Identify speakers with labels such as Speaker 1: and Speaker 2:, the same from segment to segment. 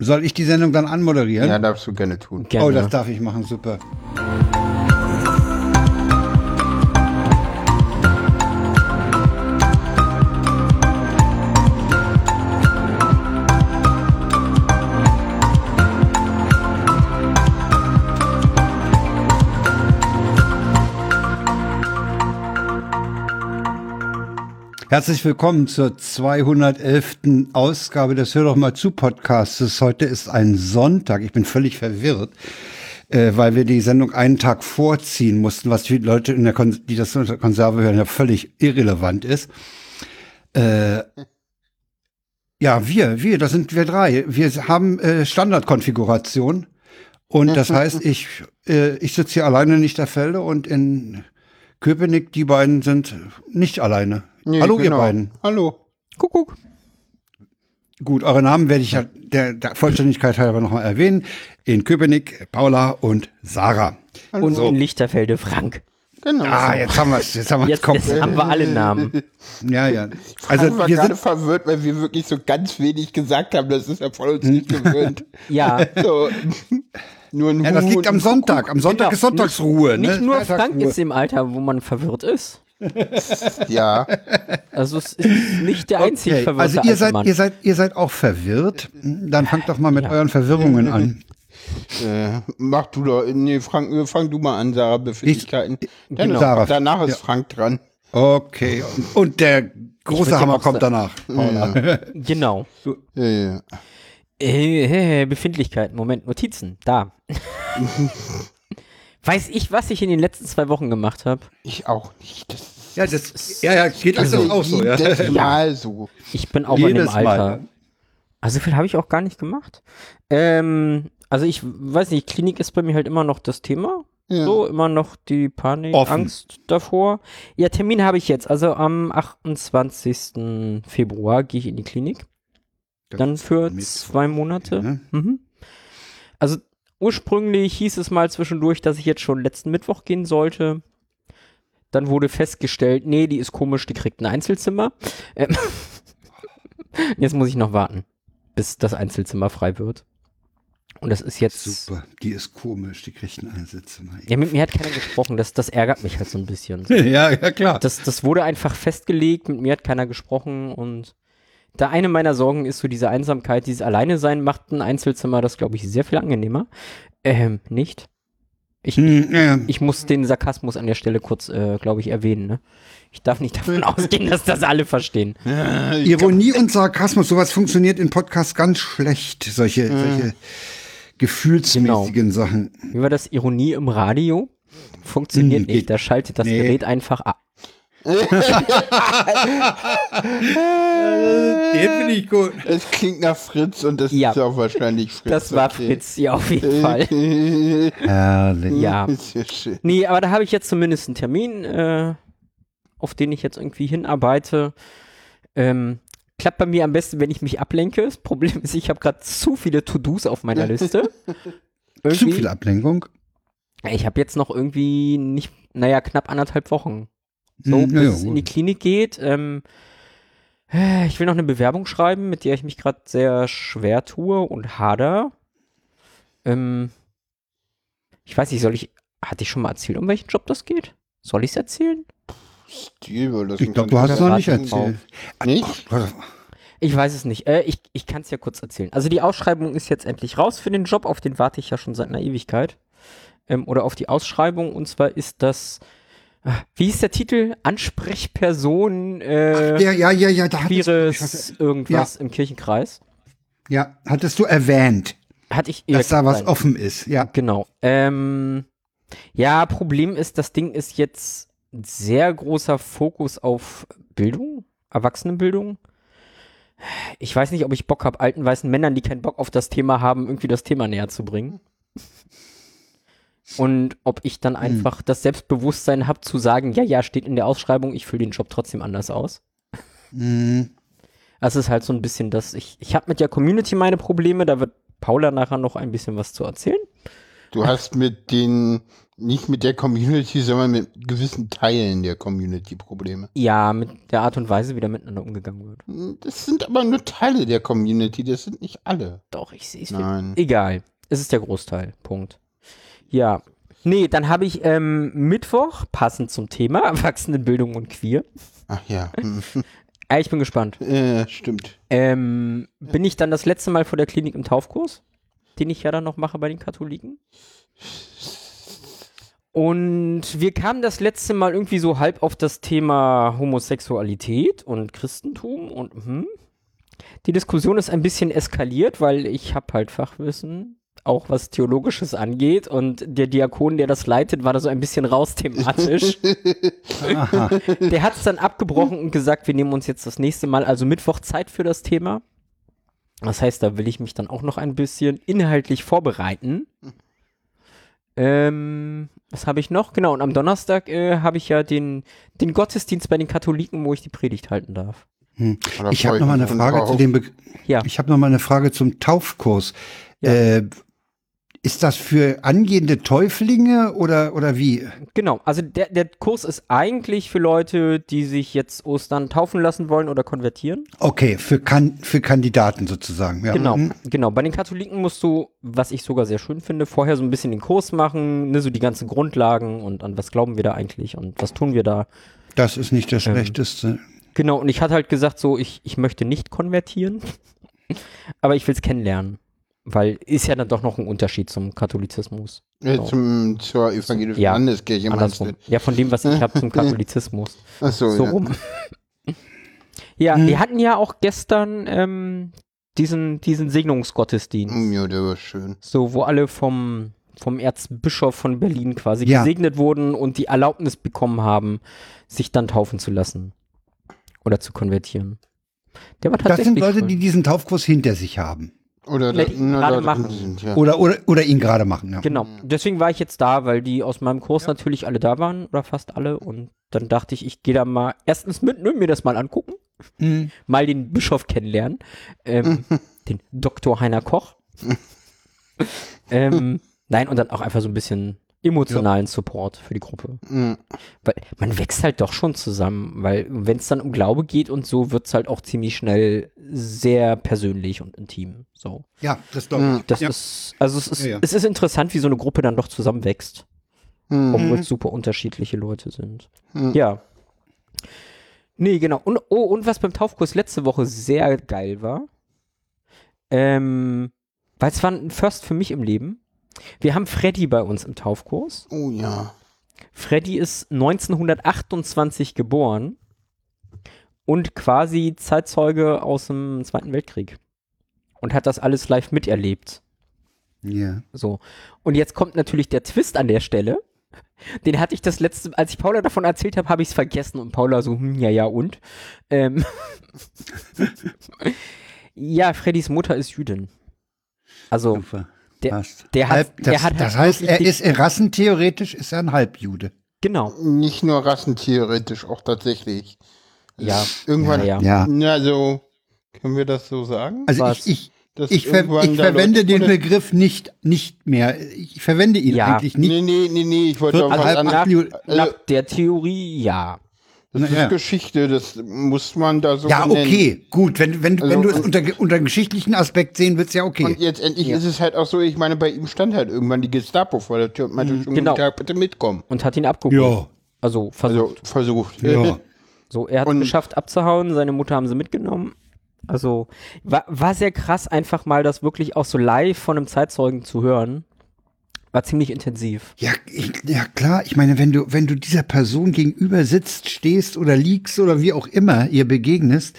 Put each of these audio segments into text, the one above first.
Speaker 1: Soll ich die Sendung dann anmoderieren?
Speaker 2: Ja, darfst du gerne tun.
Speaker 1: Gerne. Oh, das darf ich machen, super. Herzlich willkommen zur 211. Ausgabe des Hör doch mal zu Podcasts. Heute ist ein Sonntag. Ich bin völlig verwirrt, äh, weil wir die Sendung einen Tag vorziehen mussten, was die Leute, in der Kon die das in der Konserve hören, ja völlig irrelevant ist. Äh, ja, wir, wir, das sind wir drei. Wir haben äh, Standardkonfiguration. Und
Speaker 2: Mhm.
Speaker 1: das heißt, ich, äh, ich sitze hier alleine in Lichterfelde und in Köpenick, die beiden sind nicht alleine.
Speaker 2: Nee,
Speaker 1: Hallo,
Speaker 2: genau.
Speaker 1: ihr beiden.
Speaker 2: Hallo.
Speaker 3: Kuckuck.
Speaker 1: Gut, eure Namen werde ich ja der, der Vollständigkeit halber nochmal erwähnen. In Köpenick, Paula und Sarah.
Speaker 3: Und in Lichterfelde Frank.
Speaker 2: Genau.
Speaker 1: Ah, jetzt haben wir es, jetzt haben wir es
Speaker 3: Jetzt,
Speaker 1: kommt.
Speaker 3: jetzt haben wir alle Namen.
Speaker 1: Ja, ja.
Speaker 2: Also
Speaker 1: Also
Speaker 2: wir
Speaker 1: wir
Speaker 2: gerade
Speaker 1: sind,
Speaker 2: verwirrt, weil wir wirklich so ganz wenig gesagt haben. Das ist ja voll uns nicht gewöhnt.
Speaker 3: Ja.
Speaker 1: Ne?
Speaker 2: So, nur ein
Speaker 1: ja, das
Speaker 2: Huhu
Speaker 1: liegt
Speaker 2: und
Speaker 1: am
Speaker 2: ein
Speaker 1: Sonntag. Am Sonntag
Speaker 3: Genau.
Speaker 1: ist Sonntagsruhe. ne?
Speaker 3: Nicht nur Frank
Speaker 1: Freitagsruhe.
Speaker 3: ist im Alter, wo man verwirrt ist.
Speaker 2: Kuckuck. Ja.
Speaker 3: Also es ist nicht der einzige
Speaker 1: Okay,
Speaker 3: verwirrte
Speaker 1: also ihr
Speaker 3: alte
Speaker 1: seid,
Speaker 3: Mann.
Speaker 1: ihr seid, ihr seid auch verwirrt. Dann fangt doch mal mit
Speaker 3: Ja.
Speaker 1: euren Verwirrungen an.
Speaker 2: Äh, mach du doch. Nee, Frank, äh, fang du mal an, Sarah, Befindlichkeiten. Dann
Speaker 1: genau.
Speaker 2: noch.
Speaker 1: Sarah.
Speaker 2: Danach ist
Speaker 1: Ja.
Speaker 2: Frank dran.
Speaker 1: Okay. Und der große
Speaker 3: ja
Speaker 1: Hammer
Speaker 3: auch
Speaker 1: kommt
Speaker 3: sagen.
Speaker 1: danach. Paula.
Speaker 3: genau.
Speaker 2: Ja, ja.
Speaker 3: Äh, äh, Befindlichkeiten, Moment, Notizen, da. Weiß ich, was ich in den letzten zwei Wochen gemacht habe?
Speaker 2: Ich auch nicht. Das ist
Speaker 1: Ja, das, ja, ja, geht also, auch so. Ja.
Speaker 2: jedes Mal so.
Speaker 3: Ich bin auch
Speaker 1: Jedes
Speaker 3: in dem Alter.
Speaker 1: Mal.
Speaker 3: Also viel habe ich auch gar nicht gemacht. Ähm, also ich weiß nicht, Klinik ist bei mir halt immer noch das Thema.
Speaker 2: Ja.
Speaker 3: So, immer noch die Panik,
Speaker 1: Offen.
Speaker 3: Angst davor. Ja, Termin habe ich jetzt. Also am 28. Februar gehe ich in die Klinik.
Speaker 1: Das
Speaker 3: Dann für
Speaker 1: Mittwoch,
Speaker 3: zwei Monate.
Speaker 1: ne?
Speaker 3: Mhm. Also ursprünglich hieß es mal zwischendurch, dass ich jetzt schon letzten Mittwoch gehen sollte. Dann wurde festgestellt, nee, die ist komisch, die kriegt ein Einzelzimmer. Ähm, jetzt muss ich noch warten, bis das Einzelzimmer frei wird. Und das ist jetzt.
Speaker 1: Super. Die ist komisch. Die kriegt einen Einsitz.
Speaker 3: Ja, mit mir hat keiner gesprochen. Das, das ärgert mich halt so ein bisschen.
Speaker 1: Ja, ja, klar.
Speaker 3: Das, das wurde einfach festgelegt, mit mir hat keiner gesprochen und da eine meiner Sorgen ist so diese Einsamkeit, dieses Alleinesein macht ein Einzelzimmer, das glaube ich sehr viel angenehmer. Ähm, nicht.
Speaker 1: Hm, ja.
Speaker 3: Ich muss den Sarkasmus an der Stelle kurz, äh, glaube ich, erwähnen. Ne? Ich darf nicht davon ausgehen, dass das alle verstehen.
Speaker 1: Ironie und Sarkasmus, sowas funktioniert in Podcasts ganz schlecht, solche, solche gefühlsmäßigen Sachen.
Speaker 3: Wie war das? Ironie im Radio? Funktioniert
Speaker 1: Hm,
Speaker 3: nicht.
Speaker 1: geht-
Speaker 3: Da schaltet das
Speaker 1: nee.
Speaker 3: Gerät einfach ab.
Speaker 1: Den finde ich gut.
Speaker 2: Es klingt nach Fritz und das
Speaker 3: Ja.
Speaker 2: ist auch wahrscheinlich Fritz.
Speaker 3: Das war
Speaker 2: okay.
Speaker 3: Fritz, ja, auf
Speaker 1: Äh,
Speaker 3: jeden Fall.
Speaker 1: Herrlich.
Speaker 3: Ja.
Speaker 2: Ist ja schön.
Speaker 3: Nee, aber da habe ich jetzt zumindest einen Termin, äh, auf den ich jetzt irgendwie hinarbeite. Ähm, klappt bei mir am besten, wenn ich mich ablenke. Das Problem ist, ich habe gerade zu viele To-Dos auf meiner Liste.
Speaker 1: Zu
Speaker 3: Irgendwie-
Speaker 1: viel Ablenkung.
Speaker 3: Ich habe jetzt noch irgendwie nicht, naja, knapp anderthalb Wochen. So,
Speaker 1: Hm,
Speaker 3: bis
Speaker 1: na ja,
Speaker 3: es in
Speaker 1: gut.
Speaker 3: die Klinik geht. Ähm, äh, ich will noch eine Bewerbung schreiben, mit der ich mich gerade sehr schwer tue und hader. Ähm, ich weiß nicht, soll ich, hatte ich schon mal erzählt, um welchen Job das geht? Soll ich es erzählen?
Speaker 1: ich glaube, du hast es noch nicht erzählt.
Speaker 2: Nicht?
Speaker 3: Ich weiß es nicht. Äh, ich ich kann es ja kurz erzählen. Also die Ausschreibung ist jetzt endlich raus für den Job, auf den warte ich ja schon seit einer Ewigkeit. Ähm, oder auf die Ausschreibung. Und zwar ist das, äh, wie ist der Titel? Ansprechperson äh,
Speaker 1: Ja, ja, ja, ja, da hattest,
Speaker 3: queeres irgendwas im Kirchenkreis.
Speaker 1: ja, hattest du erwähnt,
Speaker 3: Hatte ich
Speaker 1: dass da was
Speaker 3: Nein.
Speaker 1: offen ist. Ja.
Speaker 3: Genau. Ähm, ja, Problem ist, das Ding ist jetzt sehr großer Fokus auf Bildung, Erwachsenenbildung. Ich weiß nicht, ob ich Bock habe, alten weißen Männern, die keinen Bock auf das Thema haben, irgendwie das Thema näher zu bringen. Und ob ich dann einfach das Selbstbewusstsein habe, zu sagen, ja, ja, steht in der Ausschreibung, ich fülle den Job trotzdem anders aus.
Speaker 1: Hm.
Speaker 3: Das ist halt so ein bisschen das. Ich, ich habe mit der Community meine Probleme, da wird Paula nachher noch ein bisschen was zu erzählen.
Speaker 2: Du hast mit den, nicht mit der Community, sondern mit gewissen Teilen der Community Probleme.
Speaker 3: Ja, mit der Art und Weise, wie da miteinander umgegangen wird.
Speaker 2: Das sind aber nur Teile der Community, das sind nicht alle.
Speaker 3: Doch, ich sehe es.
Speaker 2: Nein.
Speaker 3: Egal. Es ist der Großteil. Punkt. Ja. Nee, dann habe ich ähm, Mittwoch, passend zum Thema Erwachsenenbildung und Queer.
Speaker 2: Ach ja, hm.
Speaker 3: Ah, ich bin gespannt.
Speaker 2: äh, stimmt.
Speaker 3: Ähm, bin ich dann das letzte Mal vor der Klinik im Taufkurs, den ich ja dann noch mache bei den Katholiken? Und wir kamen das letzte Mal irgendwie so halb auf das Thema Homosexualität und Christentum und hm. Die Diskussion ist ein bisschen eskaliert, weil ich habe halt Fachwissen, auch was Theologisches angeht und der Diakon, der das leitet, war da so ein bisschen raus thematisch. Der hat es dann abgebrochen und gesagt, wir nehmen uns jetzt das nächste Mal, also Mittwoch, Zeit für das Thema. Das heißt, da will ich mich dann auch noch ein bisschen inhaltlich vorbereiten. Ähm, was habe ich noch? Genau, und am Donnerstag äh, habe ich ja den, den Gottesdienst bei den Katholiken, wo ich die Predigt halten darf.
Speaker 2: Aber
Speaker 1: Ich habe
Speaker 2: freut
Speaker 1: noch mal eine
Speaker 2: mich
Speaker 1: Frage
Speaker 2: drauf.
Speaker 1: zu dem Be
Speaker 3: Ja.
Speaker 1: Ich habe noch mal eine Frage zum Taufkurs.
Speaker 3: Ja.
Speaker 1: Äh, ist das für angehende Täuflinge oder oder wie?
Speaker 3: Genau, also der, der Kurs ist eigentlich für Leute, die sich jetzt Ostern taufen lassen wollen oder konvertieren.
Speaker 1: Okay, für kan für Kandidaten sozusagen. Ja.
Speaker 3: Genau,
Speaker 1: Mhm.
Speaker 3: genau. Bei den Katholiken musst du, was ich sogar sehr schön finde, vorher so ein bisschen den Kurs machen, ne, so die ganzen Grundlagen und an was glauben wir da eigentlich und was tun wir da.
Speaker 1: Das ist nicht
Speaker 3: Ähm,
Speaker 1: das Schlechteste.
Speaker 3: Genau, und ich hatte halt gesagt, so, ich, ich möchte nicht konvertieren, aber ich will es kennenlernen. Weil ist ja dann doch noch ein Unterschied zum Katholizismus.
Speaker 2: Äh, zum, zur evangelischen
Speaker 3: Ja,
Speaker 2: Landeskirche meinst
Speaker 3: Andersrum.
Speaker 2: du?
Speaker 3: Ja, von dem, was ich habe zum Katholizismus.
Speaker 2: Ach so,
Speaker 3: so
Speaker 2: ja. Mhm.
Speaker 3: rum. Ja, wir hatten ja auch gestern ähm, diesen, diesen Segnungsgottesdienst.
Speaker 2: Hm, Ja, der war schön.
Speaker 3: So, wo alle vom, vom Erzbischof von Berlin quasi
Speaker 1: Ja.
Speaker 3: gesegnet wurden und die Erlaubnis bekommen haben, sich dann taufen zu lassen. Oder zu konvertieren. Der war
Speaker 1: Das
Speaker 3: tatsächlich.
Speaker 1: sind Leute,
Speaker 3: schön.
Speaker 1: die diesen Taufkurs hinter sich haben
Speaker 2: Oder
Speaker 3: Na,
Speaker 2: da-
Speaker 3: die
Speaker 2: na,
Speaker 3: gerade
Speaker 2: da
Speaker 3: machen.
Speaker 2: drin sind, ja.
Speaker 1: oder oder oder ihn gerade machen. Ja.
Speaker 3: Genau. Deswegen war ich jetzt da, weil die aus meinem Kurs natürlich alle da waren oder fast alle. Und dann dachte ich, ich gehe da mal erstens mit, ne, mir das mal angucken.
Speaker 1: Mhm.
Speaker 3: mal den Bischof kennenlernen, ähm, den Dr. Heiner Koch. ähm, nein, und dann auch einfach so ein bisschen emotionalen Support für die Gruppe.
Speaker 2: Hm.
Speaker 3: Weil man wächst halt doch schon zusammen, weil wenn es dann um Glaube geht und so, wird es halt auch ziemlich schnell sehr persönlich und intim. So.
Speaker 1: Ja, das glaube ich.
Speaker 3: Mhm, Das
Speaker 1: ja.
Speaker 3: ist, also es ist,
Speaker 1: Ja, ja.
Speaker 3: es ist interessant, wie so eine Gruppe dann doch zusammenwächst.
Speaker 2: Hm.
Speaker 3: Obwohl es super unterschiedliche Leute sind. Ja. Nee, genau. Und, oh, und was beim Taufkurs letzte Woche sehr geil war, ähm, weil es war ein First für mich im Leben. Wir haben Freddy bei uns im Taufkurs.
Speaker 2: Oh ja.
Speaker 3: Freddy ist 1928 geboren und quasi Zeitzeuge aus dem Zweiten Weltkrieg. Und hat das alles live miterlebt.
Speaker 1: ja.
Speaker 3: So. Und jetzt kommt natürlich der Twist an der Stelle. Den hatte ich das letzte, als ich Paula davon erzählt habe, habe ich es vergessen und Paula so, hm, ja, ja und. Ähm. ja, Freddys Mutter ist Jüdin. Also,
Speaker 1: Super.
Speaker 3: der-
Speaker 1: Passt.
Speaker 3: der hat-
Speaker 1: Halb, das,
Speaker 3: der hat halt
Speaker 1: das heißt, er
Speaker 3: wirklich
Speaker 1: ist er rassentheoretisch ist er ein Halbjude.
Speaker 3: genau.
Speaker 2: Nicht nur rassentheoretisch, auch tatsächlich. Äh,
Speaker 3: Ja.
Speaker 2: Irgendwann,
Speaker 3: Ja,
Speaker 1: ja.
Speaker 2: Na, also, können wir das so sagen?
Speaker 1: Also
Speaker 3: Was?
Speaker 1: ich,
Speaker 2: Dass
Speaker 1: ich, ich, ver
Speaker 2: irgendwann
Speaker 1: ich
Speaker 2: da
Speaker 1: verwende
Speaker 2: Leute-
Speaker 1: den
Speaker 2: oder-
Speaker 1: Begriff nicht, nicht mehr. Ich verwende ihn
Speaker 3: Ja.
Speaker 1: eigentlich nicht.
Speaker 2: Nee, also nee, nee, nee, ich wollte
Speaker 1: Wird
Speaker 2: auch was
Speaker 1: halb
Speaker 3: Nach,
Speaker 2: anderes.
Speaker 1: Juden.
Speaker 3: nach der Theorie, ja.
Speaker 2: Das ist
Speaker 1: Na ja.
Speaker 2: Geschichte, das muss man da so
Speaker 1: Ja,
Speaker 2: benennen.
Speaker 1: okay, gut. Wenn, wenn,
Speaker 2: Also-
Speaker 1: wenn du es unter, unter einem geschichtlichen Aspekt sehen willst, ja okay.
Speaker 2: Und jetzt endlich ist es halt auch so, ich meine, bei ihm stand halt irgendwann die Gestapo vor der Tür und meinte, schon
Speaker 3: genau.
Speaker 2: guten Tag, bitte mitkommen.
Speaker 3: Und hat ihn abgeholt.
Speaker 1: Ja,
Speaker 3: Also, versucht.
Speaker 2: Also versucht.
Speaker 1: ja.
Speaker 3: So, er hat es
Speaker 2: Und-
Speaker 3: geschafft abzuhauen, seine Mutter haben sie mitgenommen. Also war, war sehr krass, einfach mal das wirklich auch so live von einem Zeitzeugen zu hören. War ziemlich intensiv.
Speaker 1: Ja, ich, ja klar, ich meine, wenn du, wenn du dieser Person gegenüber sitzt, stehst oder liegst oder wie auch immer ihr begegnest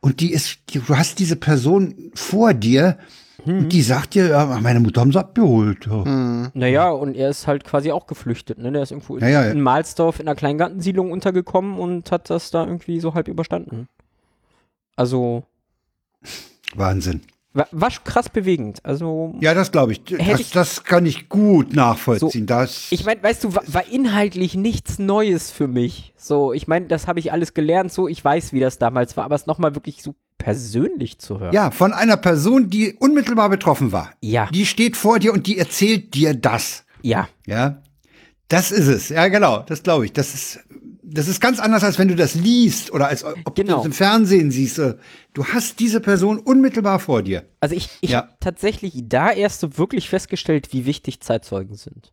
Speaker 1: und die ist, die- du hast diese Person vor dir
Speaker 3: Hm.
Speaker 1: und die sagt dir, ja, meine Mutter haben sie abgeholt. Oh, Ja.
Speaker 2: Mhm.
Speaker 3: Naja, und er ist halt quasi auch geflüchtet. Ne? Der ist irgendwo in,
Speaker 1: Ja, ja, ja.
Speaker 3: in Mahlsdorf in einer Kleingartensiedlung untergekommen und hat das da irgendwie so halb überstanden. Also
Speaker 1: Wahnsinn.
Speaker 3: war, war schon krass bewegend. Also
Speaker 1: Ja, das glaube ich.
Speaker 3: Hätte
Speaker 1: Das,
Speaker 3: ich-
Speaker 1: das kann ich gut nachvollziehen. das,
Speaker 3: Ich meine, weißt du, war, war inhaltlich nichts Neues für mich. So, ich meine, das habe ich alles gelernt, so ich weiß, wie das damals war, aber es nochmal wirklich so persönlich zu hören.
Speaker 1: Ja, von einer Person, die unmittelbar betroffen war.
Speaker 3: Ja.
Speaker 1: Die steht vor dir und die erzählt dir das.
Speaker 3: Ja.
Speaker 1: Ja, das ist es. Ja, genau. Das glaube ich. Das ist, das ist ganz anders, als wenn du das liest oder als ob du
Speaker 3: Genau.
Speaker 1: das im Fernsehen siehst. Äh, Du hast diese Person unmittelbar vor dir.
Speaker 3: Also ich, ich
Speaker 1: Ja.
Speaker 3: habe tatsächlich da erst so wirklich festgestellt, wie wichtig Zeitzeugen sind.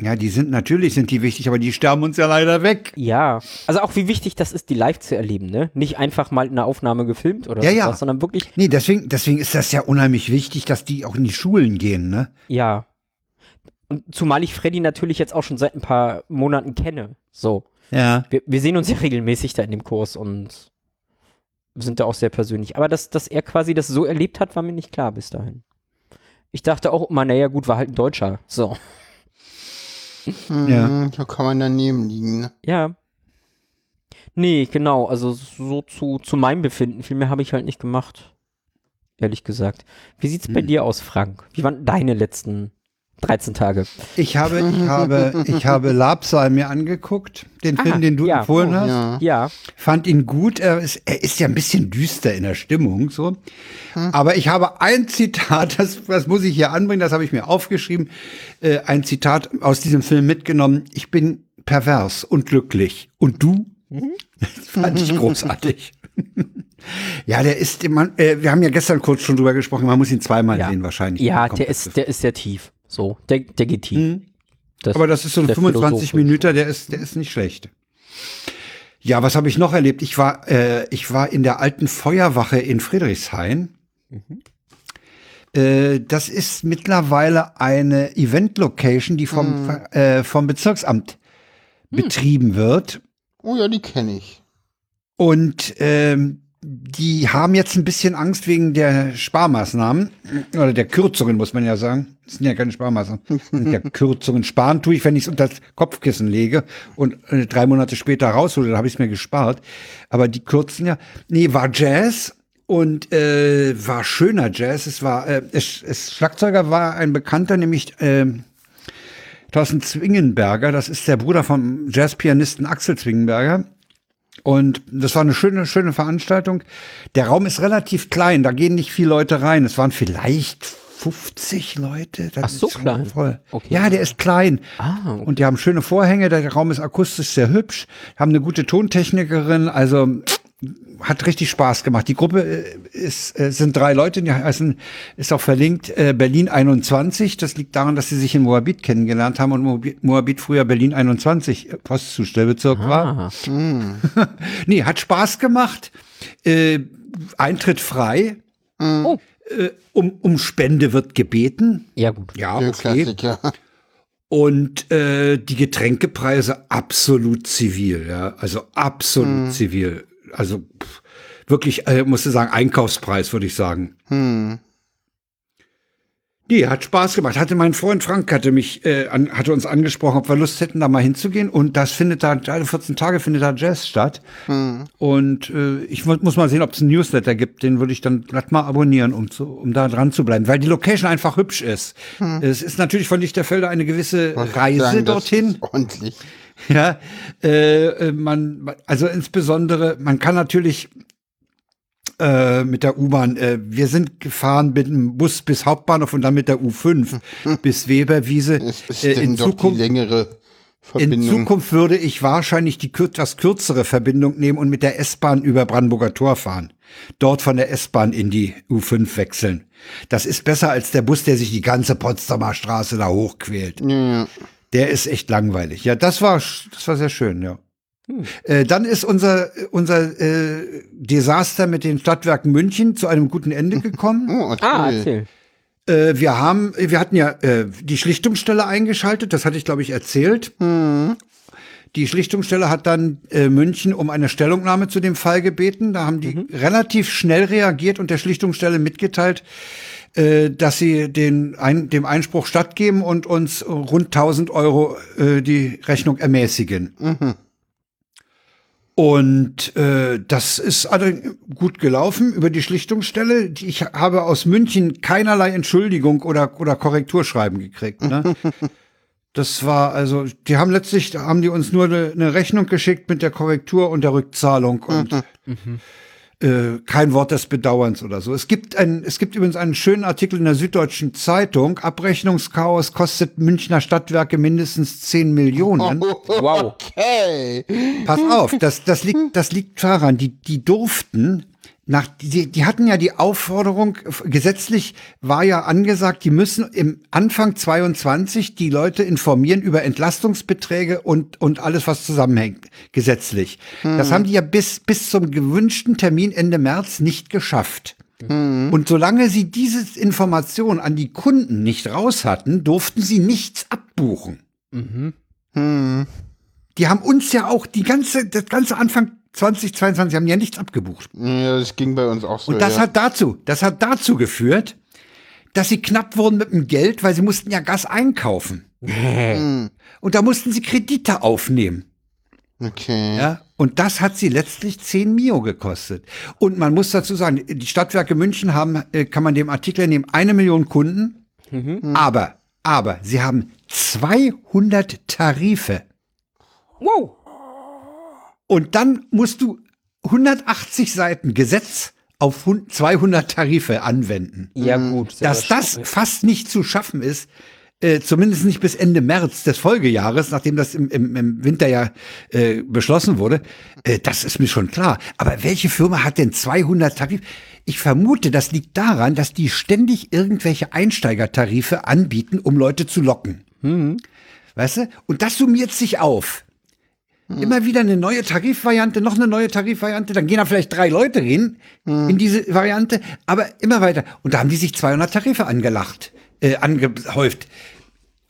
Speaker 1: Ja, die sind natürlich sind die wichtig, aber die sterben uns ja leider weg.
Speaker 3: Ja. Also auch wie wichtig das ist, die live zu erleben, ne? Nicht einfach mal eine Aufnahme gefilmt oder
Speaker 1: Ja,
Speaker 3: sowas,
Speaker 1: ja.
Speaker 3: sondern wirklich,
Speaker 1: Nee, deswegen, deswegen ist das ja unheimlich wichtig, dass die auch in die Schulen gehen, ne?
Speaker 3: ja. Und zumal ich Freddy natürlich jetzt auch schon seit ein paar Monaten kenne. So.
Speaker 1: Ja.
Speaker 3: wir, wir sehen uns ja regelmäßig da in dem Kurs und sind da auch sehr persönlich. Aber dass, dass er quasi das so erlebt hat, war mir nicht klar bis dahin. Ich dachte auch immer, naja, gut, war halt ein Deutscher. So.
Speaker 1: Ja.
Speaker 2: Hm, Da kann man daneben liegen. ne?
Speaker 3: Ja. Nee, genau. Also so zu, zu meinem Befinden. Viel mehr habe ich halt nicht gemacht. Ehrlich gesagt. Wie sieht's bei dir aus, Frank? Wie waren deine letzten 13 Tage?
Speaker 1: Ich habe, ich habe, ich habe Labsal mir angeguckt, den Film,
Speaker 3: Ah,
Speaker 1: den du
Speaker 3: ja.
Speaker 1: empfohlen hast.
Speaker 2: Ja.
Speaker 3: Ja.
Speaker 1: fand ihn gut. Er ist, er ist ja ein bisschen düster in der Stimmung, so. Aber ich habe ein Zitat, das, das muss ich hier anbringen, das habe ich mir aufgeschrieben, äh, ein Zitat aus diesem Film mitgenommen. Ich bin pervers und glücklich. Und du? Das fand ich großartig. ja, der ist, man, äh, wir haben ja gestern kurz schon drüber gesprochen, man muss ihn zweimal
Speaker 3: Ja.
Speaker 1: sehen wahrscheinlich.
Speaker 3: Ja,
Speaker 1: Dann kommt
Speaker 3: der
Speaker 1: das
Speaker 3: ist, der ist sehr tief. So. Der, der geht tief. Das-
Speaker 1: aber das ist so ein
Speaker 3: der
Speaker 1: 25
Speaker 3: Philosoph.
Speaker 1: Minuten, der ist, der ist nicht schlecht. Ja, was habe ich noch erlebt? Ich war, äh, ich war in der alten Feuerwache in Friedrichshain. Äh, Das ist mittlerweile eine Event-Location, die vom, äh, vom Bezirksamt betrieben wird.
Speaker 2: Oh ja, die kenne ich.
Speaker 1: Und ähm, die haben jetzt ein bisschen Angst wegen der Sparmaßnahmen oder der Kürzungen, muss man ja sagen. Das sind ja keine Sparmaßnahmen. Das sind ja Kürzungen. Sparen tue ich, wenn ich es unter das Kopfkissen lege und äh, drei Monate später raushole, da habe ich es mir gespart. Aber die kürzen ja. Nee, war Jazz und äh, war schöner Jazz. Es war, äh, es, es Schlagzeuger war ein Bekannter, nämlich ähm, Thorsten Zwingenberger. Das ist der Bruder vom Jazzpianisten Axel Zwingenberger. Und das war eine schöne, schöne Veranstaltung. Der Raum ist relativ klein, da gehen nicht viele Leute rein. Es waren vielleicht 50 Leute. Das
Speaker 3: Ach, so
Speaker 1: ist schon
Speaker 3: klein.
Speaker 1: Voll.
Speaker 3: Okay.
Speaker 1: Ja, der ist klein.
Speaker 3: Ah, okay.
Speaker 1: Und die haben schöne Vorhänge, der Raum ist akustisch sehr hübsch, haben eine gute Tontechnikerin, also hat richtig Spaß gemacht. Die Gruppe äh, ist, äh, sind drei Leute, die heißen, ist auch verlinkt, äh, Berlin 21. Das liegt daran, dass sie sich in Moabit kennengelernt haben und Moabi- Moabit früher Berlin 21 äh, Postzustellbezirk war.
Speaker 3: Ah.
Speaker 1: Nee, hat Spaß gemacht. Äh, Eintritt frei.
Speaker 3: Oh.
Speaker 1: Äh, um, um Spende wird gebeten.
Speaker 3: Ja, gut.
Speaker 1: Ja,
Speaker 2: Der
Speaker 1: Ah, okay.
Speaker 2: Klassiker.
Speaker 1: Und äh, die Getränkepreise absolut zivil, ja. Also absolut zivil. Also pff, wirklich, äh, musste sagen, Einkaufspreis, würde ich sagen.
Speaker 2: Hm.
Speaker 1: Nee, hat Spaß gemacht. Hatte mein Freund Frank hatte mich, äh, an, hatte uns angesprochen, ob wir Lust hätten, da mal hinzugehen. Und das findet da, alle 14 Tage findet da Jazz statt.
Speaker 2: Hm.
Speaker 1: Und äh, ich mu- muss mal sehen, ob es einen Newsletter gibt. Den würde ich dann glatt mal abonnieren, um, zu, um da dran zu bleiben. Weil die Location einfach hübsch ist.
Speaker 2: Hm.
Speaker 1: Es ist natürlich von Lichterfelde eine gewisse Reise
Speaker 2: Sagen, das
Speaker 1: dorthin.
Speaker 2: ist Ordentlich.
Speaker 1: Ja, äh, äh, man, man- also insbesondere, man kann natürlich äh, mit der U-Bahn, äh, wir sind gefahren mit dem Bus bis Hauptbahnhof und dann mit der U5 bis Weberwiese.
Speaker 2: Hm, Es ist
Speaker 1: Äh,
Speaker 2: denn
Speaker 1: in,
Speaker 2: doch die
Speaker 1: Zukunft,
Speaker 2: längere
Speaker 1: in
Speaker 2: Verbindung.
Speaker 1: Zukunft würde ich wahrscheinlich die kür etwas kürzere Verbindung nehmen und mit der S-Bahn über Brandenburger Tor fahren. Dort von der S-Bahn in die U5 wechseln. Das ist besser als der Bus, der sich die ganze Potsdamer Straße da hochquält.
Speaker 2: ja,
Speaker 1: Der ist echt langweilig. Ja, das war, sch- das war sehr schön, ja. Äh, dann ist unser, unser äh, Desaster mit den Stadtwerken München zu einem guten Ende gekommen.
Speaker 2: oh,
Speaker 3: Ah,
Speaker 2: erzähl.
Speaker 3: erzähl.
Speaker 1: äh, wir haben, wir hatten ja äh, die Schlichtungsstelle eingeschaltet, das hatte ich, glaube ich, erzählt. Die Schlichtungsstelle hat dann äh, München um eine Stellungnahme zu dem Fall gebeten. Da haben die relativ schnell reagiert und der Schlichtungsstelle mitgeteilt, äh, dass sie den, ein, dem Einspruch stattgeben und uns rund 1000 Euro äh, die Rechnung ermäßigen. Und äh, das ist alle gut gelaufen über die Schlichtungsstelle. Die- Ich habe aus München keinerlei Entschuldigung oder, oder Korrekturschreiben gekriegt. Ne? Das war also, die haben letztlich, haben die uns nur eine, eine Rechnung geschickt mit der Korrektur und der Rückzahlung. Und äh, kein Wort des Bedauerns oder so. Es gibt, ein, es gibt übrigens einen schönen Artikel in der Süddeutschen Zeitung, Abrechnungschaos kostet Münchner Stadtwerke mindestens 10
Speaker 2: Oh,
Speaker 1: Millionen.
Speaker 2: Hm? Wow. Okay.
Speaker 1: Pass auf, das, das, liegt, das liegt daran, die, die durften nach, die, die hatten ja die Aufforderung, gesetzlich war ja angesagt, die müssen im Anfang 22 die Leute informieren über Entlastungsbeträge und, und alles, was zusammenhängt, gesetzlich. Das haben die ja bis, bis zum gewünschten Termin Ende März nicht geschafft. Und solange sie diese Information an die Kunden nicht raus hatten, durften sie nichts abbuchen. Die haben uns ja auch die ganze, das ganze Anfang 2022 haben die ja nichts abgebucht.
Speaker 2: Ja, das ging bei uns auch so.
Speaker 1: Und das
Speaker 2: ja.
Speaker 1: hat dazu, das hat dazu geführt, dass sie knapp wurden mit dem Geld, weil sie mussten ja Gas einkaufen. Und da mussten sie Kredite aufnehmen.
Speaker 2: okay.
Speaker 1: Ja? Und das hat sie letztlich 10 Mio gekostet. Und man muss dazu sagen, die Stadtwerke München haben, äh, kann man dem Artikel entnehmen, eine Million Kunden.
Speaker 2: Mhm.
Speaker 1: Aber, aber, sie haben 200 Tarife.
Speaker 3: Wow.
Speaker 1: Und dann musst du 180 Seiten Gesetz auf hun- 200 Tarife anwenden.
Speaker 3: Ja, gut.
Speaker 1: Dass das fast nicht zu schaffen ist, äh, zumindest nicht bis Ende März des Folgejahres, nachdem das im, im, im Winter ja äh, beschlossen wurde, äh, das ist mir schon klar. Aber welche Firma hat denn 200 Tarife? Ich vermute, das liegt daran, dass die ständig irgendwelche Einsteigertarife anbieten, um Leute zu locken. Weißt du? Und das summiert sich auf.
Speaker 2: Mhm.
Speaker 1: Immer wieder eine neue Tarifvariante, noch eine neue Tarifvariante, dann gehen da vielleicht drei Leute hin
Speaker 2: Mhm.
Speaker 1: in diese Variante, aber immer weiter. Und da haben die sich 200 Tarife angelacht, äh, angehäuft.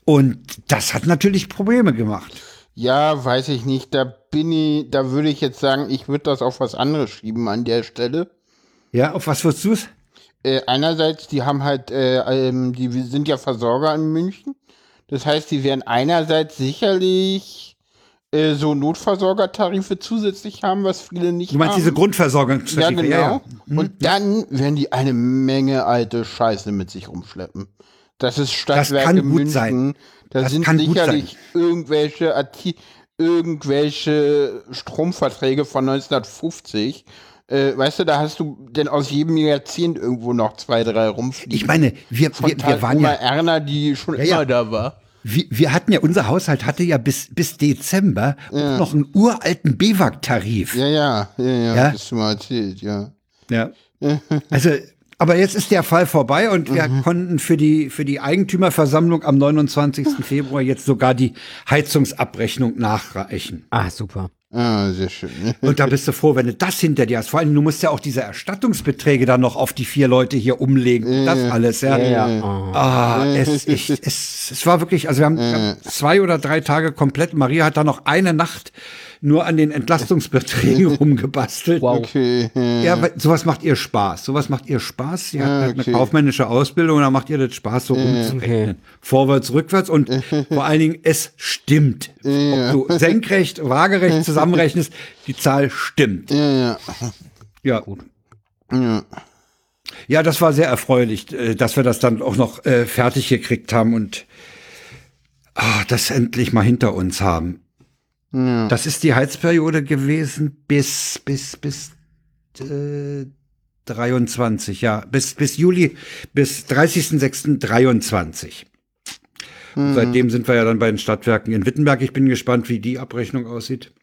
Speaker 1: Und das hat natürlich Probleme gemacht.
Speaker 2: Ja, weiß ich nicht. Da bin ich, da würde ich jetzt sagen, ich würde das auf was anderes schieben an der Stelle.
Speaker 1: Ja, auf was würdest du es?
Speaker 2: Äh, einerseits, die haben halt, äh, ähm, die sind ja Versorger in München. Das heißt, die werden einerseits sicherlich äh, so Notversorgertarife zusätzlich haben, was viele nicht
Speaker 1: Du meinst
Speaker 2: haben.
Speaker 1: diese Grundversorgung?
Speaker 2: Ähm, Ja, genau.
Speaker 1: Mhm.
Speaker 2: Und dann werden die eine Menge alte Scheiße mit sich rumschleppen. Das ist Stadtwerke
Speaker 1: kann gut
Speaker 2: München.
Speaker 1: sein.
Speaker 2: Da
Speaker 1: Das
Speaker 2: sind
Speaker 1: kann gut
Speaker 2: sicherlich irgendwelche Arti irgendwelche Stromverträge von 1950. Äh, weißt du, da hast du denn aus jedem Jahrzehnt irgendwo noch zwei, drei rumfliegen.
Speaker 1: Ich meine, wir,
Speaker 2: Von
Speaker 1: wir, wir waren
Speaker 2: Oma
Speaker 1: ja,
Speaker 2: Erna, die schon
Speaker 1: ja.
Speaker 2: immer da war.
Speaker 1: wir, wir hatten ja, unser Haushalt hatte ja bis, bis Dezember auch noch einen uralten BEWAG-Tarif.
Speaker 2: Ja, ja, ja, ja,
Speaker 1: Ja?
Speaker 2: ja. hast du mal erzählt, ja.
Speaker 1: Ja. Mhm. Also, aber jetzt ist der Fall vorbei und wir konnten für die, für die Eigentümerversammlung am 29. Februar jetzt sogar die Heizungsabrechnung nachreichen.
Speaker 3: Ah, super.
Speaker 2: Ah, sehr schön.
Speaker 1: Und da bist du froh, wenn du das hinter dir hast. Vor allem, du musst ja auch diese Erstattungsbeträge dann noch auf die vier Leute hier umlegen. Das alles, ja. Ah, es, ich, es, es war wirklich, also wir haben, wir haben zwei oder drei Tage komplett. Maria hat da noch eine Nacht nur an den Entlastungsbeträgen rumgebastelt. ne?
Speaker 3: Wow.
Speaker 2: Okay.
Speaker 1: Ja, weil sowas macht ihr Spaß. Sowas macht ihr Spaß. Sie hat halt
Speaker 2: okay.
Speaker 1: eine kaufmännische Ausbildung und da macht ihr das Spaß, so rumzurechnen.
Speaker 3: Okay.
Speaker 1: Vorwärts, rückwärts und vor allen Dingen, es stimmt. Ob du senkrecht, waagerecht zusammenrechnest, die Zahl stimmt.
Speaker 2: Ja, ja.
Speaker 1: Ja. Gut. Ja, das war sehr erfreulich, äh, dass wir das dann auch noch äh, fertig gekriegt haben und ah, das endlich mal hinter uns haben. Das ist die Heizperiode gewesen bis, bis, bis äh, 23, ja, bis, bis Juli, bis 30.06.23. Und Seitdem sind wir ja dann bei den Stadtwerken in Wittenberg. Ich bin gespannt, wie die Abrechnung aussieht.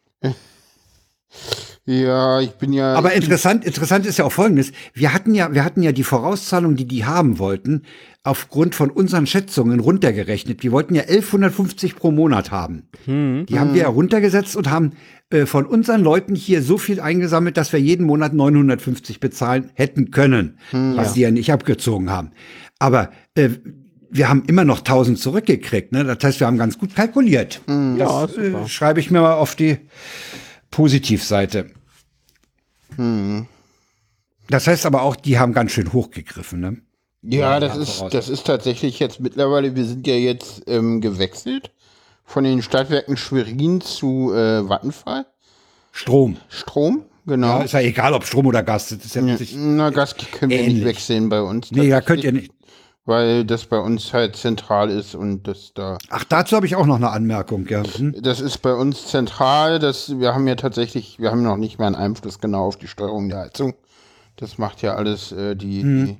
Speaker 2: Ja, ich bin ja.
Speaker 1: Aber interessant, interessant ist ja auch Folgendes. Wir hatten ja, wir hatten ja die Vorauszahlung, die die haben wollten, aufgrund von unseren Schätzungen runtergerechnet. Die wollten ja 1150 pro Monat haben. Die haben wir ja runtergesetzt und haben äh, von unseren Leuten hier so viel eingesammelt, dass wir jeden Monat 950 bezahlen hätten können, was die ja nicht abgezogen haben. Aber äh, wir haben immer noch 1000 zurückgekriegt. Ne? Das heißt, wir haben ganz gut kalkuliert.
Speaker 3: Ja,
Speaker 1: Das äh, schreibe ich mir mal auf die Positivseite.
Speaker 2: Hm.
Speaker 1: Das heißt aber auch, die haben ganz schön hochgegriffen. Ne?
Speaker 2: Ja, das ist, das ist tatsächlich jetzt mittlerweile, wir sind ja jetzt ähm, gewechselt von den Stadtwerken Schwerin zu äh, Vattenfall.
Speaker 1: Strom.
Speaker 2: Strom, genau.
Speaker 1: Ja, ist ja egal, ob Strom oder Gas. Das ist ja nicht,
Speaker 2: Na, Gas können wir
Speaker 1: Ähnlich.
Speaker 2: nicht wechseln bei uns.
Speaker 1: nee, da könnt ihr nicht.
Speaker 2: Weil das bei uns halt zentral ist und das da.
Speaker 1: Ach, dazu habe ich auch noch eine Anmerkung. Ja. Hm?
Speaker 2: Das ist bei uns zentral, das, wir haben ja tatsächlich, wir haben noch nicht mal einen Einfluss genau auf die Steuerung der Heizung. Das macht ja alles äh, die,
Speaker 1: Mhm.
Speaker 2: die,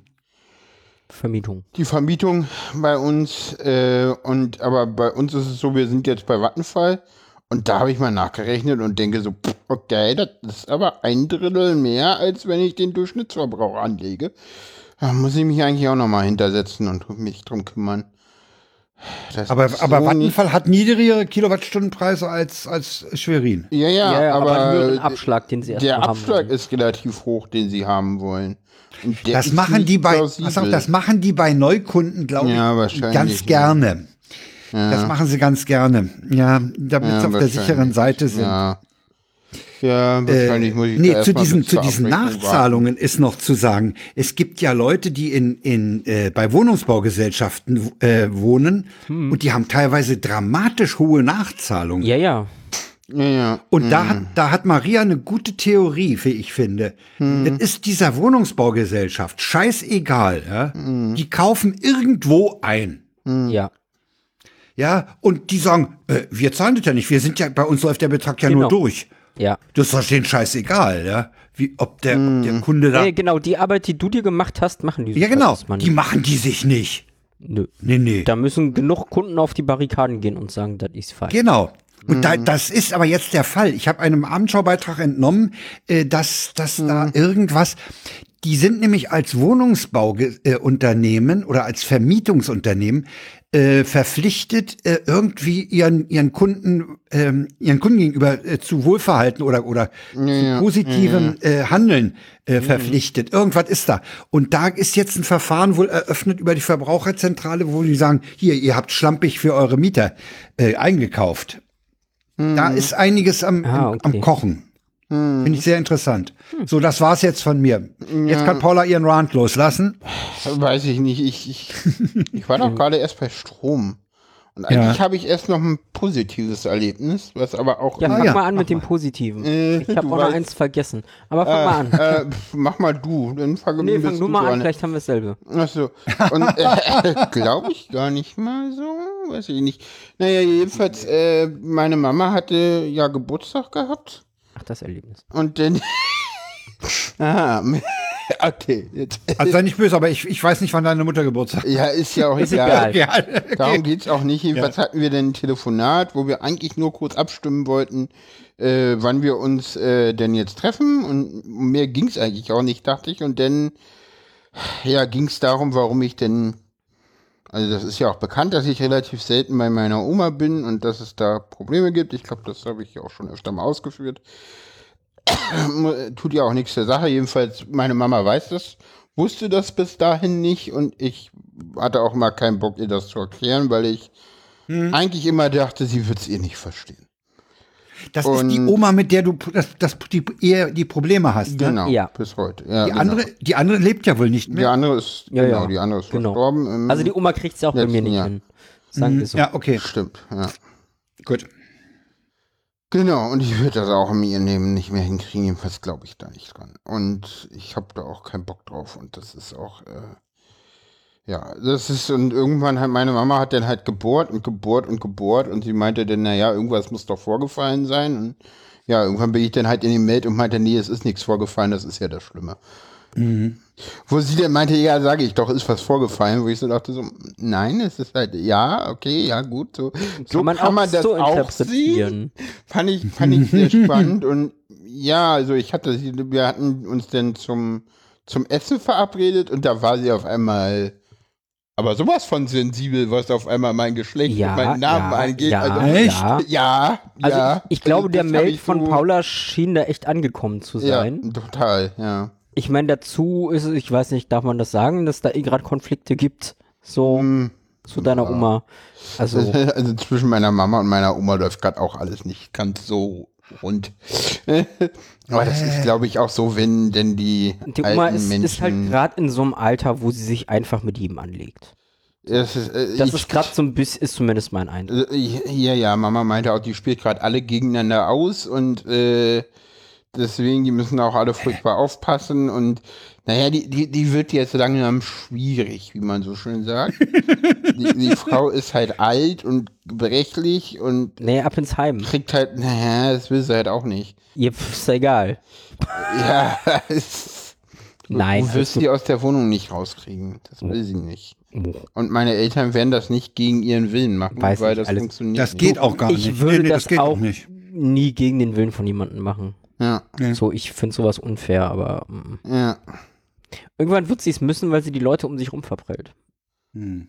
Speaker 3: Vermietung.
Speaker 2: die Vermietung bei uns. Äh, und aber bei uns ist es so, wir sind jetzt bei Vattenfall und da habe ich mal nachgerechnet und denke so, pff, okay, das ist aber ein Drittel mehr, als wenn ich den Durchschnittsverbrauch anlege. Da muss ich mich eigentlich auch nochmal hintersetzen und mich drum kümmern. Das
Speaker 1: Aber,
Speaker 2: ist
Speaker 1: aber
Speaker 2: so nicht-
Speaker 1: Vattenfall hat niedrigere Kilowattstundenpreise als, als Schwerin.
Speaker 2: Ja, ja,
Speaker 3: Ja, ja, aber,
Speaker 2: aber,
Speaker 3: nur den Abschlag, den sie
Speaker 2: Der
Speaker 3: erstmal haben.
Speaker 2: Abschlag
Speaker 3: wollen.
Speaker 2: ist relativ hoch, den sie haben wollen. Und der
Speaker 1: Das
Speaker 2: ist
Speaker 1: machen
Speaker 2: nicht
Speaker 1: die bei,
Speaker 2: plausibel.
Speaker 1: pass auf, das machen die bei Neukunden, glaube ich,
Speaker 2: Ja, wahrscheinlich,
Speaker 1: ganz
Speaker 2: ja.
Speaker 1: gerne. Das machen sie ganz gerne. Ja, damit
Speaker 2: Ja,
Speaker 1: sie auf der
Speaker 2: wahrscheinlich.
Speaker 1: sicheren Seite sind. Äh,
Speaker 2: Ja, ja wahrscheinlich muss ich da
Speaker 1: Nee,
Speaker 2: erst
Speaker 1: zu
Speaker 2: mal
Speaker 1: diesen,
Speaker 2: bis
Speaker 1: zu
Speaker 2: zur
Speaker 1: diesen
Speaker 2: Abrechnung warten.
Speaker 1: Nachzahlungen ist noch zu sagen, es gibt ja Leute, die in, in, äh, bei Wohnungsbaugesellschaften äh, wohnen und die haben teilweise dramatisch hohe Nachzahlungen.
Speaker 3: Hm. Ja, Hm. ja.
Speaker 2: Ja, ja.
Speaker 1: Und da, hat, da hat Maria eine gute Theorie, wie ich finde.
Speaker 2: Hm.
Speaker 1: Das ist dieser Wohnungsbaugesellschaft scheißegal. Ja?
Speaker 2: Hm.
Speaker 1: Die kaufen irgendwo ein.
Speaker 3: Ja.
Speaker 1: Ja, und die sagen, äh, wir zahlen das ja nicht. Wir sind ja, bei uns läuft der Betrag ja nur
Speaker 3: Genau.
Speaker 1: durch.
Speaker 3: Ja.
Speaker 1: Das ist doch denen scheißegal, ja. Wie, ob der, ob
Speaker 2: Hm.
Speaker 1: der Kunde da.
Speaker 3: Nee, genau, die Arbeit, die du dir gemacht hast, machen die
Speaker 1: ja, genau.
Speaker 3: Verkaufsmann
Speaker 1: Die machen die sich nicht.
Speaker 3: Nö.
Speaker 1: Nee, nee.
Speaker 3: Da müssen genug Kunden auf die Barrikaden gehen und sagen, das ist falsch.
Speaker 1: Genau. Und da, das ist aber jetzt der Fall. Ich habe einem Abendschaubeitrag entnommen, äh, dass, dass da irgendwas. Die sind nämlich als Wohnungsbauunternehmen oder als Vermietungsunternehmen äh, verpflichtet, äh, irgendwie ihren, ihren Kunden, ähm, ihren Kunden gegenüber äh, zu Wohlverhalten oder, oder zu positivem äh, Handeln äh, verpflichtet. Irgendwas ist da. Und da ist jetzt ein Verfahren wohl eröffnet über die Verbraucherzentrale, wo die sagen, hier, ihr habt schlampig für eure Mieter äh, eingekauft. Da ist einiges am,
Speaker 3: Ah,
Speaker 1: am-
Speaker 3: okay. Hm.
Speaker 1: am Kochen. Finde ich sehr interessant. So, das war's jetzt von mir. Jetzt kann Paula ihren Rant loslassen.
Speaker 2: Weiß ich nicht. Ich, ich, ich war doch gerade erst bei Strom. Und eigentlich habe ich erst noch ein positives Erlebnis, was aber auch.
Speaker 3: Ja,
Speaker 2: im-
Speaker 3: fang
Speaker 1: ja,
Speaker 3: mal an mit dem Positiven.
Speaker 2: Ah, Äh,
Speaker 3: ich habe
Speaker 2: du
Speaker 3: auch noch
Speaker 2: weißt.
Speaker 3: eins vergessen. Aber fang mal an.
Speaker 2: äh, pf, mach mal du, dann fange
Speaker 3: Nee, fang nur mal an, vielleicht haben wir dasselbe.
Speaker 2: Achso. Und äh, glaube ich gar nicht mal so. Weiß ich nicht. Naja, jedenfalls, äh, meine Mama hatte ja Geburtstag gehabt.
Speaker 3: Ach, das Erlebnis.
Speaker 2: Und dann. Aha. Okay. Jetzt,
Speaker 1: Also sei nicht böse, aber ich, ich weiß nicht, wann deine Mutter Geburtstag hat.
Speaker 2: ja, ist ja auch
Speaker 3: Ist
Speaker 2: egal.
Speaker 3: egal.
Speaker 1: Ja,
Speaker 2: Darum geht's auch nicht. Jedenfalls hatten wir denn ein Telefonat, wo wir eigentlich nur kurz abstimmen wollten, äh, wann wir uns äh, denn jetzt treffen. Und mehr ging's eigentlich auch nicht, dachte ich. Und dann ja, ging's darum, warum ich denn. Also das ist ja auch bekannt, dass ich relativ selten bei meiner Oma bin und dass es da Probleme gibt. Ich glaube, das habe ich ja auch schon öfter mal ausgeführt. äh, Tut ja auch nichts zur Sache. Jedenfalls, meine Mama weiß das, wusste das bis dahin nicht und ich hatte auch mal keinen Bock, ihr das zu erklären, weil ich
Speaker 1: Hm.
Speaker 2: eigentlich immer dachte, sie wird es ihr nicht verstehen.
Speaker 1: Das ist die
Speaker 2: Und-
Speaker 1: Oma, mit der du p- das, das, die, eher die Probleme hast. Ne?
Speaker 2: Genau,
Speaker 3: Ja.
Speaker 2: bis heute. Ja,
Speaker 1: Die,
Speaker 2: genau.
Speaker 1: andere, die andere lebt ja wohl nicht
Speaker 2: die
Speaker 1: mehr.
Speaker 2: andere ist,
Speaker 3: Ja,
Speaker 2: genau,
Speaker 3: ja.
Speaker 2: die andere ist
Speaker 3: Genau.
Speaker 2: verstorben. ähm, im-
Speaker 3: Also die Oma kriegt es ja auch bei mir
Speaker 2: letzten
Speaker 3: nicht
Speaker 2: Jahr.
Speaker 3: hin. Sagen wir so.
Speaker 1: Ja, okay,
Speaker 2: Stimmt, ja.
Speaker 1: gut.
Speaker 2: Genau, und ich würde das auch in ihrem Leben nicht mehr hinkriegen, jedenfalls glaube ich da nicht dran. Und ich habe da auch keinen Bock drauf und das ist auch, äh, ja, das ist, und irgendwann hat meine Mama hat dann halt gebohrt und gebohrt und gebohrt und sie meinte dann, naja, irgendwas muss doch vorgefallen sein und ja, irgendwann bin ich dann halt in die Meld und meinte, nee, es ist nichts vorgefallen, das ist ja das Schlimme.
Speaker 3: Mhm.
Speaker 2: Wo sie dann meinte, ja, sage ich doch, ist was vorgefallen, wo ich so dachte, so, nein, es ist halt, ja, okay, ja, gut, so, so
Speaker 3: man auch so interpretieren.
Speaker 2: Fand ich, fand ich sehr spannend und ja, also ich hatte sie, wir hatten uns dann zum, zum Essen verabredet und da war sie auf einmal, aber sowas von sensibel, was auf einmal mein Geschlecht
Speaker 3: Ja,
Speaker 2: und meinen Namen
Speaker 3: ja,
Speaker 2: angeht.
Speaker 3: ja,
Speaker 2: also,
Speaker 1: Echt?
Speaker 3: ja.
Speaker 2: ja,
Speaker 3: Also
Speaker 2: ja.
Speaker 3: ich, ich glaube,
Speaker 2: Also
Speaker 3: der
Speaker 2: das hab
Speaker 3: Meld
Speaker 2: ich
Speaker 3: von
Speaker 2: so-
Speaker 3: Paula schien da echt angekommen zu
Speaker 2: Ja,
Speaker 3: sein.
Speaker 2: total, ja.
Speaker 3: Ich meine, dazu ist es, ich weiß nicht, darf man das sagen, dass da eh gerade Konflikte gibt, so zu deiner Oma. Also,
Speaker 2: Also zwischen meiner Mama und meiner Oma läuft gerade auch alles nicht ganz so rund. Aber das ist, glaube ich, auch so, wenn denn die,
Speaker 3: Äh. die
Speaker 2: alten
Speaker 3: Oma ist,
Speaker 2: Menschen.
Speaker 3: ist halt gerade in so einem Alter, wo sie sich einfach mit jedem anlegt.
Speaker 2: das ist, äh,
Speaker 3: Das
Speaker 2: ich-
Speaker 3: ist gerade so ein bisschen, ist zumindest mein Eindruck.
Speaker 2: Also, ich- Ja, ja, Mama meinte auch, die spielt gerade alle gegeneinander aus und äh, deswegen, die müssen auch alle furchtbar aufpassen und naja, die, die, die wird jetzt langsam schwierig, wie man so schön sagt. die, die Frau ist halt alt und gebrechlich und
Speaker 3: Nee, ab ins Heim.
Speaker 2: kriegt halt, naja, das will sie halt auch nicht.
Speaker 3: Ihr pf, ist ja egal.
Speaker 2: Ja, es-
Speaker 3: Nein. also
Speaker 2: Du wirst die aus der Wohnung nicht rauskriegen. Das will sie nicht. Und meine Eltern werden das nicht gegen ihren Willen machen,
Speaker 3: Weiß
Speaker 2: weil
Speaker 3: nicht,
Speaker 2: das
Speaker 3: alles-
Speaker 2: funktioniert
Speaker 1: Das
Speaker 2: nicht.
Speaker 1: geht auch gar
Speaker 3: ich
Speaker 1: nicht.
Speaker 3: würde
Speaker 1: nee,
Speaker 3: das,
Speaker 1: das geht
Speaker 3: auch
Speaker 1: nicht.
Speaker 3: nie gegen den Willen von jemandem machen.
Speaker 2: Ja,
Speaker 3: So, ich finde sowas unfair, aber mm.
Speaker 2: ja.
Speaker 3: irgendwann wird sie es müssen, weil sie die Leute um sich rum verprellt.
Speaker 1: Hm.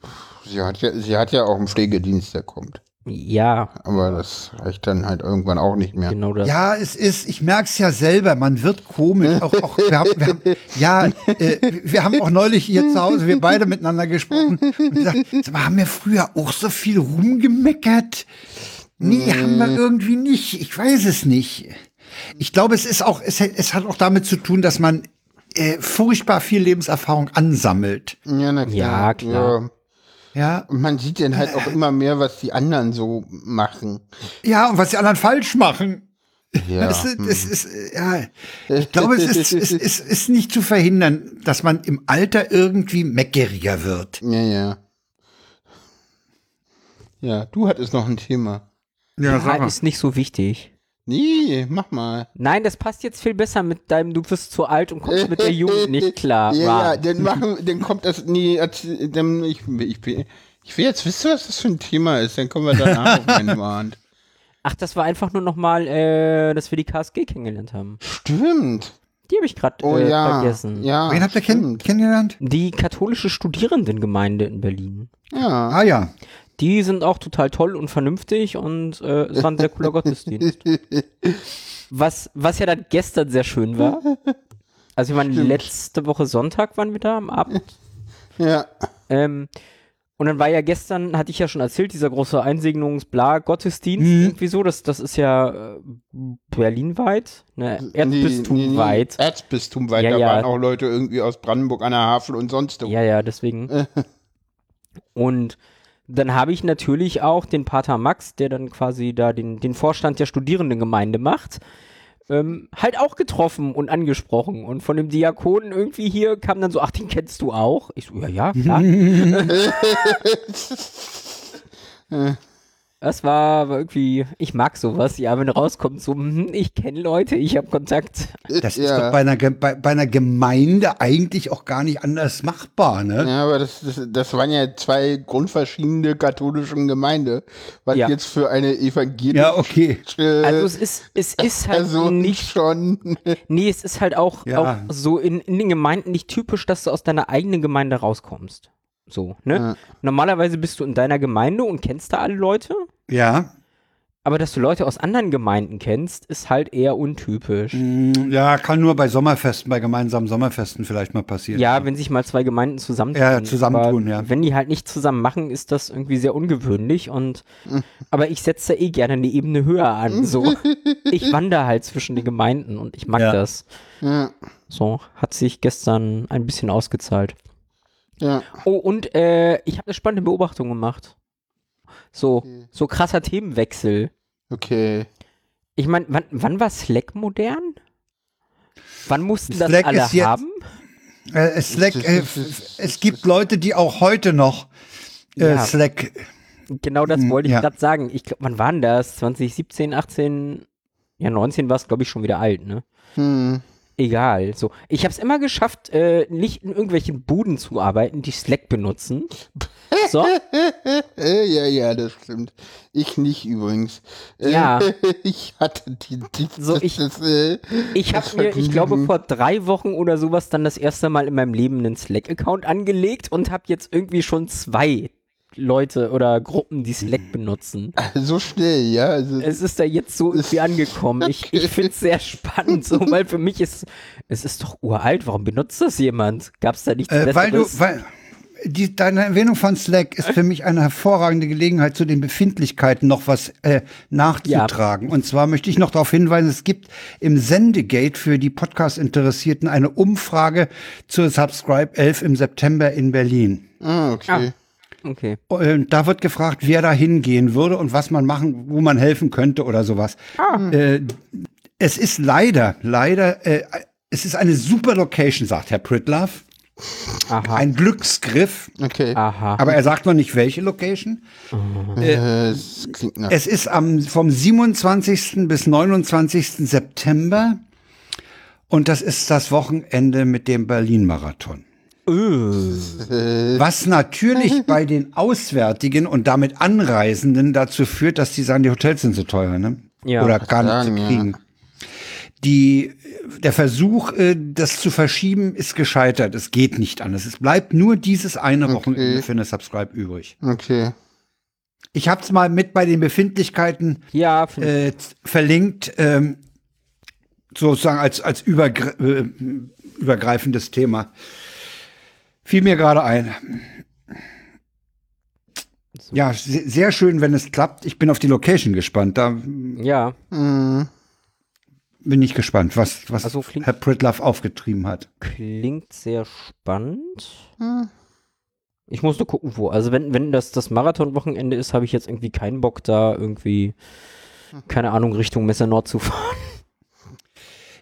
Speaker 2: Sie hat ja, sie hat ja auch einen Pflegedienst, der kommt.
Speaker 3: Ja,
Speaker 2: Aber das reicht dann halt irgendwann auch nicht mehr.
Speaker 3: genau das.
Speaker 1: Ja, es ist, ich merk's ja selber, man wird komisch. Auch, auch, wir haben, wir haben, ja, äh, wir haben auch neulich hier zu Hause, wir beide miteinander gesprochen und gesagt, sag mal, haben wir früher auch so viel rumgemeckert? Nee, haben wir irgendwie nicht. Ich weiß es nicht. Ich glaube, es ist auch, es, hat- es hat auch damit zu tun, dass man äh, furchtbar viel Lebenserfahrung ansammelt.
Speaker 2: Ja, na
Speaker 3: Genau. Ja, klar.
Speaker 2: Ja.
Speaker 1: Ja,
Speaker 2: Und man sieht dann halt auch immer mehr, was die anderen so machen.
Speaker 1: ja, und was die anderen falsch machen.
Speaker 2: Ja.
Speaker 1: Es ist, es ist, äh, ja. Ich glaube, es ist, es, ist, ist nicht zu verhindern, dass man im Alter irgendwie meckeriger wird.
Speaker 2: Ja, ja. Ja, du hattest noch ein Thema.
Speaker 1: Ja,
Speaker 3: Ja, ist nicht so wichtig.
Speaker 2: Nee, mach mal.
Speaker 3: Nein, das passt jetzt viel besser mit deinem, du bist zu alt und kommst mit der Jugend nicht klar.
Speaker 2: Ja, ja,
Speaker 3: Ra.
Speaker 2: dann machen, dann kommt das, nee, erzähl- dann, ich, ich, bin- ich will jetzt wissen, was das für ein Thema ist, dann kommen wir danach auf meine Wand.
Speaker 3: Ach, das war einfach nur nochmal, äh, dass wir die KSG kennengelernt haben.
Speaker 2: Stimmt.
Speaker 3: Die habe ich gerade
Speaker 2: Oh
Speaker 3: äh,
Speaker 2: ja.
Speaker 3: vergessen.
Speaker 2: Ja.
Speaker 1: Wen habt ihr kenn
Speaker 2: stimmt.
Speaker 1: kennengelernt?
Speaker 3: Die katholische Studierendengemeinde in Berlin.
Speaker 2: Ja.
Speaker 1: Ah ja.
Speaker 3: Die sind auch total toll und vernünftig und äh, es war ein sehr cooler Gottesdienst. Was, was ja dann gestern sehr schön war. Also wir waren letzte Woche Sonntag waren wir da am Abend.
Speaker 2: Ja.
Speaker 3: Ähm, und dann war ja gestern, hatte ich ja schon erzählt, dieser große Einsegnungs-Bla-Gottesdienst,
Speaker 2: Mhm.
Speaker 3: irgendwie so, das, das ist ja äh, berlinweit, ne,
Speaker 2: Nee, nee, nee.
Speaker 3: Erzbistumweit.
Speaker 2: Erzbistum weit,
Speaker 3: Ja,
Speaker 2: da
Speaker 3: ja.
Speaker 2: waren auch Leute irgendwie aus Brandenburg an der Havel und sonst wo.
Speaker 3: Ja, ja, deswegen. und dann habe ich natürlich auch den Pater Max, der dann quasi da den, den Vorstand der Studierendengemeinde macht, ähm, halt auch getroffen und angesprochen. Und von dem Diakonen irgendwie hier kam dann so, ach, den kennst du auch? Ich so, ja, ja, klar. Das war, war irgendwie, ich mag sowas, ja, wenn rauskommt, so, hm, ich kenne Leute, ich habe Kontakt.
Speaker 1: Das ist
Speaker 2: Ja.
Speaker 1: doch bei einer, Ge- bei, bei einer Gemeinde eigentlich auch gar nicht anders machbar, ne?
Speaker 2: Ja, aber das, das, das waren ja zwei grundverschiedene katholischen Gemeinde, was
Speaker 3: Ja.
Speaker 2: jetzt für eine evangelische
Speaker 1: Ja, okay.
Speaker 3: Also es ist, es ist halt
Speaker 2: also
Speaker 3: nicht
Speaker 2: nicht schon.
Speaker 3: Nee, es ist halt auch,
Speaker 1: Ja.
Speaker 3: auch so in, in den Gemeinden nicht typisch, dass du aus deiner eigenen Gemeinde rauskommst. So, ne? Normalerweise bist du in deiner Gemeinde und kennst da alle Leute,
Speaker 1: Ja.
Speaker 3: aber dass du Leute aus anderen Gemeinden kennst, ist halt eher untypisch.
Speaker 1: Hm, Ja, kann nur bei Sommerfesten, bei gemeinsamen Sommerfesten vielleicht mal passieren.
Speaker 3: Ja, wenn sich mal zwei Gemeinden zusammentun.
Speaker 1: Ja, zusammentun,
Speaker 3: aber
Speaker 1: ja.
Speaker 3: Wenn die halt nicht zusammen machen, ist das irgendwie sehr ungewöhnlich und aber ich setze eh gerne eine Ebene höher an. So. ich wandere halt zwischen den Gemeinden und ich mag
Speaker 1: Ja.
Speaker 3: das.
Speaker 2: Ja,
Speaker 3: So, hat sich gestern ein bisschen ausgezahlt.
Speaker 2: ja.
Speaker 3: Oh, und äh, ich habe eine spannende Beobachtung gemacht. So, so krasser Themenwechsel.
Speaker 2: Okay.
Speaker 3: Ich meine, wann, wann war Slack modern? Wann mussten das
Speaker 1: Slack
Speaker 3: alle
Speaker 1: ist jetzt-
Speaker 3: haben?
Speaker 1: Äh, es Slack, äh, f- f- es gibt Leute, die auch heute noch äh,
Speaker 3: Ja.
Speaker 1: Slack.
Speaker 3: Genau das wollte ich
Speaker 1: Hm, ja.
Speaker 3: gerade sagen. Ich glaube, wann waren das? 2017, 18, ja 19 war es, glaube ich, schon wieder alt, ne?
Speaker 2: Hm.
Speaker 3: Egal. So, ich habe es immer geschafft, äh, nicht in irgendwelchen Buden zu arbeiten, die Slack benutzen. So,
Speaker 2: Äh, ja, ja, das stimmt. Ich nicht übrigens. Äh,
Speaker 3: Ja.
Speaker 2: ich hatte die, die
Speaker 3: So,
Speaker 2: das,
Speaker 3: ich-
Speaker 2: das, äh,
Speaker 3: Ich
Speaker 2: das
Speaker 3: habe mir, ich
Speaker 2: Vergnügen.
Speaker 3: glaube, vor drei Wochen oder sowas dann das erste Mal in meinem Leben einen Slack-Account angelegt und habe jetzt irgendwie schon zwei Leute oder Gruppen, die Slack benutzen.
Speaker 2: so schnell, ja. Also,
Speaker 3: Es ist da jetzt so irgendwie angekommen. Ich, ich finde es sehr spannend, so, weil für mich ist, es ist doch uralt. Warum benutzt das jemand? Gab es da nichts
Speaker 1: Äh, weil du,
Speaker 3: Besseres?
Speaker 1: weil die, deine Erwähnung von Slack ist für mich eine hervorragende Gelegenheit, zu den Befindlichkeiten noch was äh, nachzutragen. Und zwar möchte ich noch darauf hinweisen, es gibt im Sendegate für die Podcast-Interessierten eine Umfrage zur Subscribe 11 im September in Berlin.
Speaker 2: ah, okay.
Speaker 3: okay.
Speaker 1: Und Äh, da wird gefragt, wer da hingehen würde und was man machen, wo man helfen könnte oder sowas. Äh, es ist leider, leider, äh, es ist eine super Location, sagt Herr Pritlove.
Speaker 3: Aha.
Speaker 1: Ein Glücksgriff.
Speaker 2: Okay.
Speaker 3: Aha.
Speaker 1: Aber er sagt noch nicht, welche Location.
Speaker 2: Äh, es klingt nach.
Speaker 1: Es ist am, vom 27. bis 29. September. Und das ist das Wochenende mit dem Berlin-Marathon.
Speaker 2: äh,
Speaker 1: Was
Speaker 2: Mhm.
Speaker 1: natürlich bei den Auswärtigen und damit Anreisenden dazu führt, dass die sagen, die Hotels sind so teuer, ne?
Speaker 3: Ja.
Speaker 1: Oder gar nicht zu
Speaker 2: Sagen, ja.
Speaker 1: kriegen. Die, der Versuch, äh, das zu verschieben, ist gescheitert. Es geht nicht anders. Es bleibt nur dieses eine Wochenende für eine Subscribe übrig.
Speaker 2: Okay.
Speaker 1: Ich habe es mal mit bei den Befindlichkeiten
Speaker 3: Ja, find-
Speaker 1: äh, z- verlinkt, ähm, sozusagen als, als übergr äh, übergreifendes Thema. Fiel mir gerade ein. Ja, se- sehr schön, wenn es klappt. Ich bin auf die Location gespannt. Da
Speaker 3: ja.
Speaker 2: Mhm.
Speaker 1: bin ich gespannt, was, was
Speaker 3: Also klingt-
Speaker 1: Herr Pritlove aufgetrieben hat.
Speaker 3: Klingt sehr spannend.
Speaker 2: Hm.
Speaker 3: Ich muss nur gucken, wo. Also wenn, wenn das das Marathon-Wochenende ist, habe ich jetzt irgendwie keinen Bock da irgendwie,
Speaker 2: Hm.
Speaker 3: keine Ahnung, Richtung Messe Nord zu fahren.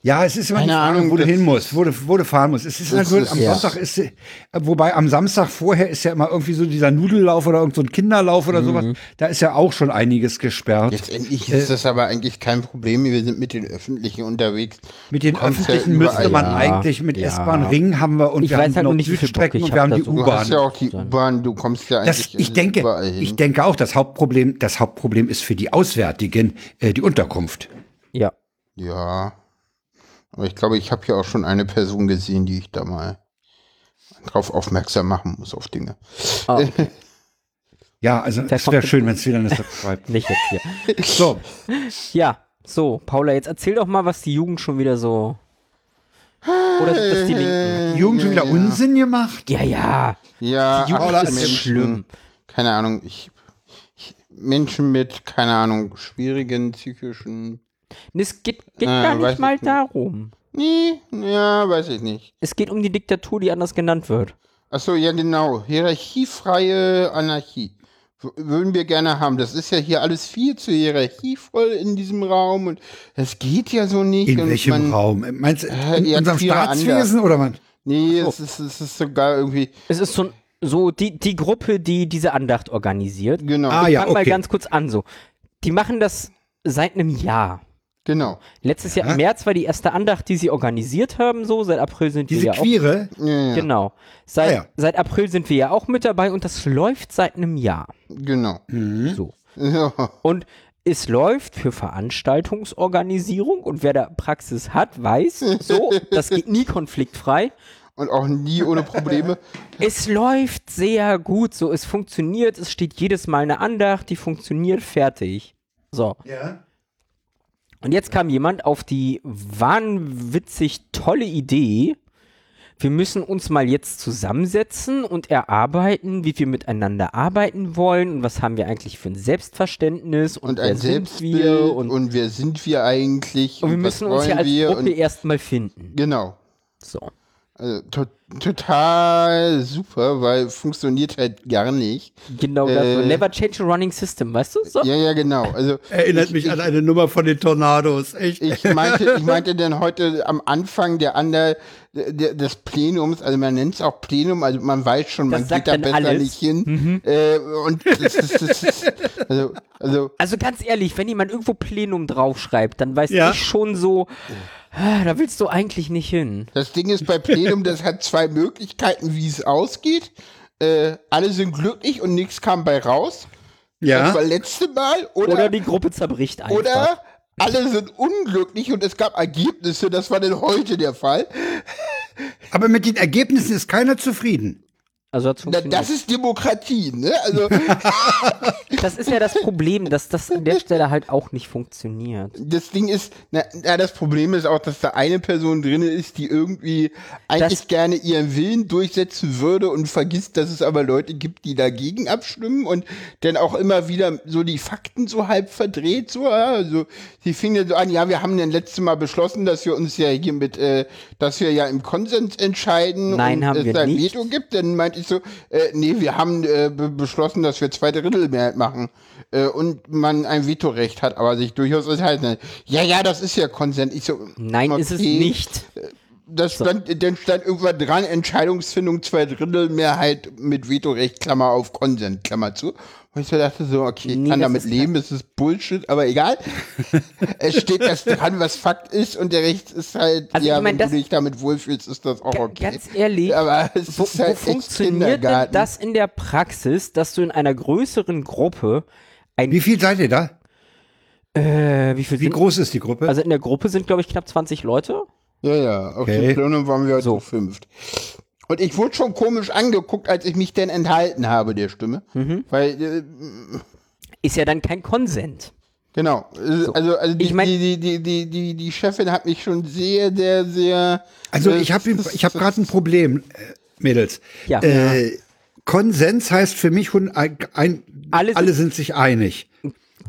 Speaker 1: Ja, es ist immer
Speaker 2: Keine
Speaker 1: die Frage,
Speaker 2: Ahnung,
Speaker 1: wo du
Speaker 2: das-
Speaker 1: hin musst, wo du, wo du fahren musst. Es ist
Speaker 2: Das
Speaker 1: natürlich
Speaker 2: ist-
Speaker 1: am
Speaker 3: ja.
Speaker 1: Sonntag ist, äh, wobei am Samstag vorher ist ja immer irgendwie so dieser Nudellauf oder irgend so ein Kinderlauf
Speaker 2: Mhm.
Speaker 1: oder sowas. Da ist ja auch schon einiges gesperrt.
Speaker 2: Letztendlich
Speaker 1: äh,
Speaker 2: ist das aber eigentlich kein Problem. Wir sind mit den Öffentlichen unterwegs.
Speaker 1: Mit den
Speaker 2: Kommst ja
Speaker 1: öffentlichen
Speaker 2: überall
Speaker 1: müsste man
Speaker 3: hin.
Speaker 1: eigentlich mit
Speaker 3: Ja.
Speaker 1: S-Bahn Ring haben wir und
Speaker 3: Ich
Speaker 1: wir
Speaker 3: weiß
Speaker 1: haben
Speaker 3: halt
Speaker 1: noch
Speaker 3: nur nicht, wie viel
Speaker 1: Südstrecken
Speaker 3: Bock ich
Speaker 1: und wir
Speaker 3: hab
Speaker 1: haben die
Speaker 3: dazu. Du
Speaker 2: Du hast ja
Speaker 1: U-Bahn.
Speaker 2: auch die U-Bahn, du kommst ja
Speaker 1: Das,
Speaker 2: eigentlich
Speaker 1: ich denke,
Speaker 2: überall hin.
Speaker 1: ich denke auch, das Hauptproblem, das Hauptproblem ist für die Auswärtigen äh, die Unterkunft.
Speaker 3: Ja.
Speaker 2: Ja. Aber ich glaube, ich habe ja auch schon eine Person gesehen, die ich da mal drauf aufmerksam machen muss auf Dinge.
Speaker 3: Ah, okay.
Speaker 1: Ja, also
Speaker 3: Da
Speaker 1: es
Speaker 3: kommt
Speaker 1: wäre
Speaker 3: die-
Speaker 1: schön, wenn es wieder eine Subscribe.
Speaker 3: Nicht jetzt hier.
Speaker 1: so,
Speaker 3: Ja, so, Paula, jetzt erzähl doch mal, was die Jugend schon wieder so. Oder sind das die Linken?
Speaker 1: die Jugend schon wieder Unsinn gemacht?
Speaker 3: Ja, ja.
Speaker 2: Ja,
Speaker 3: Die Jugend
Speaker 2: ach,
Speaker 1: ist
Speaker 2: Menschen.
Speaker 3: schlimm.
Speaker 2: Keine Ahnung, ich, ich Menschen mit, keine Ahnung, schwierigen psychischen.
Speaker 3: Nee, Es geht, geht
Speaker 2: Äh,
Speaker 3: gar
Speaker 2: weiß
Speaker 3: nicht
Speaker 2: ich
Speaker 3: mal
Speaker 2: nicht.
Speaker 3: darum.
Speaker 2: Nee, ja, weiß ich nicht.
Speaker 3: Es geht um die Diktatur, die anders genannt wird.
Speaker 2: Achso, ja genau. Hierarchiefreie Anarchie. W- Würden wir gerne haben. Das ist ja hier alles viel zu hierarchievoll in diesem Raum und das geht ja so nicht.
Speaker 1: In
Speaker 2: und
Speaker 1: welchem
Speaker 2: man,
Speaker 1: Raum? Meinst du in
Speaker 2: ja,
Speaker 1: unserem
Speaker 2: viele
Speaker 1: Staatswesen oder man?
Speaker 2: Nee, es ist, es ist sogar irgendwie,
Speaker 3: Es ist so, so die, die Gruppe, die diese Andacht organisiert.
Speaker 2: genau,
Speaker 1: Ah ja,
Speaker 3: Fang mal
Speaker 1: okay.
Speaker 3: ganz kurz an. So, die machen das seit einem Jahr.
Speaker 2: genau.
Speaker 3: Letztes Jahr im März war die erste Andacht, die sie organisiert haben. So, seit April sind
Speaker 1: Diese
Speaker 3: wir ja auch.
Speaker 1: Queere,
Speaker 2: Ja, ja,
Speaker 3: Genau. Seit,
Speaker 1: Ah ja.
Speaker 3: seit April sind wir ja auch mit dabei und das läuft seit einem Jahr.
Speaker 2: genau.
Speaker 3: Hm.
Speaker 1: Mhm.
Speaker 3: So.
Speaker 2: Ja,
Speaker 3: Und es läuft für Veranstaltungsorganisierung und wer da Praxis hat, weiß, so, das geht nie konfliktfrei.
Speaker 2: Und auch nie ohne Probleme.
Speaker 3: Es läuft sehr gut, so, es funktioniert, es steht jedes Mal eine Andacht, die funktioniert, fertig. So. Und jetzt kam jemand auf die wahnwitzig tolle Idee, wir müssen uns mal jetzt zusammensetzen und erarbeiten, wie wir miteinander arbeiten wollen und was haben wir eigentlich für ein Selbstverständnis und,
Speaker 2: Und
Speaker 3: wer
Speaker 2: ein
Speaker 3: sind
Speaker 2: Selbstbild
Speaker 3: wir und,
Speaker 2: und wer sind wir eigentlich
Speaker 3: und wir
Speaker 2: was
Speaker 3: müssen uns
Speaker 2: wollen
Speaker 3: ja als
Speaker 2: wir
Speaker 3: Gruppe
Speaker 2: und,
Speaker 3: erstmal finden.
Speaker 2: genau.
Speaker 3: So.
Speaker 2: Also, to total super, weil funktioniert halt gar nicht.
Speaker 3: Genau das.
Speaker 2: Äh.
Speaker 3: Never change a running system, weißt du? So.
Speaker 2: Ja, ja, genau. Also
Speaker 1: erinnert
Speaker 2: ich,
Speaker 1: mich
Speaker 2: ich,
Speaker 1: an eine Nummer von den Tornados. Echt?
Speaker 2: Ich meinte, ich meinte denn heute am Anfang der Ander, der, des Plenums, also man nennt es auch Plenum, also man weiß schon,
Speaker 3: Das
Speaker 2: man
Speaker 3: sagt
Speaker 2: geht da
Speaker 3: dann
Speaker 2: besser
Speaker 3: alles. Mhm.
Speaker 2: nicht hin. Äh, und das, das, das, das, also, also
Speaker 3: Also ganz ehrlich, wenn jemand irgendwo Plenum draufschreibt, dann weiß
Speaker 1: Ja.
Speaker 3: ich schon so, ah, da willst du eigentlich nicht hin.
Speaker 2: das Ding ist bei Plenum, das hat zwei Möglichkeiten, wie es ausgeht. Äh, alle sind glücklich und nichts kam bei raus. Das war
Speaker 1: ja.
Speaker 2: letzte Mal.
Speaker 3: Oder die Gruppe zerbricht einfach.
Speaker 2: Oder alle sind unglücklich und es gab Ergebnisse, das war denn heute der Fall.
Speaker 1: Aber mit den Ergebnissen ist keiner zufrieden.
Speaker 3: also hat's
Speaker 2: Na,
Speaker 3: funktioniert.
Speaker 2: das ist Demokratie, ne? Also,
Speaker 3: Das ist ja das Problem, dass das an der Stelle halt auch nicht funktioniert.
Speaker 2: das Ding ist, na, na, das Problem ist auch, dass da eine Person drin ist, die irgendwie eigentlich
Speaker 3: Das-
Speaker 2: gerne ihren Willen durchsetzen würde und vergisst, dass es aber Leute gibt, die dagegen abstimmen und dann auch immer wieder so die Fakten so halb verdreht, so, ja, also, sie fing dann so an, ja, wir haben dann letztes Mal beschlossen, dass wir uns ja hier mit, äh, dass wir ja im Konsens entscheiden
Speaker 3: Nein,
Speaker 2: und
Speaker 3: haben
Speaker 2: es
Speaker 3: wir
Speaker 2: ein
Speaker 3: nicht.
Speaker 2: Veto gibt, dann meinte ich so, äh, nee, wir haben äh, be- beschlossen, dass wir zwei Drittel Mehrheit machen äh, und man ein Vetorecht hat, aber sich durchaus enthalten. hat. Ja, ja, das ist ja Konsens. Ich so,
Speaker 3: Nein, ist es nicht.
Speaker 2: das stand, dann stand irgendwann dran, Entscheidungsfindung zwei Drittel Mehrheit mit Vetorecht, Klammer auf Konsent, Klammer zu. Und ich so dachte so, okay, ich
Speaker 3: Nee,
Speaker 2: kann
Speaker 3: das
Speaker 2: damit
Speaker 3: ist
Speaker 2: leben, es ist Bullshit, aber egal. es steht das dran, was Fakt ist und der Recht ist halt,
Speaker 3: Also ich
Speaker 2: ja,
Speaker 3: mein,
Speaker 2: wenn
Speaker 3: das-
Speaker 2: du dich damit wohlfühlst, ist das auch
Speaker 3: Ga-
Speaker 2: okay.
Speaker 3: Ganz ehrlich,
Speaker 2: aber es
Speaker 3: wo,
Speaker 2: ist halt
Speaker 3: wo
Speaker 2: echt
Speaker 3: funktioniert denn
Speaker 2: Kindergarten.
Speaker 3: das in der Praxis, dass du in einer größeren Gruppe ein,
Speaker 1: Wie viel seid ihr da?
Speaker 3: äh, wie viel
Speaker 1: Wie
Speaker 3: sind,
Speaker 1: groß ist die Gruppe?
Speaker 3: also in der Gruppe sind glaube ich knapp 20 Leute.
Speaker 2: Ja, ja, auf
Speaker 1: Okay.
Speaker 2: den Plönum waren wir heute
Speaker 3: So.
Speaker 2: so. fünft. Und ich wurde schon komisch angeguckt, als ich mich denn enthalten habe der Stimme.
Speaker 3: Mhm.
Speaker 2: Weil, äh,
Speaker 3: Ist ja dann kein Konsent.
Speaker 2: genau. Äh, Also, also die,
Speaker 3: Ich mein-
Speaker 2: die, die, die, die, die Chefin hat mich schon sehr, sehr, sehr.
Speaker 1: Also
Speaker 2: äh,
Speaker 1: ich habe ich hab gerade ein Problem, äh, Mädels.
Speaker 3: Ja.
Speaker 1: Äh, Konsens heißt für mich, hun- ein, ein,
Speaker 3: Alle
Speaker 1: alle,
Speaker 3: sind-
Speaker 1: sind sich einig.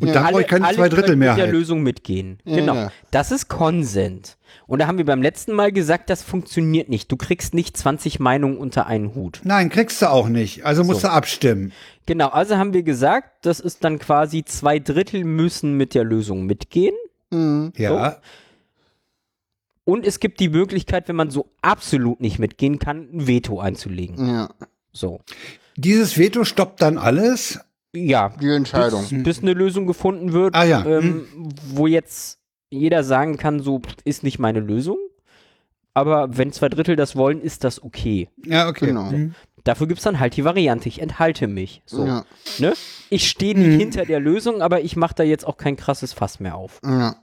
Speaker 1: Und
Speaker 2: oh,
Speaker 1: da brauche ich keine
Speaker 3: alle
Speaker 1: zwei Drittel
Speaker 3: können
Speaker 1: mehr.
Speaker 3: Mit der Lösung mitgehen. genau.
Speaker 2: halt. ja.
Speaker 3: Das ist Konsent. Und da haben wir beim letzten Mal gesagt, das funktioniert nicht. Du kriegst nicht 20 Meinungen unter einen Hut.
Speaker 1: Nein, kriegst du auch nicht. Also musst du abstimmen.
Speaker 3: Genau, also haben wir gesagt, das ist dann quasi zwei Drittel müssen mit der Lösung mitgehen.
Speaker 2: hm,
Speaker 1: Ja.
Speaker 3: Und es gibt die Möglichkeit, wenn man so absolut nicht mitgehen kann, ein Veto einzulegen.
Speaker 2: Ja,
Speaker 3: So.
Speaker 1: Dieses Veto stoppt dann alles.
Speaker 3: Ja,
Speaker 2: die Entscheidung.
Speaker 3: bis, bis eine Lösung gefunden wird,
Speaker 1: Ah, ja.
Speaker 3: ähm, wo jetzt jeder sagen kann, so ist nicht meine Lösung. Aber wenn zwei Drittel das wollen, ist das okay.
Speaker 1: Ja, okay.
Speaker 2: Genau.
Speaker 1: Hm.
Speaker 3: Dafür gibt es dann halt die Variante, ich enthalte mich. So,
Speaker 2: Ja,
Speaker 3: ne? Ich stehe nicht hinter der Lösung, aber ich mache da jetzt auch kein krasses Fass mehr auf.
Speaker 2: ja.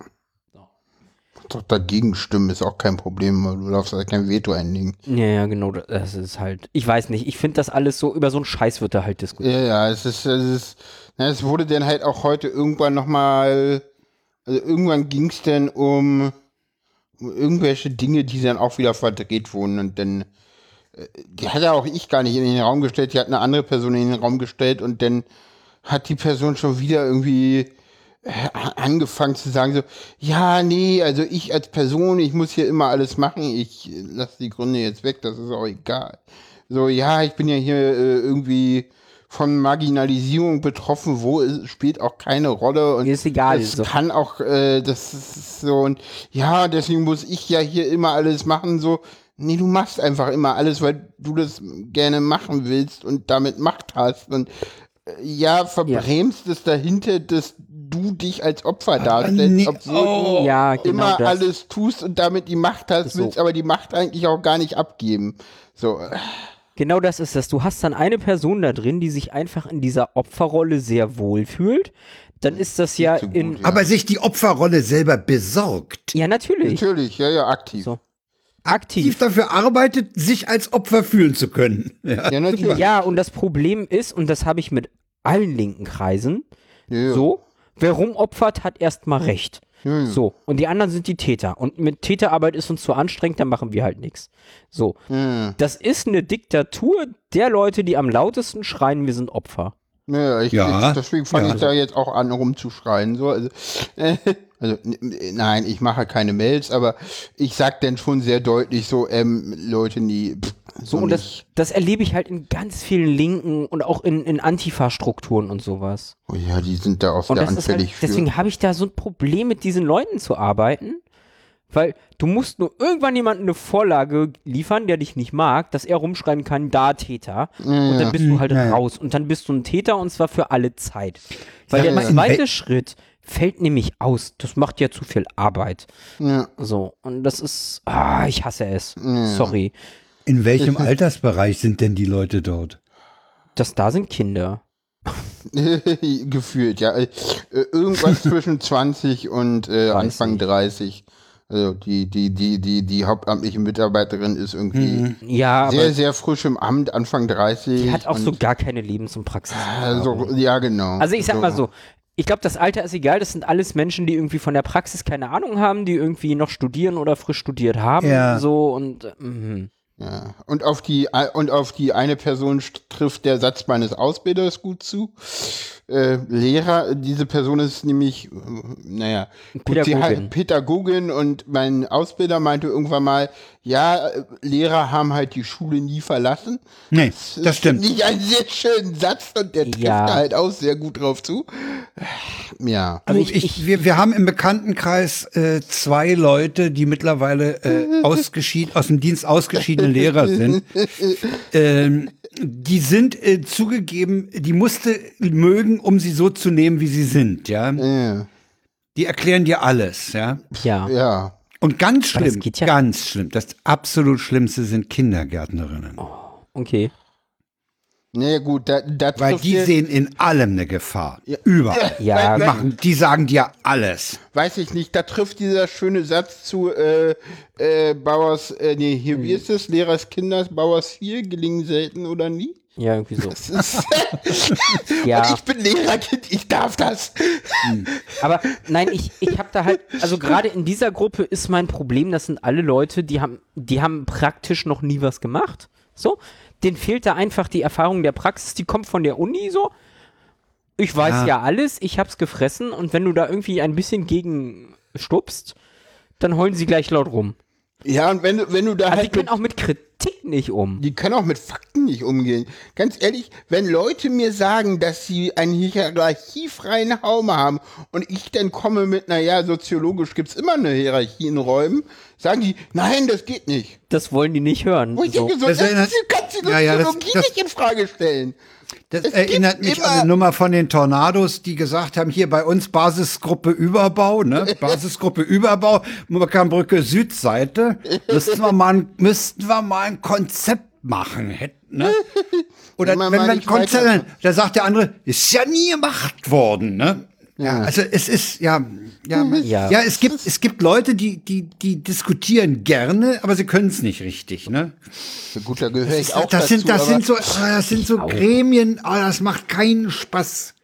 Speaker 2: Doch dagegen stimmen ist auch kein Problem, weil du darfst halt kein Veto einlegen.
Speaker 3: Ja, ja, genau, da- das ist halt, ich weiß nicht, ich finde das alles so, über so einen Scheiß wird da halt diskutiert.
Speaker 2: Ja, ja, es ist, es ist, na, es wurde dann halt auch heute irgendwann nochmal, also irgendwann ging es dann um, um irgendwelche Dinge, die dann auch wieder verdreht wurden und dann, äh, die hat ja auch ich gar nicht in den Raum gestellt, die hat eine andere Person in den Raum gestellt und dann hat die Person schon wieder irgendwie äh, a- angefangen zu sagen so, ja, nee, also ich als Person, ich muss hier immer alles machen, ich lasse die Gründe jetzt weg, das ist auch egal. So, ja, ich bin ja hier äh, irgendwie von Marginalisierung betroffen, wo es spielt auch keine Rolle und
Speaker 3: Mir ist egal,
Speaker 2: es
Speaker 3: so.
Speaker 2: kann auch, äh, das ist so und ja, deswegen muss ich ja hier immer alles machen, so, nee, du machst einfach immer alles, weil du das gerne machen willst und damit Macht hast und ja, verbrämst es dahinter, dass du dich als Opfer darstellst,
Speaker 1: nee.
Speaker 2: obwohl du
Speaker 3: Ah, Ja, genau
Speaker 2: immer
Speaker 3: das.
Speaker 2: alles tust und damit die Macht hast,
Speaker 3: So.
Speaker 2: willst aber die Macht eigentlich auch gar nicht abgeben. So, äh,
Speaker 3: Genau das ist das. Du hast dann eine Person da drin, die sich einfach in dieser Opferrolle sehr wohl fühlt. Dann ist das ja
Speaker 2: zu gut,
Speaker 3: in.
Speaker 2: ja.
Speaker 1: Aber sich die Opferrolle selber besorgt.
Speaker 3: Ja, natürlich.
Speaker 2: natürlich, ja, ja, aktiv.
Speaker 3: So.
Speaker 1: Aktiv
Speaker 3: Aktiv.
Speaker 1: dafür arbeitet, sich als Opfer fühlen zu können. Ja.
Speaker 2: Ja, natürlich.
Speaker 3: Ja, und das Problem ist, und das habe ich mit allen linken Kreisen,
Speaker 2: Ja, ja.
Speaker 3: so, wer rumopfert, hat erstmal recht.
Speaker 2: Ja, ja.
Speaker 3: So, und die anderen sind die Täter. Und mit Täterarbeit ist uns zu anstrengend, dann machen wir halt nichts. So,
Speaker 2: Ja,
Speaker 3: das ist eine Diktatur der Leute, die am lautesten schreien, wir sind Opfer.
Speaker 2: ja, ich,
Speaker 1: Ja.
Speaker 2: Ich, deswegen fange
Speaker 1: Ja.
Speaker 2: ich da jetzt auch an, rumzuschreien. So, also, äh, also n- n- nein, ich mache keine Mails, aber ich sag dann schon sehr deutlich so, ähm, Leute, nie. Pff,
Speaker 3: So, und das, das erlebe ich halt in ganz vielen Linken und auch in, in Antifa-Strukturen und sowas.
Speaker 2: oh ja, die sind da auch
Speaker 3: Und
Speaker 2: sehr
Speaker 3: das ist halt,
Speaker 2: anfällig für.
Speaker 3: deswegen habe ich da so ein Problem mit diesen Leuten zu arbeiten, weil du musst nur irgendwann jemandem eine Vorlage liefern, der dich nicht mag, dass er rumschreien kann, da Täter. Und dann bist du halt
Speaker 1: ja.
Speaker 3: raus. Und dann bist du ein Täter und zwar für alle Zeit. Weil
Speaker 1: Ja,
Speaker 3: der
Speaker 1: ja.
Speaker 3: zweite Schritt fällt nämlich aus. Das macht ja zu viel Arbeit.
Speaker 2: Ja.
Speaker 3: So. Und das ist, ah, ich hasse es. Sorry.
Speaker 1: In welchem Altersbereich sind denn die Leute dort?
Speaker 3: Das da sind Kinder.
Speaker 2: Gefühlt, ja. Äh, Irgendwas zwischen 20 und äh,
Speaker 3: 30.
Speaker 2: Anfang 30. Also die, die, die, die, die hauptamtliche Mitarbeiterin ist irgendwie
Speaker 3: Ja, Mhm. aber
Speaker 2: sehr, sehr frisch im Amt, Anfang 30.
Speaker 3: die hat auch
Speaker 2: und,
Speaker 3: so gar keine Lebens- und Praxis.
Speaker 2: also, ja, genau.
Speaker 3: Also ich sag mal so, ich glaube, das Alter ist egal, das sind alles Menschen, die irgendwie von der Praxis keine Ahnung haben, die irgendwie noch studieren oder frisch studiert haben.
Speaker 1: Ja.
Speaker 3: So und äh, mhm.
Speaker 2: Ja. Und auf die und auf die eine Person trifft der Satz meines Ausbilders gut zu. äh, Lehrer, diese Person ist nämlich, äh, naja, gut, sie
Speaker 3: Pädagogin.
Speaker 2: hat Pädagogin und mein Ausbilder meinte irgendwann mal, ja, äh, Lehrer haben halt die Schule nie verlassen.
Speaker 1: Nee,
Speaker 2: ist
Speaker 1: das stimmt.
Speaker 2: Nicht einen sehr schönen Satz und der trifft
Speaker 3: Ja.
Speaker 2: da halt auch sehr gut drauf zu. Ja.
Speaker 1: Also ich, ich, wir, wir haben im Bekanntenkreis äh, zwei Leute, die mittlerweile äh, ausgeschieden, aus dem Dienst ausgeschiedene Lehrer sind. Ähm, die sind äh, zugegeben, die musste mögen, um sie so zu nehmen, wie sie sind. Ja,
Speaker 2: Ja.
Speaker 1: die erklären dir alles. Ja,
Speaker 3: Ja.
Speaker 2: ja.
Speaker 1: und ganz
Speaker 3: Aber das
Speaker 1: schlimm,
Speaker 3: geht ja-
Speaker 1: ganz schlimm. Das absolut Schlimmste sind Kindergärtnerinnen,
Speaker 3: Okay.
Speaker 2: Nee, gut, da, da
Speaker 1: weil
Speaker 2: trifft
Speaker 1: die
Speaker 2: hier-
Speaker 1: sehen in allem eine Gefahr. Überall.
Speaker 3: Ja,
Speaker 1: Die machen, die sagen dir alles.
Speaker 2: weiß ich nicht, da trifft dieser schöne Satz zu äh, äh, Bauers, äh, nee, hier, wie
Speaker 3: Hm.
Speaker 2: ist es, Lehrers Kinders, Bauers viel, gelingen selten oder nie.
Speaker 3: ja, irgendwie so.
Speaker 2: Das ist,
Speaker 3: Ja.
Speaker 2: Und ich bin Lehrerkind, ich darf das.
Speaker 3: Aber nein, ich, ich habe da halt, also gerade in dieser Gruppe ist mein Problem, das sind alle Leute, die haben, die haben praktisch noch nie was gemacht. So, denen fehlt da einfach die Erfahrung der Praxis, die kommt von der Uni so. Ich weiß ja,
Speaker 1: Ja.
Speaker 3: alles, ich hab's gefressen und wenn du da irgendwie ein bisschen gegen stupst, dann heulen sie gleich laut rum.
Speaker 2: Ja, und wenn, du- wenn du da
Speaker 3: Also die
Speaker 2: halt.
Speaker 3: können auch mit Kritik nicht um.
Speaker 2: die können auch mit Fakten nicht umgehen. Ganz ehrlich, wenn Leute mir sagen, dass sie einen hierarchiefreien Raum haben und ich dann komme mit, naja, soziologisch gibt's immer eine Hierarchie in Räumen, sagen die, nein, das geht nicht.
Speaker 3: Das wollen die nicht hören.
Speaker 2: Wo ich
Speaker 3: So.
Speaker 2: denke, so,
Speaker 1: Das
Speaker 2: das
Speaker 1: erinnert-
Speaker 2: du kannst die
Speaker 1: Ja, ja, das-
Speaker 2: Soziologie
Speaker 1: das-
Speaker 2: nicht in Frage stellen.
Speaker 1: Das
Speaker 2: Es gibt
Speaker 1: erinnert mich an
Speaker 2: immer-
Speaker 1: eine Nummer von den Tornados, die gesagt haben, hier bei uns Basisgruppe Überbau, ne? Basisgruppe Überbau, Murkambrücke Südseite. Müssten wir mal ein, müssten wir mal ein Konzept machen, hätten, ne? Oder
Speaker 2: Wenn man
Speaker 1: wenn
Speaker 2: mal
Speaker 1: wir ein
Speaker 2: nicht weiter-
Speaker 1: Konzept, da sagt der andere, ist ja nie gemacht worden, ne? Ja, also es ist ja ja, ja
Speaker 3: Ja.
Speaker 1: ja es gibt es gibt Leute die die die diskutieren gerne aber sie können es nicht richtig ne
Speaker 2: Ja, gut, da gehöre ich auch
Speaker 1: das
Speaker 2: dazu.
Speaker 1: sind, das
Speaker 2: aber
Speaker 1: sind so, ah, das sind so Gremien, ah, das macht keinen Spaß.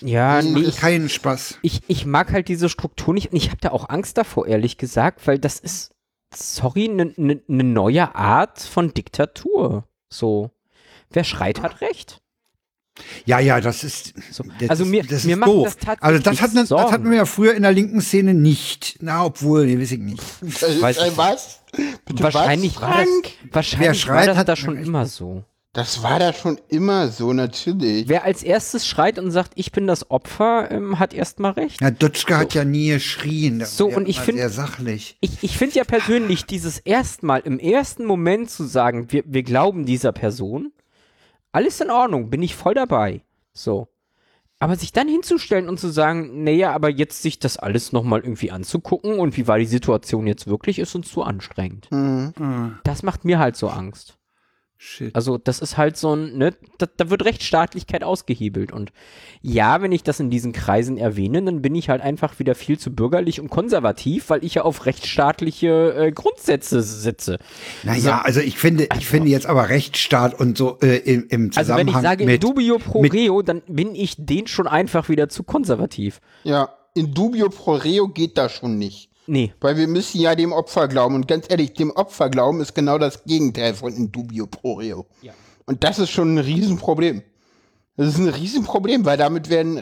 Speaker 3: Ja,
Speaker 2: Hm,
Speaker 3: nee, ich
Speaker 1: Keinen Spaß.
Speaker 3: ich, ich mag halt diese Struktur nicht und ich habe da auch Angst davor, ehrlich gesagt, weil das ist, sorry, eine ne, ne neue Art von Diktatur. So. Wer schreit, hat recht.
Speaker 1: Ja, ja, das ist,
Speaker 3: So.
Speaker 1: das
Speaker 3: Also
Speaker 1: ist-
Speaker 3: mir-
Speaker 1: das
Speaker 3: mir
Speaker 1: ist
Speaker 3: macht
Speaker 1: doof.
Speaker 3: das tatsächlich
Speaker 1: also das hat, man- das
Speaker 3: Sorgen.
Speaker 1: hatten wir ja früher in der linken Szene nicht. Na, obwohl, nee, weiß ich nicht.
Speaker 2: Äh,
Speaker 1: Weiß
Speaker 2: äh,
Speaker 1: ich.
Speaker 2: was? Bitte
Speaker 3: wahrscheinlich
Speaker 2: was?
Speaker 3: war das,
Speaker 2: Frank?
Speaker 1: Wer
Speaker 3: wahrscheinlich
Speaker 1: schreit,
Speaker 3: war das
Speaker 1: hat
Speaker 3: da schon
Speaker 1: recht.
Speaker 3: immer so.
Speaker 2: Das war da schon immer so, natürlich.
Speaker 3: Wer als erstes schreit und sagt, ich bin das Opfer, ähm, hat erstmal recht.
Speaker 1: Ja, Dutschke hat ja nie geschrien. Das
Speaker 3: So,
Speaker 1: war ja
Speaker 3: und ich
Speaker 1: immer
Speaker 3: find-
Speaker 1: Sehr sachlich.
Speaker 3: Ich, ich finde ja persönlich, dieses erstmal, im ersten Moment zu sagen, wir, wir glauben dieser Person, alles in Ordnung, bin ich voll dabei. So. Aber sich dann hinzustellen und zu sagen, naja, aber jetzt sich das alles nochmal irgendwie anzugucken und wie war die Situation jetzt wirklich, ist uns zu anstrengend. Das macht mir halt so Angst.
Speaker 1: Shit.
Speaker 3: Also, das ist halt so ein, ne, da, da wird Rechtsstaatlichkeit ausgehebelt. Und ja, wenn ich das in diesen Kreisen erwähne, dann bin ich halt einfach wieder viel zu bürgerlich und konservativ, weil ich ja auf rechtsstaatliche äh, Grundsätze sitze.
Speaker 1: Naja, also ich finde, ich finde jetzt aber Rechtsstaat und so äh, im, im
Speaker 3: Also, wenn
Speaker 1: Zusammenhang
Speaker 3: ich sage in
Speaker 1: mit.
Speaker 3: dubio pro
Speaker 1: mit-
Speaker 3: reo, dann bin ich den schon einfach wieder zu konservativ.
Speaker 2: Ja, in dubio pro reo geht das schon nicht.
Speaker 3: Nee.
Speaker 2: Weil wir müssen ja dem Opfer glauben. Und ganz ehrlich, dem Opfer glauben ist genau das Gegenteil von in dubio pro reo. Und das ist schon ein Riesenproblem. Das ist ein Riesenproblem, weil damit werden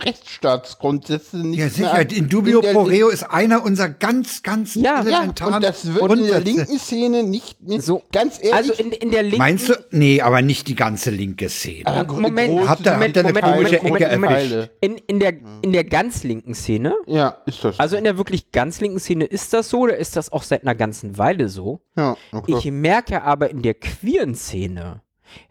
Speaker 2: Rechtsstaatsgrundsätze nicht
Speaker 1: ja,
Speaker 2: mehr...
Speaker 1: sicher. In dubio
Speaker 2: der-
Speaker 1: pro reo ist einer unserer ganz, ganz
Speaker 3: Ja, ja,
Speaker 2: Ja,
Speaker 1: elementaren
Speaker 2: und das wird in der
Speaker 1: Grundsätze.
Speaker 2: linken Szene nicht... nicht
Speaker 3: So.
Speaker 2: Ganz ehrlich,
Speaker 3: also, in, in der linken.
Speaker 1: Meinst du? Nee, aber nicht die ganze linke Szene.
Speaker 2: aber gro-
Speaker 3: Moment,
Speaker 2: große-
Speaker 1: Habt ihr- habt ihr eine komische Ecke Hm.
Speaker 2: erwischt?
Speaker 3: In, in, der, in der ganz linken Szene,
Speaker 2: Ja, ist das.
Speaker 3: also in der wirklich ganz linken Szene, ist das so oder ist das auch seit einer ganzen Weile so?
Speaker 2: ja, oh okay.
Speaker 3: Ich merke aber in der queeren Szene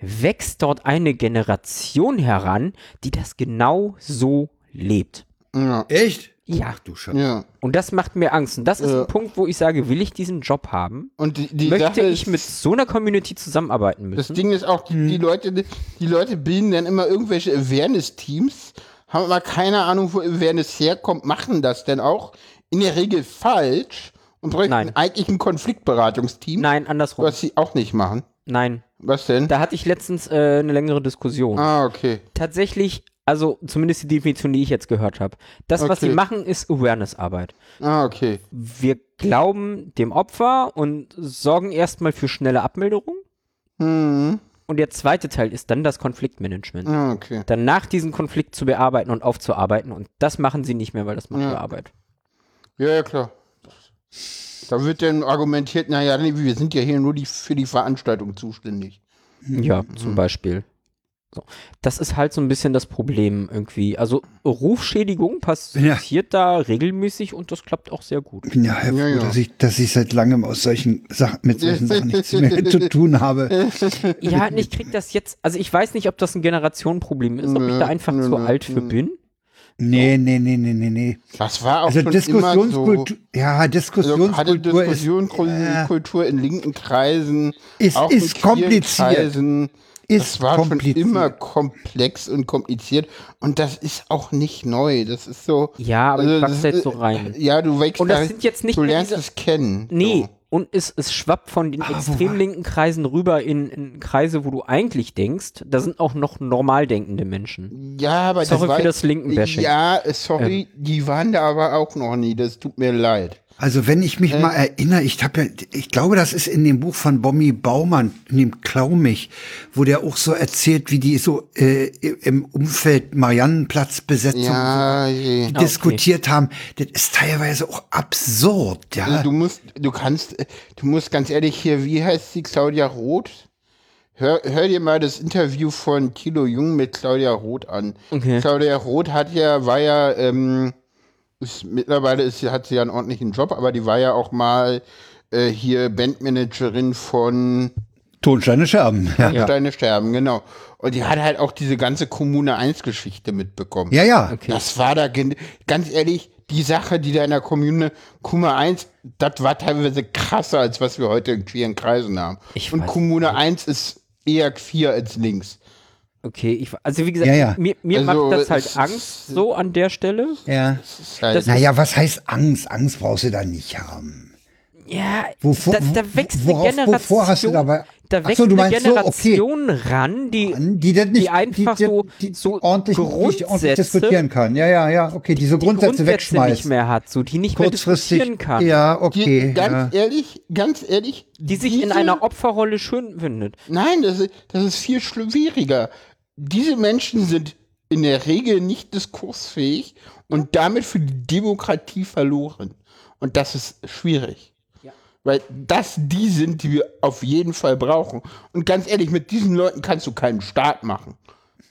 Speaker 3: wächst dort eine Generation heran, die das genau so lebt.
Speaker 2: ja,
Speaker 1: Echt?
Speaker 3: Ja.
Speaker 1: Du Scheiße.
Speaker 2: Ähm, ja.
Speaker 3: Und das macht mir Angst. Und das ist
Speaker 2: Ja.
Speaker 3: ein Punkt, wo ich sage, will ich diesen Job haben?
Speaker 2: Und die, Äh. die
Speaker 3: Möchte
Speaker 2: Sache
Speaker 3: ich
Speaker 2: ist-
Speaker 3: mit Hm. so einer Community zusammenarbeiten
Speaker 2: Das
Speaker 3: müssen?
Speaker 2: Ding ist auch, die, die Leute, die Leute bilden dann immer irgendwelche Awareness-Teams, haben aber keine Ahnung, wo Awareness herkommt, machen das denn auch in der Regel falsch und bräuchten
Speaker 3: Nein.
Speaker 2: eigentlich ein Konfliktberatungsteam,
Speaker 3: Nein, andersrum.
Speaker 2: was sie auch nicht machen.
Speaker 3: Nein.
Speaker 2: Was denn?
Speaker 3: Da hatte ich letztens äh, eine längere Diskussion.
Speaker 2: ah, okay.
Speaker 3: Tatsächlich, also zumindest die Definition, die ich jetzt gehört habe. Das, was sie
Speaker 2: Okay.
Speaker 3: machen, ist Awareness-Arbeit.
Speaker 2: Ah, okay.
Speaker 3: wir glauben dem Opfer und sorgen erstmal für schnelle Abmilderung. Und der zweite Teil ist dann das Konfliktmanagement.
Speaker 2: Hm, Ah, okay.
Speaker 3: Danach diesen Konflikt zu bearbeiten und aufzuarbeiten. Und das machen sie nicht mehr, weil das macht
Speaker 2: Ja.
Speaker 3: ja. Arbeit.
Speaker 2: Ja, ja, klar. Da wird dann argumentiert, naja, nee, wir sind ja hier nur die, für die Veranstaltung zuständig. Mhm.
Speaker 3: Ja, zum Beispiel. So. Das ist halt so ein bisschen das Problem irgendwie. Also Rufschädigung passiert da regelmäßig und das klappt auch sehr gut.
Speaker 1: bin ja, ja, froh,
Speaker 2: Ja, ja.
Speaker 1: Dass, ich, dass ich seit langem aus solchen Sachen mit solchen Sachen nichts mehr zu tun habe.
Speaker 3: Ja, und ich krieg das jetzt, also ich weiß nicht, ob das ein Generationenproblem ist, ob ich
Speaker 2: Nö,
Speaker 3: da einfach
Speaker 2: nö,
Speaker 3: zu
Speaker 2: nö,
Speaker 3: alt für
Speaker 2: nö.
Speaker 3: bin.
Speaker 1: Nee, nee, nee, nee, nee, nee.
Speaker 2: Das war auch
Speaker 1: Also
Speaker 2: schon immer so.
Speaker 1: Diskussionskultur, ja,
Speaker 2: Also hatte
Speaker 1: Diskussionskultur ist, äh,
Speaker 2: Diskussionskultur in linken Kreisen.
Speaker 1: Es
Speaker 2: auch
Speaker 1: ist
Speaker 2: in queeren
Speaker 1: kompliziert.
Speaker 2: Kreisen.
Speaker 1: Ist
Speaker 2: das war
Speaker 1: kompliziert.
Speaker 2: schon immer komplex und kompliziert. Und das ist auch nicht neu. Das ist so.
Speaker 3: Ja, aber ich wachse
Speaker 2: Also das- äh,
Speaker 3: jetzt so rein.
Speaker 2: Ja, du wächst
Speaker 3: Und das
Speaker 2: da-
Speaker 3: sind jetzt nicht
Speaker 2: Du
Speaker 3: mehr
Speaker 2: lernst
Speaker 3: diese-
Speaker 2: es kennen.
Speaker 3: Nee,
Speaker 2: So.
Speaker 3: und es, es schwappt von
Speaker 1: Ah,
Speaker 3: den extrem linken Kreisen rüber in, in Kreise, wo du eigentlich denkst, da sind auch noch normal denkende Menschen.
Speaker 2: Ja, aber
Speaker 3: Sorry
Speaker 2: das war,
Speaker 3: für das Ähm. Linken-Bashing.
Speaker 2: Ja, äh, sorry, die waren da aber auch noch nie. Das tut mir leid.
Speaker 1: Also wenn ich mich mal erinnere, ich habe ja, ich glaube, das ist in dem Buch von Bommi Baumann, in dem Klau mich, wo der auch so erzählt, wie die so äh, im Umfeld Mariannenplatzbesetzung
Speaker 2: Ja,
Speaker 3: Ah,
Speaker 2: je.
Speaker 1: so diskutiert haben. Das ist teilweise auch absurd, ja.
Speaker 2: Also du musst, du kannst, äh, du musst ganz ehrlich hier, wie heißt sie, Claudia Roth? Hör, hör dir mal das Interview von Thilo Jung mit Claudia Roth an.
Speaker 3: Okay.
Speaker 2: Claudia Roth hat ja, war ja, ähm, ist, mittlerweile ist, sie- hat sie ja einen ordentlichen Job, aber die war ja auch mal äh, hier Bandmanagerin von
Speaker 1: Tonsteine Scherben, ja.
Speaker 3: Ja.
Speaker 2: Steine sterben, genau. Und die hat halt auch diese ganze Kommune 1 Geschichte mitbekommen.
Speaker 1: Ja, ja.
Speaker 3: Okay.
Speaker 2: Das war da, gen- ganz ehrlich, die Sache, die da in der Kommune Kommune 1, das war teilweise krasser, als was wir heute in queeren Kreisen haben.
Speaker 3: Ich
Speaker 2: Und
Speaker 3: weiß
Speaker 2: Kommune 1 ist eher queer als links.
Speaker 3: Okay, ich, also wie gesagt,
Speaker 1: Ja, ja.
Speaker 3: mir, mir
Speaker 2: Also,
Speaker 3: macht das
Speaker 2: es-
Speaker 3: halt Angst so an der Stelle.
Speaker 1: Ja.
Speaker 2: Das ist halt,
Speaker 3: Das-
Speaker 1: Naja, was heißt Angst? Angst brauchst du da nicht haben.
Speaker 3: Ja,
Speaker 1: Wovor-
Speaker 3: da, da wächst
Speaker 1: worauf-
Speaker 3: eine Generation,
Speaker 1: wovor hast du dabei- Ach
Speaker 3: da
Speaker 1: so,
Speaker 3: wächst
Speaker 1: du
Speaker 3: eine
Speaker 1: meinst so, okay.
Speaker 3: Generation ran, die,
Speaker 1: Die, das nicht,
Speaker 3: die einfach
Speaker 1: die,
Speaker 3: so,
Speaker 1: die, die
Speaker 3: so
Speaker 1: ordentlich, die ordentlich
Speaker 3: Grundsätze-
Speaker 1: diskutieren kann. Ja, ja, ja. Okay, die so Grundsätze,
Speaker 3: nicht
Speaker 1: wegschmeißt.
Speaker 3: mehr hat, so die nicht mehr
Speaker 1: Kurzfristig.
Speaker 3: diskutieren kann,
Speaker 1: Ja,
Speaker 2: die,
Speaker 1: okay. ja.
Speaker 2: ganz ehrlich, ganz ehrlich.
Speaker 3: die sich in
Speaker 2: diese-
Speaker 3: einer Opferrolle schön findet.
Speaker 2: Nein, das ist, das ist viel schwieriger. Diese Menschen sind in der Regel nicht diskursfähig und damit für die Demokratie verloren. Und das ist schwierig. Weil das die sind, die wir auf jeden Fall brauchen. Und ganz ehrlich, mit diesen Leuten kannst du keinen Staat machen.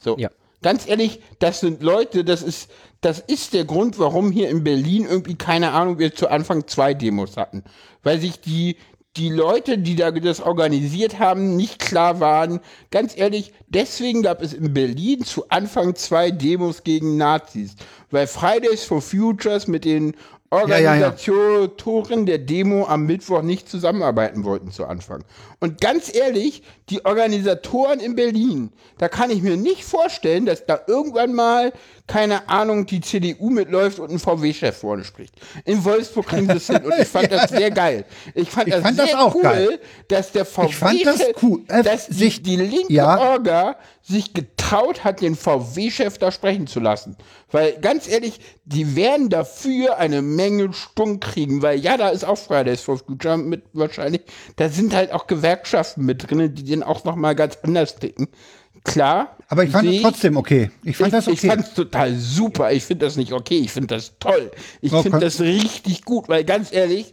Speaker 2: So.
Speaker 3: Ja.
Speaker 2: Ganz ehrlich, das sind Leute, das ist, das ist der Grund, warum hier in Berlin irgendwie, keine Ahnung, wir zu Anfang zwei Demos hatten. Weil sich die, die Leute, die da das organisiert haben, nicht klar waren. Ganz ehrlich, deswegen gab es in Berlin zu Anfang zwei Demos gegen Nazis. Weil Fridays for Futures mit den
Speaker 1: ja, ja.
Speaker 2: Organisationen Organisatoren der Demo am Mittwoch nicht zusammenarbeiten wollten zu Anfang. Und ganz ehrlich, die Organisatoren in Berlin, da kann ich mir nicht vorstellen, dass da irgendwann mal, keine Ahnung, die CDU mitläuft und ein VW-Chef vorne spricht. In Wolfsburg kriegen sie es hin und ich fand das sehr geil. Ich fand,
Speaker 1: Ich
Speaker 2: das,
Speaker 1: fand
Speaker 2: sehr
Speaker 1: das auch
Speaker 2: cool,
Speaker 1: geil.
Speaker 2: dass der VW,
Speaker 1: fand das cool, äh,
Speaker 2: dass die,
Speaker 1: sich-
Speaker 2: die linke
Speaker 1: ja.
Speaker 2: Orga sich getraut hat, den VW-Chef da sprechen zu lassen. Weil ganz ehrlich, die werden dafür eine Menge Stunk kriegen, weil ja, da ist auch Fridays for Future mit wahrscheinlich. Da sind halt auch Gewerkschaften mit drin, die den auch nochmal ganz anders ticken. Klar.
Speaker 1: Aber ich fand
Speaker 2: sehe
Speaker 1: es trotzdem okay. Ich fand das
Speaker 2: ich
Speaker 1: okay.
Speaker 2: fand's total super. Ich finde das nicht okay. Ich finde das toll. Ich
Speaker 1: Okay.
Speaker 2: finde das richtig gut, weil ganz ehrlich,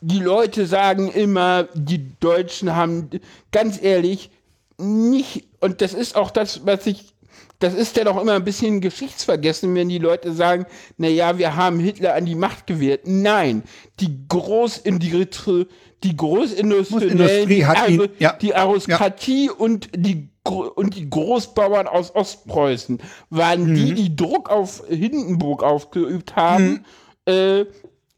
Speaker 2: die Leute sagen immer, die Deutschen haben, ganz ehrlich, nicht, und das ist auch das, was ich, das ist ja doch immer ein bisschen geschichtsvergessen, wenn die Leute sagen, na ja, wir haben Hitler an die Macht gewählt. Nein, die Großindustrie, die Großindustriellen,
Speaker 1: Großindustrie
Speaker 2: die,
Speaker 1: hat ihn-
Speaker 2: Arbe-
Speaker 1: ja.
Speaker 2: die Aristokratie und die Gro- und die Großbauern aus Ostpreußen waren
Speaker 1: Mhm.
Speaker 2: die, die Druck auf Hindenburg aufgeübt haben, äh,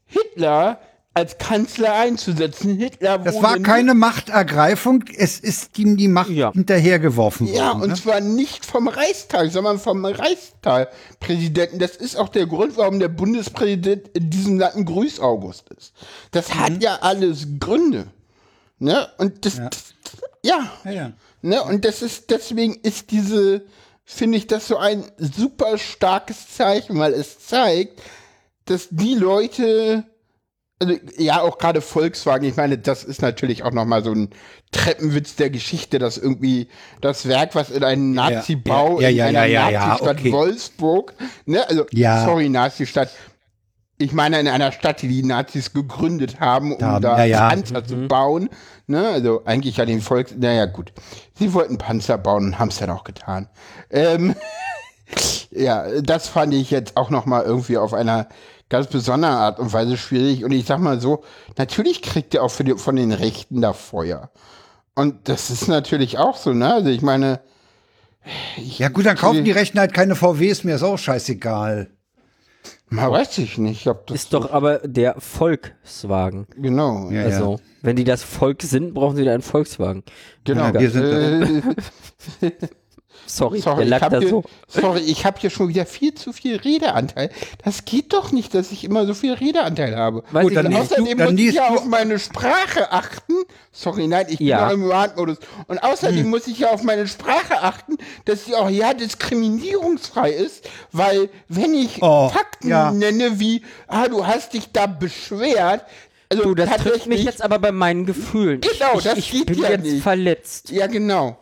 Speaker 2: Hitler als Kanzler einzusetzen. Hitler
Speaker 1: Das
Speaker 2: wurde
Speaker 1: war
Speaker 2: nicht-
Speaker 1: keine Machtergreifung, es ist ihm die Macht
Speaker 3: Ja.
Speaker 1: hinterhergeworfen worden.
Speaker 2: Ja, und
Speaker 1: ne?
Speaker 2: zwar nicht vom Reichstag, sondern vom Reichstagpräsidenten. Das ist auch der Grund, warum der Bundespräsident in diesem Land ein Grüß-August ist. Das
Speaker 1: Mhm.
Speaker 2: hat ja alles Gründe. Ne? Und das, ja.
Speaker 1: Ja, ja.
Speaker 2: Ne? Und das ist, deswegen ist diese, finde ich, das so ein super starkes Zeichen, weil es zeigt, dass die Leute Also, ja, auch gerade Volkswagen, ich meine, das ist natürlich auch nochmal so ein Treppenwitz der Geschichte, dass irgendwie das Werk, was in einem Nazi-Bau
Speaker 1: ja, ja,
Speaker 2: in
Speaker 1: ja,
Speaker 2: einer
Speaker 1: ja, ja,
Speaker 2: Nazi-Stadt
Speaker 1: okay.
Speaker 2: Wolfsburg, ne, also,
Speaker 1: Ja.
Speaker 2: sorry, Nazi-Stadt, ich meine, in einer Stadt, die die Nazis gegründet haben, um
Speaker 1: Da-
Speaker 2: da
Speaker 1: ja, ja.
Speaker 2: Panzer zu bauen, ne, also eigentlich ja den Volks, naja, gut. Sie wollten Panzer bauen und haben es dann auch getan. Ähm, ja, das fand ich jetzt auch noch mal irgendwie auf einer ganz besonderen Art und Weise schwierig. Und ich sag mal so, natürlich kriegt er auch für die, von den Rechten da Feuer. Und das ist natürlich auch so, ne? Also ich meine,
Speaker 1: Ja gut, dann kaufen die Rechten halt keine VWs mehr, ist auch scheißegal.
Speaker 2: man weiß ich nicht, ob das
Speaker 3: Ist doch aber der Volkswagen.
Speaker 2: genau.
Speaker 1: Ja,
Speaker 3: Also, wenn die das Volk sind, brauchen sie da einen Volkswagen.
Speaker 2: Genau.
Speaker 1: Ja, wir sind-
Speaker 2: äh,
Speaker 3: Sorry,
Speaker 2: sorry,
Speaker 3: der
Speaker 2: ich
Speaker 3: lag
Speaker 2: habe
Speaker 3: da
Speaker 2: hier,
Speaker 3: so.
Speaker 2: sorry, ich hab hier schon wieder viel zu viel Redeanteil. Das geht doch nicht, dass ich immer so viel Redeanteil habe.
Speaker 3: Weiß
Speaker 1: Gut,
Speaker 3: ich
Speaker 1: dann
Speaker 3: nicht.
Speaker 1: liest du,
Speaker 2: Außerdem
Speaker 1: dann
Speaker 2: muss ich
Speaker 1: liest
Speaker 2: ja auf
Speaker 1: du.
Speaker 2: meine Sprache achten. Sorry, nein, ich bin
Speaker 3: Ja. Hm.
Speaker 2: noch im Wartmodus. Und außerdem muss ich ja auf meine Sprache achten, dass sie auch ja diskriminierungsfrei ist, weil wenn ich
Speaker 1: Oh,
Speaker 2: Fakten
Speaker 1: ja.
Speaker 2: nenne wie, ah, du hast dich da beschwert, also
Speaker 3: Du, das trifft
Speaker 2: tatsächlich-
Speaker 3: mich jetzt aber bei meinen Gefühlen. Ich-
Speaker 2: Genau,
Speaker 3: ich,
Speaker 2: das
Speaker 3: ich
Speaker 2: geht
Speaker 3: bin
Speaker 2: ja
Speaker 3: jetzt
Speaker 2: nicht.
Speaker 3: verletzt.
Speaker 2: Ja, genau.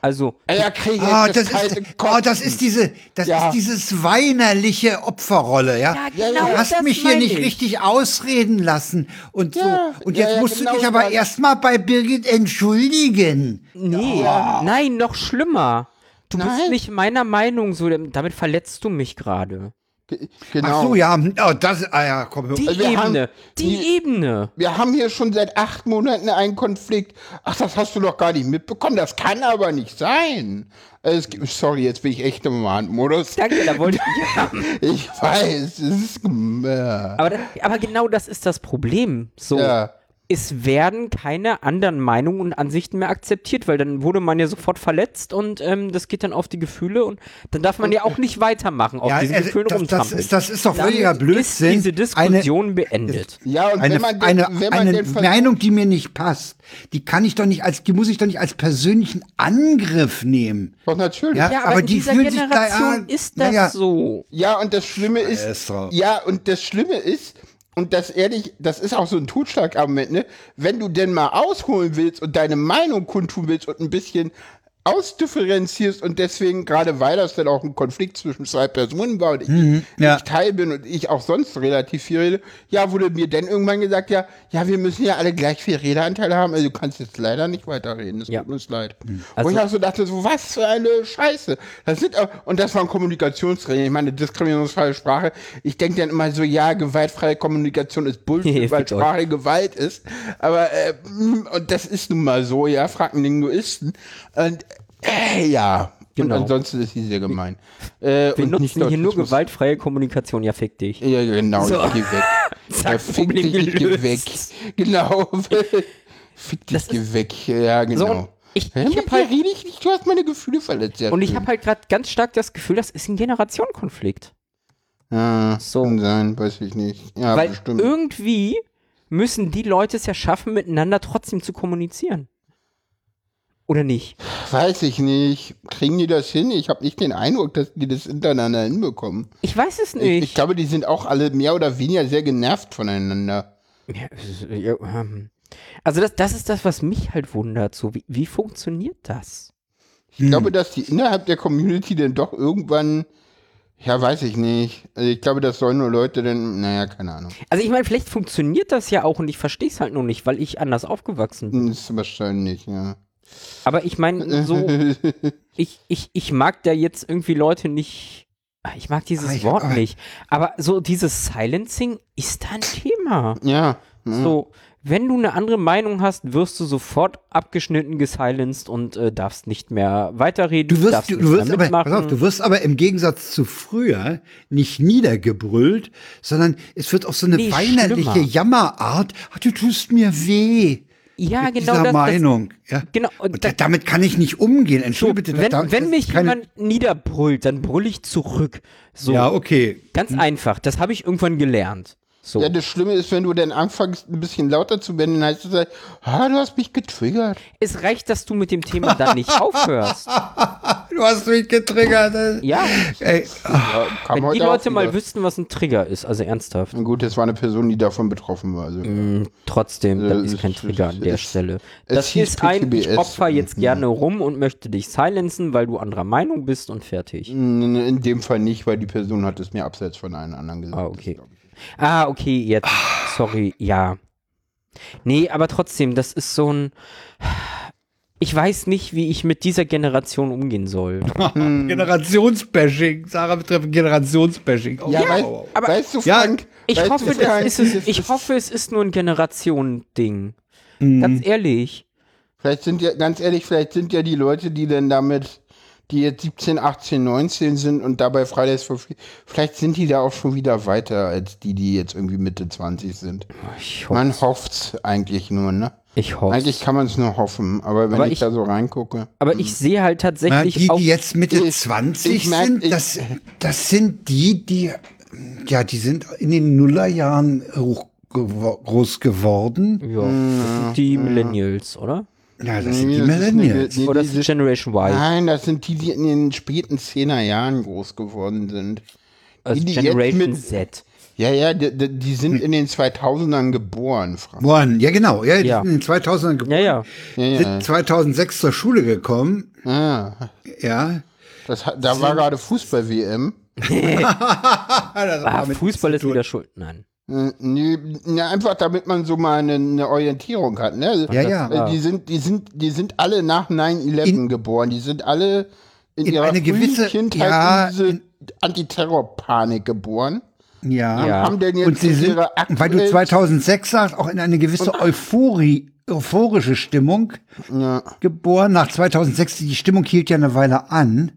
Speaker 3: Also,
Speaker 2: Ah, Ja, krieg ich
Speaker 1: Ah,
Speaker 2: jetzt
Speaker 1: das ist,
Speaker 2: kalte
Speaker 1: oh,
Speaker 2: Kotzen.
Speaker 1: das ist diese, das
Speaker 2: Ja.
Speaker 1: ist dieses weinerliche Opferrolle, ja.
Speaker 2: ja, genau
Speaker 1: Du hast mich hier nicht richtig ausreden lassen und
Speaker 2: Ja,
Speaker 1: so. Und
Speaker 2: ja,
Speaker 1: jetzt
Speaker 2: ja,
Speaker 1: musst
Speaker 2: genau
Speaker 1: du dich aber
Speaker 2: das.
Speaker 1: erstmal bei Birgit entschuldigen.
Speaker 3: Nee, nein, noch schlimmer. Du
Speaker 2: Oh. Nein.
Speaker 3: bist nicht meiner Meinung so, damit verletzt du mich gerade.
Speaker 2: Ge-
Speaker 1: Ach
Speaker 2: Genau.
Speaker 1: so, ja, hm, oh, das, ah, ja, komm, hör-
Speaker 3: Die
Speaker 2: Also wir
Speaker 3: Ebene,
Speaker 2: haben-
Speaker 3: die Ebene.
Speaker 2: Wir haben hier schon seit acht Monaten einen Konflikt. Ach, das hast du doch gar nicht mitbekommen. Das kann aber nicht sein. Es, gibt- sorry, jetzt bin ich echt im Warnmodus.
Speaker 3: Danke, da wollte ich. Ja,
Speaker 2: Ich weiß, es ist. Äh,
Speaker 3: aber, da- aber genau das ist das Problem. So.
Speaker 2: Ja.
Speaker 3: Es werden keine anderen Meinungen und Ansichten mehr akzeptiert, weil dann wurde man ja sofort verletzt und ähm, das geht dann auf die Gefühle und dann darf man ja auch nicht weitermachen auf
Speaker 1: Ja,
Speaker 3: diesen
Speaker 1: also,
Speaker 3: Gefühlen
Speaker 1: das, das,
Speaker 3: rumtrampeln.
Speaker 1: ist, das ist doch
Speaker 3: Damit
Speaker 1: völliger Blödsinn.
Speaker 3: Ist diese Diskussion beendet.
Speaker 2: ja, und
Speaker 1: Eine,
Speaker 2: wenn man,
Speaker 1: eine,
Speaker 2: den,
Speaker 1: eine,
Speaker 2: wenn man
Speaker 1: eine
Speaker 2: den Vers-
Speaker 1: Meinung, die mir nicht passt, die kann ich doch nicht als, die muss ich doch nicht als persönlichen Angriff nehmen.
Speaker 2: Doch, natürlich.
Speaker 1: Ja,
Speaker 2: Ja.
Speaker 3: Ja, aber,
Speaker 1: aber
Speaker 3: in
Speaker 1: die
Speaker 3: dieser
Speaker 1: fühlen sich da-
Speaker 3: Generation
Speaker 1: ah,
Speaker 3: ist das
Speaker 1: naja.
Speaker 3: so.
Speaker 2: und das Schlimme
Speaker 1: Er
Speaker 2: ist.
Speaker 1: ist drauf.
Speaker 2: Ja, und das Schlimme ist. Und das ehrlich, das ist auch so ein Totschlagargument, ne? Wenn du denn mal ausholen willst und deine Meinung kundtun willst und ein bisschen ausdifferenzierst und deswegen, gerade weil das dann auch ein Konflikt zwischen zwei Personen war und ich
Speaker 1: Mhm, Ja.
Speaker 2: ich Teil bin und ich auch sonst relativ viel rede, ja, wurde mir dann irgendwann gesagt, ja, ja, wir müssen ja alle gleich viel Redeanteil haben, also du kannst jetzt leider nicht weiterreden, es
Speaker 3: Ja.
Speaker 2: tut uns leid.
Speaker 3: Also-
Speaker 2: Wo ich auch so dachte, so, was für eine Scheiße. Das sind, auch- und das waren Kommunikationsregeln, ich meine, diskriminierungsfreie Sprache, ich denke dann immer so, ja, gewaltfreie Kommunikation ist Bullshit,
Speaker 3: Fickt
Speaker 2: weil
Speaker 3: euch.
Speaker 2: Sprache Gewalt ist, aber, äh, mm, und das ist nun mal so, ja, frag einen Linguisten, und, äh, ja.
Speaker 3: Genau.
Speaker 2: Und ansonsten ist sie sehr gemein. Äh,
Speaker 3: Wir
Speaker 2: und nicht
Speaker 3: nutzen hier nur
Speaker 2: Autismus.
Speaker 3: gewaltfreie Kommunikation. Ja, fick dich.
Speaker 2: Ja, genau,
Speaker 3: So.
Speaker 2: ich geh weg.
Speaker 3: Zack,
Speaker 2: ja, fick
Speaker 3: Problem
Speaker 2: dich, ich geh weg.
Speaker 3: gelöst.
Speaker 2: Genau. fick dich,
Speaker 3: Das
Speaker 2: geh weg. Ja,
Speaker 3: So,
Speaker 2: genau.
Speaker 3: und ich,
Speaker 2: Hä,
Speaker 3: ich
Speaker 2: mit
Speaker 3: habe
Speaker 2: dir
Speaker 3: halt,
Speaker 2: rede ich nicht, du hast meine Gefühle verletzt. Ja,
Speaker 3: und ich
Speaker 2: schön.
Speaker 3: hab halt gerade ganz stark das Gefühl, das ist ein Generationenkonflikt.
Speaker 2: Ja,
Speaker 3: halt So.
Speaker 2: Kann sein, weiß ich nicht. Ja,
Speaker 3: Weil
Speaker 2: bestimmt.
Speaker 3: irgendwie müssen die Leute es ja schaffen, miteinander trotzdem zu kommunizieren. Oder nicht?
Speaker 2: Weiß ich nicht. Kriegen die das hin? Ich habe nicht den Eindruck, dass die das hintereinander hinbekommen.
Speaker 3: Ich weiß es
Speaker 2: Ich, ich
Speaker 3: nicht.
Speaker 2: glaube, die sind auch alle mehr oder weniger sehr genervt voneinander.
Speaker 3: Ja, es ist- ja, ähm. also das, das ist das, was mich halt wundert. So, wie, wie funktioniert das?
Speaker 2: Ich
Speaker 3: Hm.
Speaker 2: glaube, dass die innerhalb der Community dann doch irgendwann. Ja, weiß ich nicht. Also ich glaube, das sollen nur Leute dann. Naja, keine Ahnung.
Speaker 3: Also ich meine, vielleicht funktioniert das ja auch und ich verstehe es halt nur nicht, weil ich anders aufgewachsen bin.
Speaker 2: Ist wahrscheinlich, ja.
Speaker 3: Aber ich meine, so, ich, ich, ich mag da jetzt irgendwie Leute nicht. Ich mag dieses
Speaker 1: Ah, ich-
Speaker 3: Wort
Speaker 1: ah.
Speaker 3: nicht. Aber so dieses Silencing ist da ein Thema.
Speaker 2: ja.
Speaker 1: Mhm.
Speaker 3: So, wenn du eine andere Meinung hast, wirst du sofort abgeschnitten, gesilenced und äh, darfst nicht mehr weiterreden.
Speaker 1: Du wirst,
Speaker 3: darfst
Speaker 1: du,
Speaker 3: nicht
Speaker 1: du, wirst
Speaker 3: mehr
Speaker 1: aber, pass
Speaker 3: mitmachen.
Speaker 1: auf, du wirst aber im Gegensatz zu früher nicht niedergebrüllt, sondern es wird auch so eine
Speaker 3: Nee,
Speaker 1: weinerliche
Speaker 3: schlimmer.
Speaker 1: Jammerart. Ach, du tust mir weh.
Speaker 3: ja,
Speaker 1: mit
Speaker 3: genau
Speaker 1: dieser
Speaker 3: das.
Speaker 1: Meinung. ja.
Speaker 3: genau, und
Speaker 1: Und
Speaker 3: da-
Speaker 1: da, damit kann ich nicht umgehen.
Speaker 3: das so,
Speaker 1: Entschuldige bitte.
Speaker 3: wenn,
Speaker 1: da, da-
Speaker 3: wenn
Speaker 1: das
Speaker 3: mich
Speaker 1: ist keine-
Speaker 3: jemand niederbrüllt, dann brüll ich zurück. So,
Speaker 1: Ja, okay.
Speaker 3: ganz einfach. Das habe ich irgendwann gelernt. So.
Speaker 2: Ja, das Schlimme ist, wenn du dann anfängst, ein bisschen lauter zu werden, dann heißt es halt, ah, du hast mich getriggert.
Speaker 3: Es reicht, dass du mit dem Thema dann nicht aufhörst.
Speaker 1: Du hast mich getriggert.
Speaker 3: Ja,
Speaker 1: Ey,
Speaker 2: Ja, kam
Speaker 3: Ah. wenn die
Speaker 2: auch
Speaker 3: Leute mal
Speaker 2: wieder.
Speaker 3: wüssten, was ein Trigger ist, also ernsthaft.
Speaker 2: Gut, das war eine Person, die davon betroffen war. Also.
Speaker 3: Mhm. Trotzdem, da
Speaker 2: Äh,
Speaker 3: ist kein
Speaker 2: es-
Speaker 3: Trigger an
Speaker 2: es-
Speaker 3: der
Speaker 2: es-
Speaker 3: Stelle.
Speaker 2: es
Speaker 3: Das hier
Speaker 2: hieß
Speaker 3: ist ein, ich
Speaker 2: PTBS.
Speaker 3: opfer
Speaker 2: Mhm.
Speaker 3: jetzt gerne rum und möchte dich silenzen, weil du anderer Meinung bist und fertig.
Speaker 2: In in dem Fall nicht, weil die Person hat es mir abseits von allen anderen gesagt.
Speaker 3: Ah, okay. Ah, okay, jetzt.
Speaker 2: Ah.
Speaker 3: Sorry, ja. Nee, aber trotzdem, das ist so ein. Ich weiß nicht, wie ich mit dieser Generation umgehen soll.
Speaker 1: ähm, Generationsbashing. Sarah betreffend Generationsbashing. Oh,
Speaker 2: Ja,
Speaker 1: wow,
Speaker 2: weißt,
Speaker 1: wow.
Speaker 3: aber-
Speaker 2: weißt du,
Speaker 1: Ja,
Speaker 2: Frank?
Speaker 3: Ich
Speaker 2: weißt
Speaker 3: hoffe,
Speaker 2: du, Frank,
Speaker 3: das ist, ich hoffe, es ist nur ein Generationending.
Speaker 2: Mhm.
Speaker 3: Ganz ehrlich.
Speaker 2: Vielleicht sind ja, ganz ehrlich, vielleicht sind ja die Leute, die denn damit, die jetzt 17, 18, 19 sind und dabei Fridays for Future, vielleicht sind die da auch schon wieder weiter als die, die jetzt irgendwie Mitte 20 sind.
Speaker 3: Ich hoffe.
Speaker 2: Man hofft's eigentlich nur, ne?
Speaker 3: Ich hoffe.
Speaker 2: Eigentlich Mhm. kann man es nur hoffen, aber wenn
Speaker 3: Aber
Speaker 2: ich,
Speaker 3: ich-
Speaker 2: da so reingucke.
Speaker 3: aber ich sehe halt
Speaker 1: Na,
Speaker 3: tatsächlich
Speaker 1: die,
Speaker 3: auch.
Speaker 1: die jetzt Mitte
Speaker 2: ich-
Speaker 1: 20
Speaker 2: ich merk-
Speaker 1: sind,
Speaker 2: ich-
Speaker 1: das, das sind die, die, ja, die sind in den Nullerjahren hoch gewo- groß geworden.
Speaker 3: ja, das
Speaker 2: Mhm.
Speaker 3: sind die Millennials, oder?
Speaker 1: Ja, das sind die
Speaker 2: das ist eine-
Speaker 1: Millennials.
Speaker 2: nee,
Speaker 3: Oder
Speaker 2: die
Speaker 3: das ist Generation Y.
Speaker 2: Nein, das sind die, die in den späten 10er Jahren groß geworden sind.
Speaker 3: Also
Speaker 2: die jetzt
Speaker 3: Generation
Speaker 2: mit-
Speaker 3: Z.
Speaker 2: Ja, ja, die, die die sind in den 2000ern geboren, Frank.
Speaker 1: One. Ja, genau. Ja, die
Speaker 3: Ja.
Speaker 1: sind in den 2000 geboren,
Speaker 3: Ja, ja.
Speaker 2: Ja, ja.
Speaker 1: sind 2006 zur Schule gekommen.
Speaker 2: Ah,
Speaker 1: Ja.
Speaker 2: das, hat- da war gerade Fußball-WM.
Speaker 3: Ah,
Speaker 1: ah,
Speaker 3: Fußball ist wieder schuld. Nein.
Speaker 2: Äh, nee, Ja, einfach damit man so mal eine, eine Orientierung hat, ne?
Speaker 1: Ja, ja.
Speaker 2: Äh, Die sind, die sind, die sind alle nach 9-11
Speaker 1: In-
Speaker 2: geboren. Die sind alle in,
Speaker 1: in
Speaker 2: ihrer
Speaker 1: eine
Speaker 2: frühen
Speaker 1: gewisse-
Speaker 2: Kindheit
Speaker 1: ja,
Speaker 2: in diese Antiterrorpanik geboren.
Speaker 1: Ja.
Speaker 3: Ja.
Speaker 2: Haben denn jetzt
Speaker 1: Und sie
Speaker 2: mit
Speaker 1: sind,
Speaker 2: ihrer
Speaker 1: weil du
Speaker 2: aktuellen-
Speaker 1: 2006 sagst, auch in eine gewisse Euphorie, euphorische Stimmung geboren. Nach 2006, die Stimmung hielt ja eine Weile an.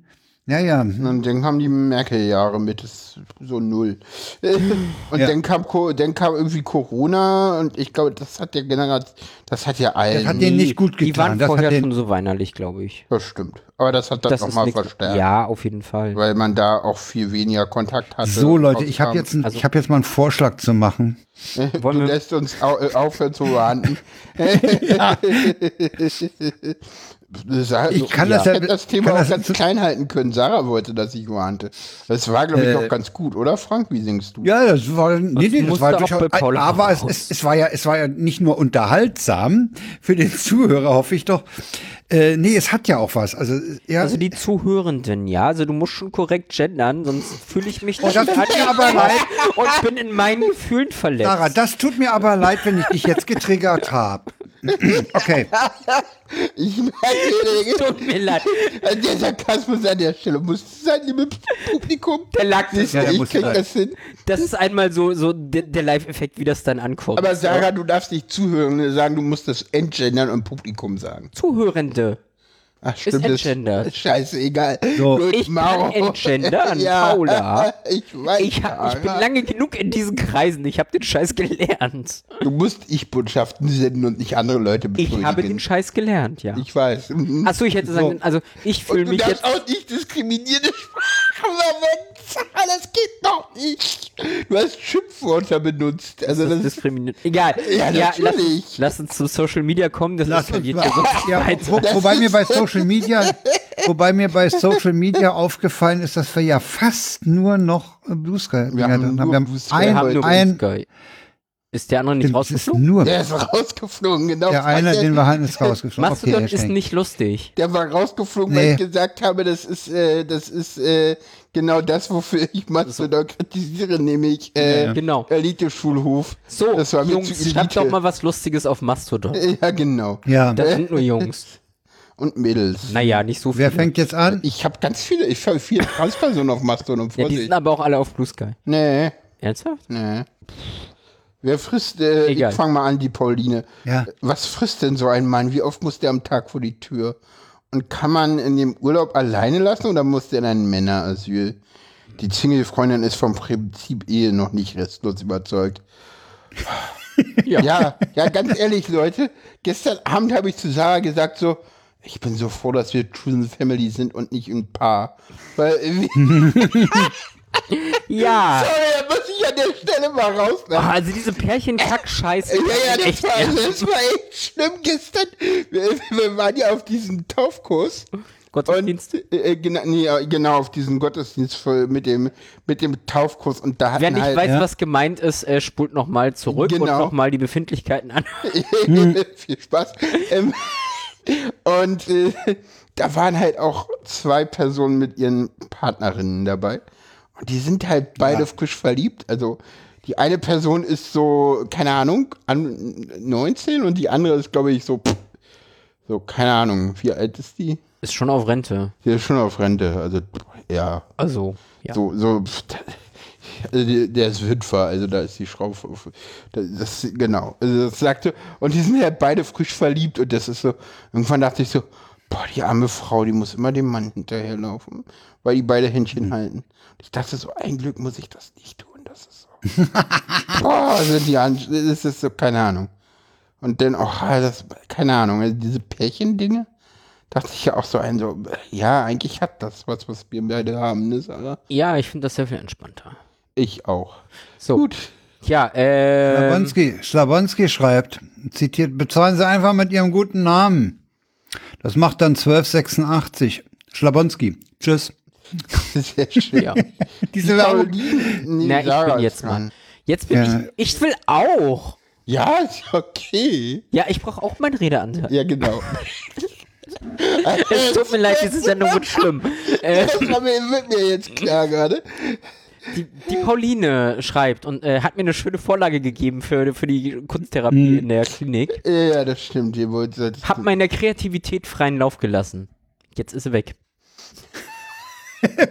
Speaker 1: Naja,
Speaker 2: Und dann kamen die Merkel-Jahre mit, das ist so null. Äh, Und dann, kam, Co- dann kam irgendwie Corona und ich glaube, das hat der Generation, das hat ja allen.
Speaker 1: das hat denen nicht gut
Speaker 3: Die waren
Speaker 1: getan. Das
Speaker 3: vorher
Speaker 1: hat
Speaker 3: schon
Speaker 1: den,
Speaker 3: so weinerlich, glaube ich.
Speaker 2: das stimmt. Aber das hat das,
Speaker 3: Das
Speaker 2: noch
Speaker 3: ist
Speaker 2: nochmal
Speaker 3: nix-
Speaker 2: verstärkt.
Speaker 3: Ja, auf jeden Fall.
Speaker 2: Weil man da auch viel weniger Kontakt hatte.
Speaker 1: so Leute, ich habe
Speaker 2: Rauskam.
Speaker 1: jetzt, ein- ich hab jetzt mal einen au- Vorschlag zu machen.
Speaker 3: Wollen
Speaker 2: Du
Speaker 3: wir,
Speaker 2: lässt uns au äh, aufhören zu warten.
Speaker 1: Ich kann das ja-
Speaker 2: hätte das Thema
Speaker 1: kann
Speaker 2: auch
Speaker 1: das-
Speaker 2: ganz klein halten können. Sarah wollte, dass ich warnte. Das war, glaube ich, auch ganz gut, oder Frank? Wie singst du?
Speaker 1: Äh. Ja, das war, nee, nee, das
Speaker 3: musste
Speaker 1: war
Speaker 3: auch
Speaker 1: durchaus, Ah,
Speaker 3: bei Paula
Speaker 1: aber es,
Speaker 3: raus.
Speaker 1: es, es war ja, es war ja nicht nur unterhaltsam für den Zuhörer, hoffe ich doch. Äh, nee, es hat ja auch was. Also, ja,
Speaker 3: also die Zuhörenden, ja, also du musst schon korrekt gendern, sonst fühle ich mich nicht
Speaker 1: Oh, das tut mir aber leid.
Speaker 3: und bin in meinen Gefühlen verletzt.
Speaker 1: Sarah, das tut mir aber leid, wenn ich dich jetzt getriggert habe. Okay.
Speaker 2: Ich Also, merke,
Speaker 3: Tut mir leid.
Speaker 2: der Sarkasmus an der Stelle muss sein, liebe Publikum.
Speaker 3: Der lag
Speaker 2: Siehst du,
Speaker 1: Ja, der
Speaker 2: ich
Speaker 1: muss
Speaker 2: krieg
Speaker 1: sein.
Speaker 2: das hin.
Speaker 3: Das ist einmal so, so der, der Live-Effekt, wie das dann ankommt.
Speaker 2: Aber Sarah, du darfst nicht zuhören und sagen, du musst das entgendern und Publikum sagen.
Speaker 3: Zuhörende.
Speaker 2: Ach, stimmt, das-
Speaker 3: entgendert.
Speaker 2: Scheiße, egal.
Speaker 1: So.
Speaker 2: Gut,
Speaker 3: Ich
Speaker 2: Mau.
Speaker 3: kann entgendern,
Speaker 2: ja,
Speaker 3: Paula.
Speaker 2: Ich weiß.
Speaker 3: Ich, hab, ich bin
Speaker 2: Sarah.
Speaker 3: lange genug in diesen Kreisen. Ich habe den Scheiß gelernt.
Speaker 2: Du musst Ich-Botschaften senden und nicht andere Leute
Speaker 3: Ich
Speaker 2: beschuldigen.
Speaker 3: habe den Scheiß gelernt, ja.
Speaker 2: Ich weiß. Mhm.
Speaker 3: Achso, ich hätte sagen, können, also ich
Speaker 2: und
Speaker 3: fühle
Speaker 2: du
Speaker 3: mich
Speaker 2: darfst
Speaker 3: jetzt.
Speaker 2: auch nicht diskriminierte Sprache verwenden. Das geht doch nicht. Du hast Schimpfwörter benutzt. Also das, ist
Speaker 3: diskriminiert. Egal.
Speaker 2: Ja,
Speaker 3: lass,
Speaker 2: natürlich.
Speaker 3: uns, lass uns zu Social Media kommen. Das
Speaker 1: Lass
Speaker 3: ist
Speaker 1: uns
Speaker 3: geht
Speaker 1: mal,
Speaker 3: ja sonst
Speaker 1: ja,
Speaker 3: weiter.
Speaker 1: wo, wobei mir bei Social Media, wobei mir bei Social Media aufgefallen ist, dass wir ja fast nur noch Blue Sky
Speaker 2: Wir haben nur
Speaker 1: wir haben
Speaker 2: Blue Sky.
Speaker 1: ein,
Speaker 3: Wir haben nur
Speaker 1: ein,
Speaker 3: Blue Sky. Ist der andere nicht
Speaker 1: das ist
Speaker 3: rausgeflogen?
Speaker 1: nur
Speaker 2: der ist rausgeflogen, genau.
Speaker 1: der eine, den wir haben, ist rausgeflogen. Okay,
Speaker 3: Mastodon
Speaker 1: Herr
Speaker 3: ist
Speaker 1: Schenk.
Speaker 3: nicht lustig.
Speaker 2: Der war rausgeflogen, weil
Speaker 1: Nee.
Speaker 2: ich gesagt habe, das ist, äh, das ist äh, genau das, wofür ich Mastodon kritisiere, nämlich äh,
Speaker 3: Genau.
Speaker 2: Elite-Schulhof.
Speaker 3: So,
Speaker 2: das war mir zu
Speaker 3: Jungs,
Speaker 2: Elite.
Speaker 3: schreibt doch mal was Lustiges auf Mastodon.
Speaker 2: Ja, genau.
Speaker 1: ja.
Speaker 3: Das sind nur Jungs.
Speaker 2: Und Mädels.
Speaker 3: Naja, nicht so
Speaker 1: Wer
Speaker 3: viele.
Speaker 1: fängt jetzt an?
Speaker 2: Ich habe ganz viele, ich habe viele Transpersonen auf Mastodon,
Speaker 3: Ja, die
Speaker 2: Vorsicht.
Speaker 3: sind aber auch alle auf Blue Sky.
Speaker 2: nee,
Speaker 3: Ernsthaft?
Speaker 2: nee. Wer frisst, äh,
Speaker 3: Egal.
Speaker 2: ich fang mal an, die Pauline.
Speaker 1: Ja.
Speaker 2: Was frisst denn so ein Mann? Wie oft muss der am Tag vor die Tür? Und kann man in dem Urlaub alleine lassen oder muss der in ein Männerasyl? Die Single-Freundin ist vom Prinzip Ehe noch nicht restlos überzeugt.
Speaker 3: Ja.
Speaker 2: Ja, ja, ganz ehrlich, Leute. Gestern Abend habe ich zu Sarah gesagt so, ich bin so froh, dass wir True Family sind und nicht ein Paar. Weil, äh, wie-
Speaker 3: Ja.
Speaker 2: sorry, da muss ich ja der Stelle mal raus. ne?
Speaker 3: Ah, also diese Pärchenkack-Scheiße.
Speaker 2: Ja, ja, das
Speaker 3: echt
Speaker 2: war,
Speaker 3: ernst.
Speaker 2: das war echt schlimm gestern. Wir, wir waren ja auf diesem Taufkurs.
Speaker 3: Gottesdienst.
Speaker 2: Und, äh, genau, nee, äh, genau, auf diesem Gottesdienst voll mit dem, mit dem Taufkurs. Und da hatten
Speaker 3: Wer nicht
Speaker 2: halt,
Speaker 3: weiß,
Speaker 1: ja.
Speaker 3: was gemeint ist, äh, spult nochmal zurück und
Speaker 2: Genau.
Speaker 3: nochmal die Befindlichkeiten an.
Speaker 2: viel Spaß. Ähm, und äh, da waren halt auch zwei Personen mit ihren Partnerinnen dabei. Und die sind halt beide frisch verliebt. Also die eine Person ist so, keine Ahnung, an 19 und die andere ist, glaube ich, so, pff, so, keine Ahnung, wie alt ist die?
Speaker 3: Ist schon auf Rente.
Speaker 2: Die ist schon auf Rente. Also, ja,
Speaker 3: Also, ja.
Speaker 2: so, so, pff, also die- der ist Witwer, also da ist die Schraube auf. Das, das, genau, also das sagte, und die sind ja beide frisch verliebt und das ist so, irgendwann dachte ich so, boah, die arme Frau, die muss immer dem Mann hinterherlaufen, weil die beide Händchen halten. Und ich dachte so, ein Glück muss ich das nicht tun, das ist so. boah, sind die, an- das ist so, keine Ahnung. Und dann auch, ah, das, keine Ahnung, also diese Pärchendinge, dachte ich ja auch so ein, so, ja, eigentlich hat das was, was wir beide haben, ne, Sarah?
Speaker 3: Ja, ich finde das sehr viel entspannter.
Speaker 2: Ich auch.
Speaker 3: So.
Speaker 2: Gut.
Speaker 3: Ja, äh.
Speaker 1: Slabonski, Slabonski schreibt, zitiert, bezahlen Sie einfach mit Ihrem guten Namen. Das macht dann 1286. Slabonski, tschüss.
Speaker 2: Sehr schön.
Speaker 3: Ja.
Speaker 1: Diese Werbung.
Speaker 2: Caroline, nee,
Speaker 3: Na, ich
Speaker 2: Sarah
Speaker 3: bin
Speaker 2: ist
Speaker 3: jetzt
Speaker 2: dran.
Speaker 3: mal. Jetzt bin
Speaker 1: Ja.
Speaker 3: ich. Ich will auch.
Speaker 2: Ja, ist ja okay.
Speaker 3: Ja, ich brauche auch meinen Redeanteil.
Speaker 2: Ja, genau. Äh,
Speaker 3: Es tut mir leid, diese Sendung wird schlimm. Äh,
Speaker 2: Das war mir, wird mir jetzt klar gerade.
Speaker 3: die, die Pauline schreibt und äh, hat mir eine schöne Vorlage gegeben für, für die Kunsttherapie
Speaker 1: Mhm.
Speaker 3: in der Klinik.
Speaker 2: Ja, das stimmt. Ihr wollt solltet-
Speaker 3: Hab meiner Kreativität freien Lauf gelassen. Jetzt ist sie weg.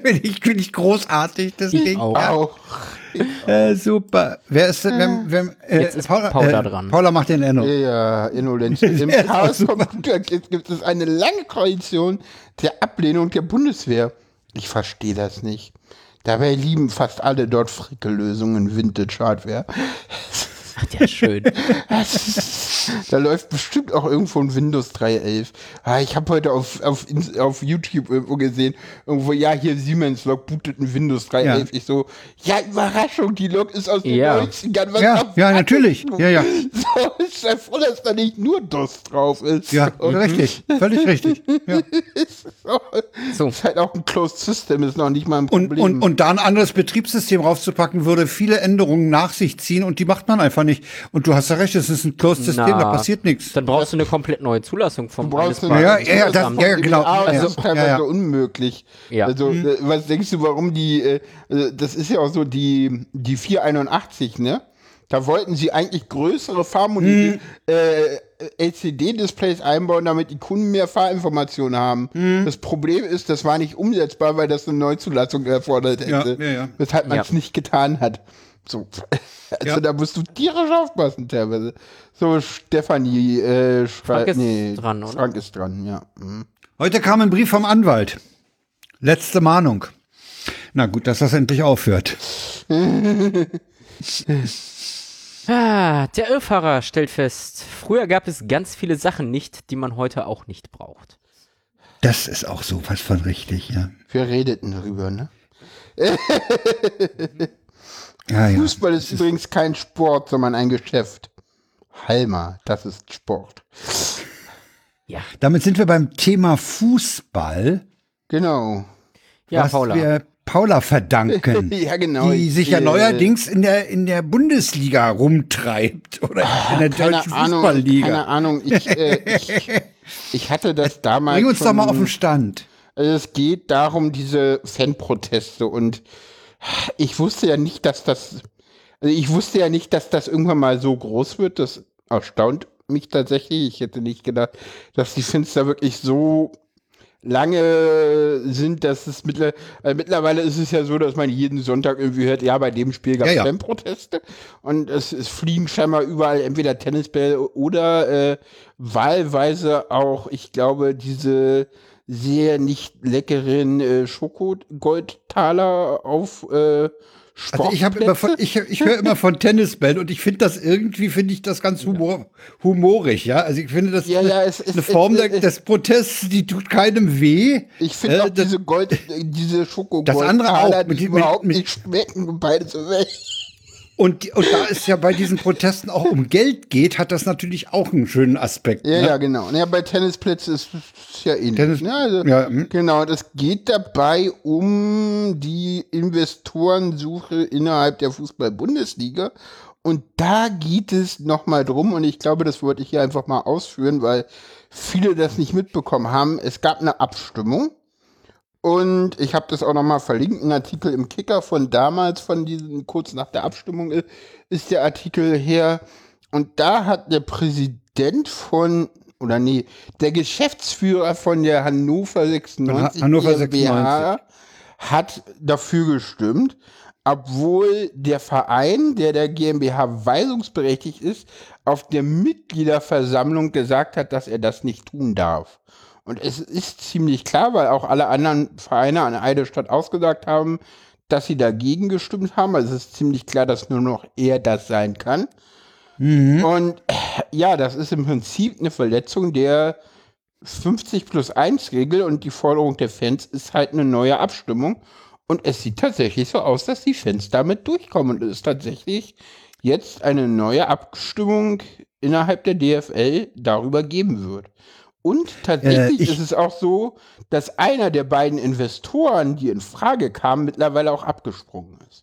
Speaker 1: Bin ich, bin ich großartig, das Ding.
Speaker 3: auch.
Speaker 2: auch.
Speaker 1: Äh, super. Wer ist denn, wenn, wenn, äh,
Speaker 3: Jetzt ist Paula dran.
Speaker 1: Paula macht den Enno.
Speaker 2: Ja, Innolenz. Im
Speaker 1: ist auch
Speaker 2: Chaos
Speaker 1: super.
Speaker 2: Computer Kids gibt es eine lange Koalition der Ablehnung der Bundeswehr. Ich verstehe das nicht. Dabei lieben fast alle dort Frickellösungen Vintage Hardware.
Speaker 3: Ach, der ist schön.
Speaker 2: da läuft bestimmt auch irgendwo ein Windows 3.11. Ah, ich habe heute auf, auf, Ins- auf YouTube irgendwo gesehen, irgendwo, ja, hier Siemens Log bootet ein Windows 3.11.
Speaker 1: Ja.
Speaker 2: Ich so, ja, Überraschung, die Log ist aus den
Speaker 3: Ja.
Speaker 2: 90ern. Was
Speaker 1: Ja,
Speaker 2: habt
Speaker 1: ja,
Speaker 2: ihr
Speaker 1: natürlich.
Speaker 2: denn?
Speaker 1: Ja, ja.
Speaker 2: So, ich sei froh, dass da nicht nur DOS drauf ist.
Speaker 1: Ja,
Speaker 2: Und
Speaker 1: richtig. Völlig richtig. Ja.
Speaker 2: so,
Speaker 3: So.
Speaker 2: Ist halt auch ein Closed System, ist noch nicht mal ein
Speaker 1: Und,
Speaker 2: Problem.
Speaker 1: und, und da ein anderes Betriebssystem raufzupacken, würde viele Änderungen nach sich ziehen und die macht man einfach nicht. Und du hast ja recht, es ist ein Closed-System,
Speaker 3: Na.
Speaker 1: da passiert nichts.
Speaker 3: Dann brauchst du eine komplett neue Zulassung vom
Speaker 2: Du brauchst
Speaker 3: Bundesbahn-
Speaker 2: eine-
Speaker 1: Ja, ja, ja, das- ja, ja, genau.
Speaker 2: Ah, das
Speaker 1: Ja,
Speaker 2: ist
Speaker 1: ja.
Speaker 2: teilweise
Speaker 1: Ja, ja.
Speaker 2: unmöglich.
Speaker 3: Ja.
Speaker 2: Also, äh, was denkst du, warum die, äh, äh, das ist ja auch so die, die 481, ne? Da wollten sie eigentlich größere
Speaker 1: Hm.
Speaker 2: Fahrmodule, äh, LCD-Displays einbauen, damit die Kunden mehr Fahrinformationen haben.
Speaker 1: Hm.
Speaker 2: Das Problem ist, das war nicht umsetzbar, weil das eine Neuzulassung erfordert
Speaker 1: Ja,
Speaker 2: hätte.
Speaker 1: ja, ja.
Speaker 2: Weshalb man es
Speaker 3: Ja.
Speaker 2: nicht getan hat. So. Also
Speaker 1: Ja.
Speaker 2: da musst du tierisch aufpassen teilweise. So, Stefanie äh,
Speaker 3: Frank
Speaker 2: äh,
Speaker 3: ist dran, oder?
Speaker 2: Frank ist dran, ja. Mhm.
Speaker 1: Heute kam ein Brief vom Anwalt. Letzte Mahnung. Na gut, dass das endlich aufhört.
Speaker 3: Ah, der Irrfahrer stellt fest, früher gab es ganz viele Sachen nicht, die man heute auch nicht braucht.
Speaker 1: Das ist auch so was von richtig, ja.
Speaker 2: Wir redeten darüber, ne?
Speaker 1: Ja, ja.
Speaker 2: Fußball ist übrigens kein Sport, sondern ein Geschäft. Halma, das ist Sport.
Speaker 3: Ja,
Speaker 1: Damit sind wir beim Thema Fußball,
Speaker 2: Genau.
Speaker 3: ja
Speaker 1: was
Speaker 3: Paula.
Speaker 1: wir Paula verdanken.
Speaker 2: Ja, genau.
Speaker 1: Die
Speaker 2: Ich-
Speaker 1: sich ja
Speaker 2: äh,
Speaker 1: neuerdings in der, in der Bundesliga rumtreibt oder in der
Speaker 2: Ah, Keine
Speaker 1: deutschen
Speaker 2: Ahnung,
Speaker 1: Fußballliga.
Speaker 2: keine Ahnung. Ich, äh, ich, ich hatte das damals.
Speaker 1: Bring uns doch
Speaker 2: schon-
Speaker 1: mal auf den Stand.
Speaker 2: Also es geht darum, diese Fanproteste und ich wusste ja nicht, dass das, also ich wusste ja nicht, dass das irgendwann mal so groß wird. Das erstaunt mich tatsächlich. Ich hätte nicht gedacht, dass die Fans da wirklich so lange sind, dass es mittler, äh, mittlerweile ist es ja so, dass man jeden Sonntag irgendwie hört, ja, bei dem Spiel gab es
Speaker 1: Ja, ja.
Speaker 2: Fanproteste und es, es fliegen scheinbar überall entweder Tennisbälle oder äh, wahlweise auch, ich glaube, diese sehr nicht leckeren äh, Schokogoldtaler auf äh,
Speaker 1: Also ich, hab immer von,
Speaker 2: Sportplätze.
Speaker 1: ich, ich höre immer von Tennisbällen und ich finde das irgendwie, finde ich das ganz humor, humorig, ja. Also ich finde das
Speaker 2: Ja, ja, es ist-
Speaker 1: eine Form
Speaker 2: es-
Speaker 1: der,
Speaker 2: es-
Speaker 1: des Protests, die tut keinem weh.
Speaker 2: Ich finde
Speaker 1: Äh,
Speaker 2: auch
Speaker 1: das-
Speaker 2: diese Gold, äh, diese Schokogoldtaler,
Speaker 1: Das andere auch,
Speaker 2: die
Speaker 1: mit die- mit-
Speaker 2: überhaupt um
Speaker 1: mit-
Speaker 2: nicht schmecken, beide so weg.
Speaker 1: Und, und da es ja bei diesen Protesten auch um Geld geht, hat das natürlich auch einen schönen Aspekt.
Speaker 2: Ja,
Speaker 1: ne?
Speaker 2: ja, genau. Ja, bei Tennisplätzen ist es ja ähnlich.
Speaker 1: Tennis-
Speaker 2: ne? also,
Speaker 1: ja, hm.
Speaker 2: Genau, und es geht dabei um die Investorensuche innerhalb der Fußball-Bundesliga. Und da geht es nochmal drum, und ich glaube, das wollte ich hier einfach mal ausführen, weil viele das nicht mitbekommen haben. Es gab eine Abstimmung. Und ich habe das auch nochmal verlinkt, ein Artikel im Kicker von damals, von diesen, kurz nach der Abstimmung i- ist der Artikel her. Und da hat der Präsident von, oder nee, der Geschäftsführer von der Hannover 96
Speaker 1: Han- Hannover
Speaker 2: GmbH hat dafür gestimmt, obwohl der Verein, der der GmbH weisungsberechtigt ist, auf der Mitgliederversammlung gesagt hat, dass er das nicht tun darf. Und es ist ziemlich klar, weil auch alle anderen Vereine an Eidelstadt ausgesagt haben, dass sie dagegen gestimmt haben. Also es ist ziemlich klar, dass nur noch er das sein kann.
Speaker 1: Mhm.
Speaker 2: Und äh, ja, das ist im Prinzip eine Verletzung der 50 plus 1 Regel und die Forderung der Fans ist halt eine neue Abstimmung. Und es sieht tatsächlich so aus, dass die Fans damit durchkommen. Und es ist tatsächlich jetzt eine neue Abstimmung innerhalb der DFL darüber geben wird. Und tatsächlich
Speaker 1: Äh, ich-
Speaker 2: ist es auch so, dass einer der beiden Investoren, die in Frage kamen, mittlerweile auch abgesprungen ist.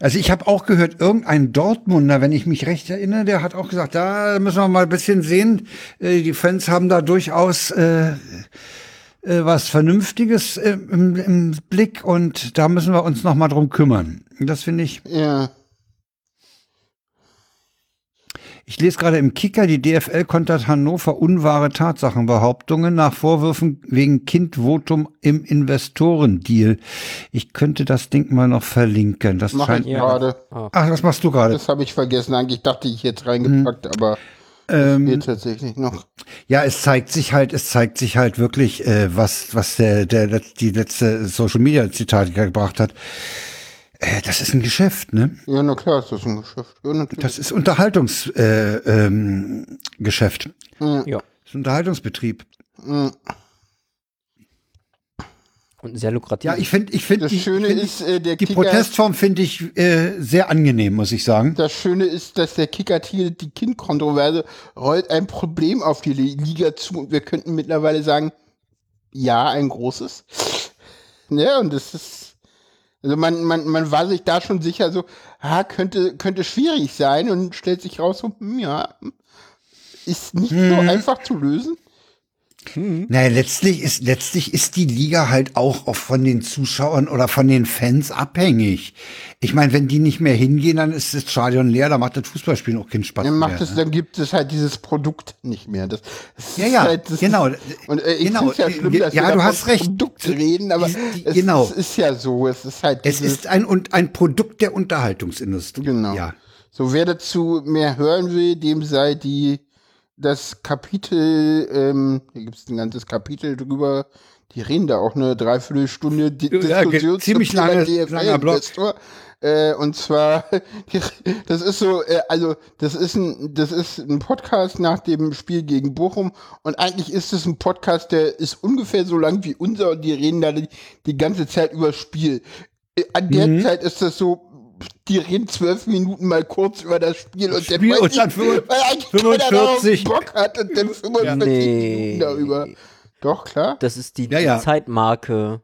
Speaker 1: Also ich habe auch gehört, irgendein Dortmunder, wenn ich mich recht erinnere, der hat auch gesagt, da müssen wir mal ein bisschen sehen. Äh, Die Fans haben da durchaus äh, äh, was Vernünftiges äh, im, im Blick und da müssen wir uns noch mal drum kümmern. Das finde ich.
Speaker 2: Ja.
Speaker 1: Ich lese gerade im Kicker, die DFL kontert Hannover unwahre Tatsachenbehauptungen nach Vorwürfen wegen Kindvotum im Investorendeal. Ich könnte das Ding mal noch verlinken. Das
Speaker 2: Mach ich
Speaker 1: scheint.
Speaker 2: gerade.
Speaker 1: Ach, was machst du gerade?
Speaker 2: Das habe ich vergessen. Eigentlich dachte ich jetzt
Speaker 1: Mhm.
Speaker 2: reingepackt, aber ähm, mir tatsächlich noch.
Speaker 1: Ja, es zeigt sich halt, es zeigt sich halt wirklich, äh, was, was der, der, Let- die letzte Social Media Zitat gebracht hat. Äh, das ist ein Geschäft, ne?
Speaker 2: Ja, na klar, ist das ein Geschäft. Ja, natürlich.
Speaker 1: Das ist Unterhaltungsgeschäft. Äh, ähm, Geschäft.
Speaker 3: Ja.
Speaker 1: Das ist ein Unterhaltungsbetrieb.
Speaker 3: Und sehr lukrativ.
Speaker 1: Ja, ich finde, ich finde,
Speaker 2: Das
Speaker 1: die,
Speaker 2: Schöne
Speaker 1: find,
Speaker 2: ist, äh, der
Speaker 1: die
Speaker 2: Kicker-
Speaker 1: Protestform finde ich äh, sehr angenehm, muss ich sagen.
Speaker 2: Das Schöne ist, dass der Kicker tielt die Kindkontroverse rollt ein Problem auf die Li- Liga zu und wir könnten mittlerweile sagen, ja, ein großes. Ja, und das ist, also man, man, man war sich da schon sicher, so, ha, könnte, könnte schwierig sein und stellt sich raus, so, hm, ja, ist nicht so
Speaker 1: Mhm.
Speaker 2: einfach zu lösen. Mhm.
Speaker 1: Naja, letztlich ist, letztlich ist die Liga halt auch oft von den Zuschauern oder von den Fans abhängig. Ich meine, wenn die nicht mehr hingehen, dann ist das Stadion leer, da macht das Fußballspielen auch keinen Spaß
Speaker 2: Dann macht
Speaker 1: mehr.
Speaker 2: es, dann gibt es halt dieses Produkt nicht mehr. Das, das
Speaker 1: Ja,
Speaker 2: ist
Speaker 1: ja,
Speaker 2: halt, das
Speaker 1: genau.
Speaker 2: und äh, ich
Speaker 1: Genau.
Speaker 2: finde es ja schlimm, dass
Speaker 1: Ja,
Speaker 2: wir
Speaker 1: du
Speaker 2: davon
Speaker 1: hast recht.
Speaker 2: Produkt reden, aber
Speaker 1: Die- die-
Speaker 2: es,
Speaker 1: genau.
Speaker 2: es ist ja so. Es ist halt
Speaker 1: es
Speaker 3: Also
Speaker 2: dieses-
Speaker 1: ist ein, und ein Produkt der Unterhaltungsindustrie.
Speaker 2: genau.
Speaker 1: Ja.
Speaker 2: So wer dazu mehr hören will, dem sei die das Kapitel, ähm, hier gibt es ein ganzes Kapitel drüber. Die reden da auch eine Dreiviertelstunde Di
Speaker 1: Ja, ge-
Speaker 2: Diskussion zum
Speaker 1: ziemlich
Speaker 2: Thema
Speaker 1: lange-
Speaker 2: DFL
Speaker 1: langer Block.
Speaker 2: Investor. Äh, und zwar, das ist so, äh, also das ist ein, das ist ein Podcast nach dem Spiel gegen Bochum und eigentlich ist es ein Podcast, der ist ungefähr so lang wie unser und die reden da die, die ganze Zeit über das Spiel. Äh, An der
Speaker 1: Mhm.
Speaker 2: Zeit ist das so, die reden zwölf Minuten mal kurz über das Spiel und
Speaker 1: Spiel
Speaker 2: dann,
Speaker 1: und dann fünfund-
Speaker 2: weil eigentlich keiner darauf
Speaker 1: 45.
Speaker 2: Bock hat und dann 45
Speaker 3: Nee.
Speaker 2: Minuten darüber. Doch, klar.
Speaker 3: Das ist die,
Speaker 1: Ja, ja.
Speaker 3: die Zeitmarke.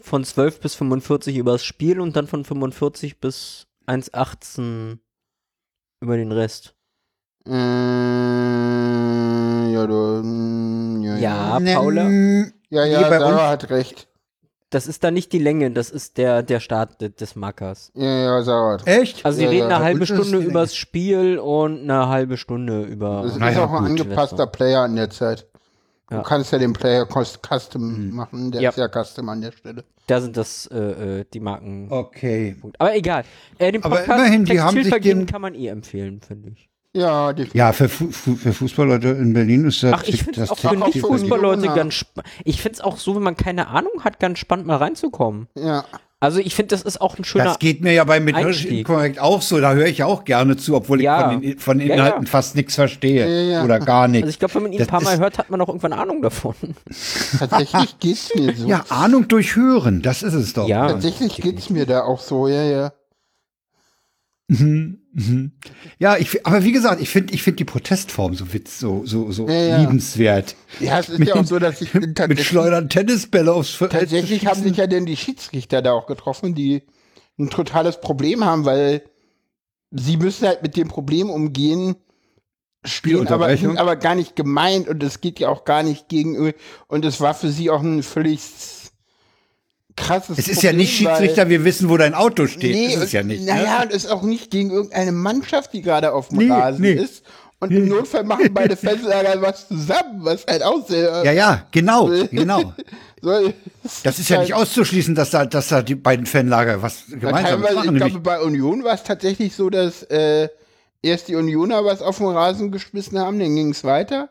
Speaker 3: Von 12 bis 45 übers Spiel und dann von 45 bis 1,18 über den Rest.
Speaker 2: Äh, ja, du, mm, ja, ja.
Speaker 3: Ja, Ah, Paula,
Speaker 2: Ja,
Speaker 1: Hier
Speaker 2: ja,
Speaker 1: bei
Speaker 2: Sarah hat recht.
Speaker 3: das ist dann nicht die Länge, das ist der, der Start de- des Markers.
Speaker 2: Ja, ja, Sarah hat recht.
Speaker 1: Echt?
Speaker 3: Also sie
Speaker 2: Ja,
Speaker 3: reden
Speaker 2: ja,
Speaker 3: eine halbe
Speaker 1: gut, das ist
Speaker 3: Stunde
Speaker 1: die
Speaker 3: übers Spiel und eine halbe Stunde über.
Speaker 2: Das
Speaker 1: Na
Speaker 2: ist
Speaker 1: ja,
Speaker 2: auch ein
Speaker 1: gut.
Speaker 2: angepasster Player an der Zeit. Du
Speaker 3: Ja.
Speaker 2: kannst ja den Player cost- custom
Speaker 1: Mhm.
Speaker 2: machen. Der
Speaker 3: Ja.
Speaker 2: ist ja custom an der Stelle.
Speaker 3: Da sind das äh, äh, die Marken.
Speaker 1: Okay.
Speaker 3: Aber egal. Äh, den
Speaker 1: Aber
Speaker 3: Podcast
Speaker 1: immerhin, die haben sich
Speaker 3: Textilvergehen
Speaker 1: den-
Speaker 3: kann man eh empfunden, finde ich.
Speaker 2: Ja, definitiv.
Speaker 1: Ja, für, Fu Fu- für Fußballleute in Berlin ist das,
Speaker 3: Ach, ich finde es auch für
Speaker 1: Textilvergehen-
Speaker 2: Tick- Tick- Tick-
Speaker 3: Nicht-Fußballleute
Speaker 2: Tick-
Speaker 3: ganz spannend. Ich finde es auch so, wenn man keine Ahnung hat, ganz spannend mal reinzukommen.
Speaker 2: Ja.
Speaker 3: Also ich finde, das ist auch ein schöner.
Speaker 1: das geht mir ja bei Methodisch
Speaker 3: Einstieg.
Speaker 1: Inkorrekt auch so. Da höre ich auch gerne zu, obwohl ich
Speaker 3: Ja.
Speaker 1: von, den, von den
Speaker 3: Ja,
Speaker 1: Inhalten
Speaker 3: ja.
Speaker 1: fast nichts verstehe
Speaker 2: Ja, ja.
Speaker 1: oder gar nichts.
Speaker 3: also ich glaube, wenn man ihn
Speaker 1: Das
Speaker 3: ein paar Mal
Speaker 1: ist-
Speaker 3: hört, hat man auch irgendwann Ahnung davon.
Speaker 2: Tatsächlich geht's mir so.
Speaker 1: ja, Ahnung durch Hören, das ist es doch.
Speaker 3: Ja.
Speaker 2: Tatsächlich geht's mir da auch so, ja, ja.
Speaker 1: Mhm, mhm. Ja, ich, fi- aber wie gesagt, ich finde ich find die Protestform so witz, so, so, so
Speaker 2: Ja, ja.
Speaker 1: liebenswert.
Speaker 2: Ja, es ist ja auch so, dass ich
Speaker 1: Mit
Speaker 2: tatsächlich,
Speaker 1: Schleudern Tennisbälle aufs Feld. zu
Speaker 2: tatsächlich haben
Speaker 1: schießen.
Speaker 2: sich ja denn die Schiedsrichter da auch getroffen, die ein totales Problem haben, weil sie müssen halt mit dem Problem umgehen, stehen aber,
Speaker 1: Spielunterbrechung.
Speaker 2: aber gar nicht gemeint und es geht ja auch gar nicht gegen Öl. und es war für sie auch ein völlig krasses
Speaker 1: Es ist ja
Speaker 2: Problem,
Speaker 1: nicht
Speaker 2: weil-
Speaker 1: Schiedsrichter, wir wissen, wo dein Auto steht.
Speaker 2: Nee,
Speaker 1: ist es
Speaker 2: und-
Speaker 1: ja nicht. ne?
Speaker 2: Naja, und ist auch nicht gegen irgendeine Mannschaft, die gerade auf dem
Speaker 1: Nee,
Speaker 2: Rasen
Speaker 1: nee.
Speaker 2: ist. Und im Notfall machen beide Fanlager was zusammen, was halt auch sehr.
Speaker 1: Ja, ja, genau, genau.
Speaker 2: so,
Speaker 1: Das ist ja nicht auszuschließen, dass da, dass da die beiden Fanlager was gemeinsam
Speaker 2: teilweise,
Speaker 1: machen.
Speaker 2: ich glaube,
Speaker 1: Nämlich,
Speaker 2: bei Union war es tatsächlich so, dass äh, erst die Unioner was auf den Rasen geschmissen haben, dann ging es weiter.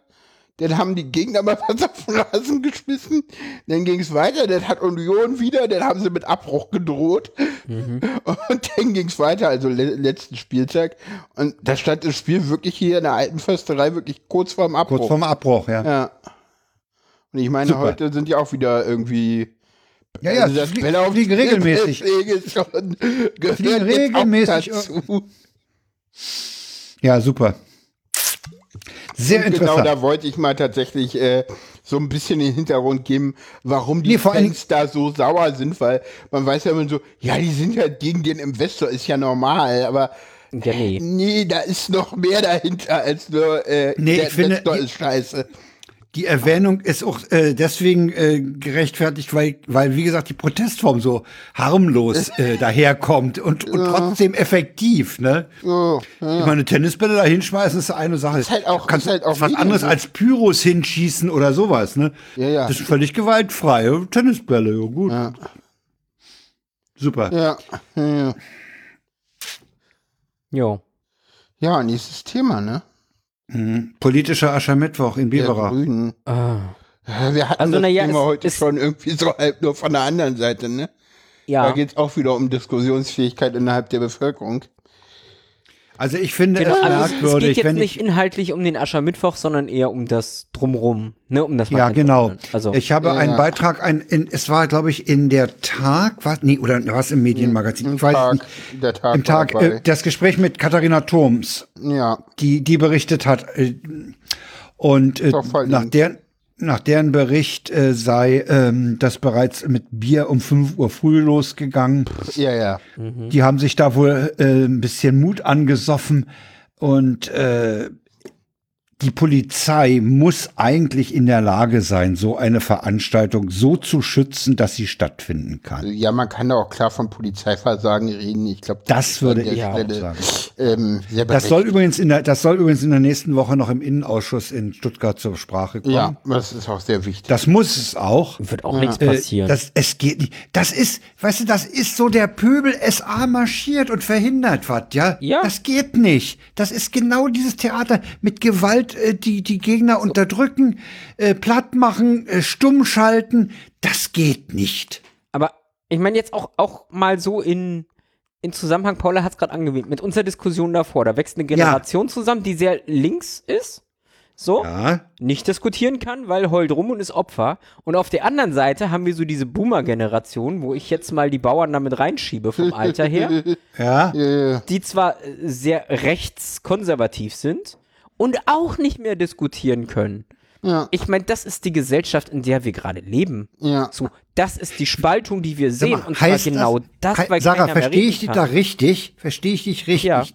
Speaker 2: Dann haben die Gegner mal was auf den Rasen geschmissen, dann ging es weiter, dann hat Union wieder, dann haben sie mit Abbruch gedroht
Speaker 1: Mhm.
Speaker 2: und dann ging es weiter, also le letzten Spieltag. Und da stand das Spiel wirklich hier in der alten Försterei wirklich kurz vorm Abbruch.
Speaker 1: kurz vorm Abbruch, ja.
Speaker 2: Oh. ja. Und ich meine,
Speaker 1: Super.
Speaker 2: heute sind ja auch wieder irgendwie
Speaker 1: Ja, ja,
Speaker 2: also das
Speaker 1: flie-
Speaker 2: Bälle auf
Speaker 1: fliegen regelmäßig.
Speaker 2: Fliegen ist schon gehört
Speaker 1: Fliegen
Speaker 2: jetzt auch
Speaker 1: regelmäßig. äh,
Speaker 2: dazu.
Speaker 1: Ja, super. Sehr
Speaker 2: Genau,
Speaker 1: interessant.
Speaker 2: da wollte ich mal tatsächlich äh, so ein bisschen den Hintergrund geben, warum die
Speaker 1: Nee, vor allen
Speaker 2: Fans da so sauer sind, weil man weiß ja immer so, ja, die sind ja gegen den Investor, ist ja normal, aber
Speaker 3: Ja, nee.
Speaker 2: nee, da ist noch mehr dahinter als nur äh,
Speaker 1: Nee,
Speaker 2: der
Speaker 1: ich finde,
Speaker 2: Investor
Speaker 1: die-
Speaker 2: ist scheiße.
Speaker 1: Die Erwähnung ist auch äh, deswegen äh, gerechtfertigt, weil, weil, wie gesagt, die Protestform so harmlos äh, daherkommt und, und trotzdem effektiv. Ne?
Speaker 2: So,
Speaker 1: Ich meine, Tennisbälle da hinschmeißen ist eine Sache. Ist
Speaker 2: halt auch-
Speaker 1: kannst,
Speaker 2: ist halt auch
Speaker 1: ist was
Speaker 2: wieder
Speaker 1: anderes
Speaker 2: so.
Speaker 1: als Pyros hinschießen oder sowas. Ne?
Speaker 2: Ja, ja.
Speaker 1: Das ist völlig gewaltfrei. ja, Tennisbälle, ja gut. Super.
Speaker 2: ja, ja, ja.
Speaker 3: Jo.
Speaker 2: ja, nächstes Thema, ne?
Speaker 1: Politischer Aschermittwoch in
Speaker 2: Der
Speaker 1: Biberach.
Speaker 2: Grünen.
Speaker 3: Ah.
Speaker 2: Ja, Wir hatten
Speaker 3: Also,
Speaker 2: das
Speaker 3: na ja,
Speaker 2: Thema
Speaker 3: es-
Speaker 2: heute
Speaker 3: es-
Speaker 2: schon irgendwie so halb nur von der anderen Seite, ne? Da
Speaker 3: Ja.
Speaker 2: geht es auch wieder um Diskussionsfähigkeit innerhalb der Bevölkerung.
Speaker 1: also ich finde
Speaker 3: Genau,
Speaker 1: es
Speaker 3: also es, es geht
Speaker 1: merkwürdig,
Speaker 3: jetzt
Speaker 1: wenn
Speaker 3: nicht
Speaker 1: ich.
Speaker 3: inhaltlich um den Aschermittwoch, sondern eher um das Drumrum, ne, um das man
Speaker 1: Ja,
Speaker 3: einfach-
Speaker 1: genau.
Speaker 3: Also,
Speaker 1: ich habe
Speaker 2: Ja,
Speaker 1: einen
Speaker 2: ja.
Speaker 1: Beitrag, ein, in, es war, glaube ich, in der Tag, was, nee, oder was im Medienmagazin, ich weiß
Speaker 2: Hm, Tag,
Speaker 1: nicht.
Speaker 2: der Tag
Speaker 1: Im
Speaker 2: war
Speaker 1: Tag,
Speaker 2: dabei.
Speaker 1: äh, das Gespräch mit Katharina Thoms,
Speaker 2: Ja,
Speaker 1: die, die berichtet hat. Äh, und äh,
Speaker 2: Doch, vor allen
Speaker 1: nach,
Speaker 2: Dingen.
Speaker 1: deren, nach deren Bericht äh, sei ähm, das bereits mit Bier um 5 Uhr früh losgegangen.
Speaker 2: ja, ja.
Speaker 1: Die haben sich da wohl äh, ein bisschen Mut angesoffen und äh, die Polizei muss eigentlich in der Lage sein, so eine Veranstaltung so zu schützen, dass sie stattfinden kann.
Speaker 2: Ja, man kann da auch klar von Polizeiversagen reden. Ich glaube,
Speaker 1: Das würde
Speaker 2: an der
Speaker 1: ich auch
Speaker 2: Stelle,
Speaker 1: sagen.
Speaker 2: Ähm, sehr
Speaker 1: Das soll übrigens in der, das soll übrigens in der nächsten Woche noch im Innenausschuss in Stuttgart zur Sprache kommen.
Speaker 2: ja, das ist auch sehr wichtig.
Speaker 1: Das muss es auch.
Speaker 3: wird auch nichts
Speaker 1: Äh,
Speaker 3: passieren.
Speaker 1: Das, es geht nicht. Das ist, weißt du, das ist so der Pöbel SA marschiert und verhindert was, ja?
Speaker 3: Ja.
Speaker 1: Das geht nicht. Das ist genau dieses Theater mit Gewalt, äh, die, die Gegner unterdrücken, äh, platt machen, äh, stumm schalten. Das geht nicht.
Speaker 3: Aber ich meine jetzt auch, auch mal so in, in Zusammenhang, Paula hat es gerade angewähnt, mit unserer Diskussion davor. Da wächst eine Generation zusammen, die sehr links ist, so,
Speaker 1: Ja.
Speaker 3: nicht diskutieren kann, weil heult rum und ist Opfer. Und auf der anderen Seite haben wir so diese Boomer-Generation, wo ich jetzt mal die Bauern damit reinschiebe vom Alter her,
Speaker 1: Ja.
Speaker 2: Äh,
Speaker 3: die zwar äh, sehr rechtskonservativ sind und auch nicht mehr diskutieren können.
Speaker 2: ja,
Speaker 3: Ich meine, das ist die Gesellschaft, in der wir gerade leben.
Speaker 2: ja.
Speaker 3: So, das ist die Spaltung, die wir sehen. und zwar
Speaker 1: heißt
Speaker 3: genau das,
Speaker 1: Hei-
Speaker 3: weil
Speaker 1: Sarah,
Speaker 3: keiner mehr
Speaker 1: verstehe
Speaker 3: reden
Speaker 1: ich dich
Speaker 3: kann.
Speaker 1: da richtig? Verstehe ich dich richtig?
Speaker 3: Ja.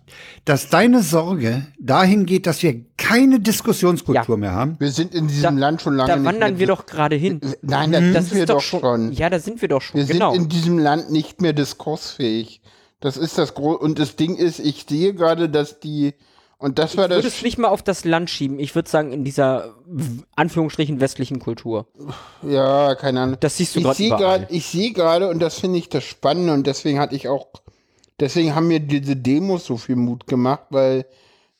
Speaker 1: Dass deine Sorge dahin geht, dass wir keine Diskussionskultur mehr haben?
Speaker 2: Wir sind in diesem Land schon lange
Speaker 3: Da
Speaker 2: nicht
Speaker 3: wandern
Speaker 2: mehr
Speaker 3: wir doch gerade hin.
Speaker 2: Nein, da
Speaker 3: Das
Speaker 2: sind wir
Speaker 3: ist
Speaker 2: doch
Speaker 3: doch
Speaker 2: schon.
Speaker 3: schon. Ja, da sind wir doch schon.
Speaker 2: Wir
Speaker 3: Genau.
Speaker 2: sind in diesem Land nicht mehr diskursfähig. Das ist das Gro Und das Ding ist, ich sehe gerade, dass die. Und das war
Speaker 3: Ich würde
Speaker 2: das
Speaker 3: es nicht mal auf das Land schieben. Ich würde sagen, in dieser w- Anführungsstrichen westlichen Kultur.
Speaker 2: Ja, keine Ahnung.
Speaker 3: Das siehst du
Speaker 2: Ich
Speaker 3: grad
Speaker 2: sehe
Speaker 3: überall.
Speaker 2: grad- Ich sehe gerade, und das finde ich das Spannende, und deswegen hatte ich auch, deswegen haben mir diese Demos so viel Mut gemacht, weil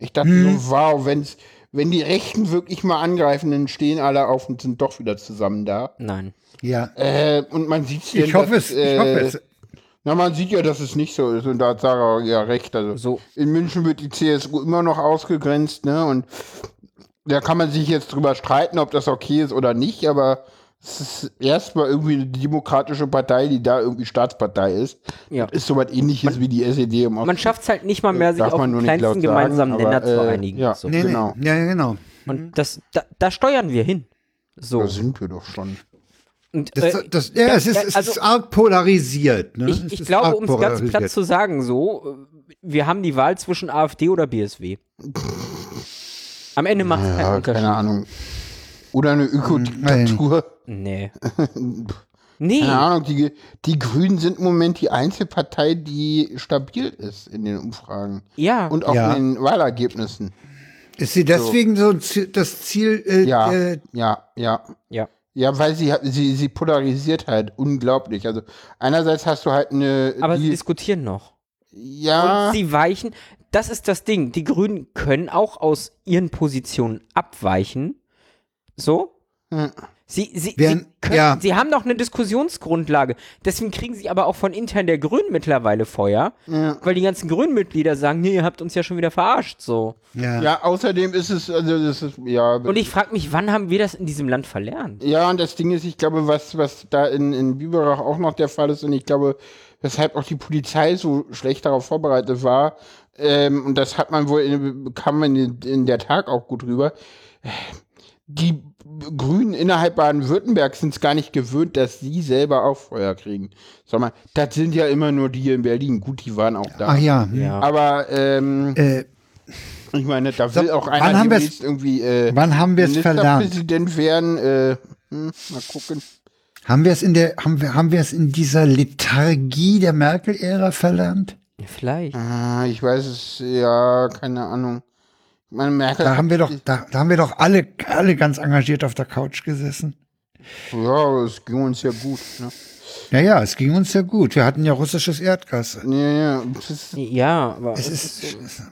Speaker 2: ich dachte
Speaker 3: Mhm.
Speaker 2: so, wow, wenn's, wenn die Rechten wirklich mal angreifen, dann stehen alle auf und sind doch wieder zusammen da.
Speaker 3: Nein.
Speaker 1: Ja.
Speaker 2: Äh, und man sieht
Speaker 1: Ich hoffe es. Ich hoffe es.
Speaker 2: Na, man sieht ja, dass es nicht so ist und da hat Sarah ja recht. Also
Speaker 3: So.
Speaker 2: in München wird die CSU immer noch ausgegrenzt, ne? Und da kann man sich jetzt drüber streiten, ob das okay ist oder nicht, aber es ist erstmal irgendwie eine demokratische Partei, die da irgendwie Staatspartei ist.
Speaker 3: Ja.
Speaker 2: Das ist sowas ähnliches wie die SED im
Speaker 3: Man
Speaker 2: Osten.
Speaker 3: schafft es halt nicht mal mehr, sich
Speaker 2: Äh, Darf
Speaker 3: auf
Speaker 2: man
Speaker 3: den
Speaker 2: nur nicht laut
Speaker 3: kleinsten gemeinsamen
Speaker 2: sagen,
Speaker 3: Nenner
Speaker 2: aber,
Speaker 3: zu
Speaker 2: äh,
Speaker 3: einigen.
Speaker 2: ja.
Speaker 3: So.
Speaker 2: Nee, nee. Genau.
Speaker 1: Ja, ja, genau.
Speaker 3: Und das, da, da steuern wir hin. So.
Speaker 2: Da sind wir doch schon.
Speaker 3: Und,
Speaker 1: Das,
Speaker 3: äh,
Speaker 1: das, ja, es ist, es
Speaker 3: also-
Speaker 1: ist arg polarisiert. Ne? es
Speaker 3: ich, ich
Speaker 1: ist
Speaker 3: glaube,
Speaker 1: arg
Speaker 3: um es ganz platt
Speaker 1: polarisiert.
Speaker 3: zu sagen, so, äh, wir haben die Wahl zwischen AfD oder BSW. Am Ende macht es keinen
Speaker 2: Ja,
Speaker 3: Unterschied.
Speaker 2: keine Ahnung. Oder eine Ökodiktatur.
Speaker 3: Nee. nee.
Speaker 2: Keine Ahnung, die, die Grünen sind im Moment die einzige Partei, die stabil ist in den Umfragen.
Speaker 3: Ja.
Speaker 2: Und auch
Speaker 1: Ja.
Speaker 2: in den Wahlergebnissen.
Speaker 1: Ist sie deswegen so, ein Ziel- das Ziel äh,
Speaker 2: Ja,
Speaker 1: äh,
Speaker 2: ja, ja.
Speaker 3: ja.
Speaker 2: Ja, weil sie, hat- sie, sie polarisiert halt unglaublich. Also einerseits hast du halt eine...
Speaker 3: Aber sie
Speaker 2: die,
Speaker 3: diskutieren noch.
Speaker 2: ja,
Speaker 3: Und sie weichen. Das ist das Ding. Die Grünen können auch aus ihren Positionen abweichen. So? Sie, sie,
Speaker 1: Während-
Speaker 3: sie, können,
Speaker 1: ja.
Speaker 3: sie haben doch eine Diskussionsgrundlage. Deswegen kriegen sie aber auch von intern der Grünen mittlerweile Feuer, weil die ganzen Grünen-Mitglieder sagen, nee, ihr habt uns ja schon wieder verarscht. So.
Speaker 1: ja.
Speaker 2: ja, außerdem ist es... Also das ist, ja,
Speaker 3: Und ich frage mich, wann haben wir das in diesem Land verlernt?
Speaker 2: Ja, und das Ding ist, ich glaube, was, was da in, in Biberach auch noch der Fall ist, und ich glaube, weshalb auch die Polizei so schlecht darauf vorbereitet war, ähm, und das hat man wohl, in, kam man in, in der Tag auch gut rüber, die Grünen innerhalb Baden-Württembergs sind es gar nicht gewöhnt, dass sie selber auch Feuer kriegen. Sag mal, das sind ja immer nur die in Berlin. Gut, die waren auch da.
Speaker 1: Ach ja. hm.
Speaker 2: Aber ähm,
Speaker 1: Äh,
Speaker 2: ich meine, da will auch
Speaker 1: wann
Speaker 2: einer
Speaker 1: haben wir's-
Speaker 2: demnächst irgendwie äh,
Speaker 1: wann haben wir es verlernt?
Speaker 2: Ministerpräsident werden. Äh, hm, mal gucken.
Speaker 1: Haben wir es in der, haben wir, haben wir es in dieser Lethargie der Merkel-Ära verlernt?
Speaker 3: Ja, Vielleicht.
Speaker 2: Ah, ich weiß es, ja, keine Ahnung. Man halt merkt,
Speaker 1: Da haben wir doch, da, da haben wir doch alle, alle ganz engagiert auf der Couch gesessen.
Speaker 2: ja, es ging uns ja gut. Ne?
Speaker 1: Ja, ja, es ging uns ja gut. Wir hatten ja russisches Erdgas.
Speaker 2: Nee, ja, bist,
Speaker 3: Ja, aber
Speaker 1: Es
Speaker 3: es ist,
Speaker 1: ist,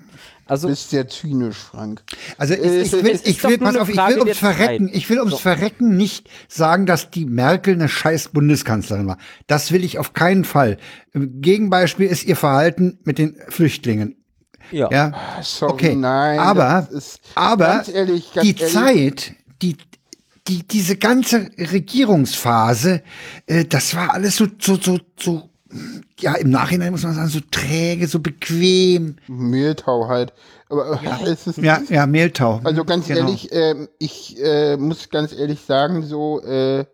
Speaker 3: also
Speaker 2: bist sehr zynisch, Frank.
Speaker 1: also ich, ich
Speaker 2: Äh,
Speaker 1: will,
Speaker 3: Es ist
Speaker 1: ich
Speaker 3: doch
Speaker 1: will,
Speaker 3: nur
Speaker 1: pass
Speaker 3: eine
Speaker 1: auf, ich
Speaker 3: Frage
Speaker 1: will
Speaker 3: der
Speaker 1: ums Verrecken,
Speaker 3: Zeit.
Speaker 1: ich will ums Verrecken nicht sagen, dass die Merkel eine scheiß Bundeskanzlerin war. Das will ich auf keinen Fall. Gegenbeispiel ist ihr Verhalten mit den Flüchtlingen.
Speaker 3: ja.
Speaker 1: Ja,
Speaker 2: Ah, Sorry,
Speaker 1: Okay,
Speaker 2: nein.
Speaker 1: aber,
Speaker 2: das ist,
Speaker 1: aber
Speaker 2: ganz ehrlich, ganz
Speaker 1: die
Speaker 2: ehrlich,
Speaker 1: Zeit, die, die, diese ganze Regierungsphase, äh, das war alles so, so, so, so, ja, im Nachhinein muss man sagen, so träge, so bequem.
Speaker 2: Mehltau halt. Aber es ist,
Speaker 1: Ja, ja, Mehltau.
Speaker 2: Also ganz
Speaker 1: Genau.
Speaker 2: ehrlich, ähm, ich äh, muss ganz ehrlich sagen, so äh,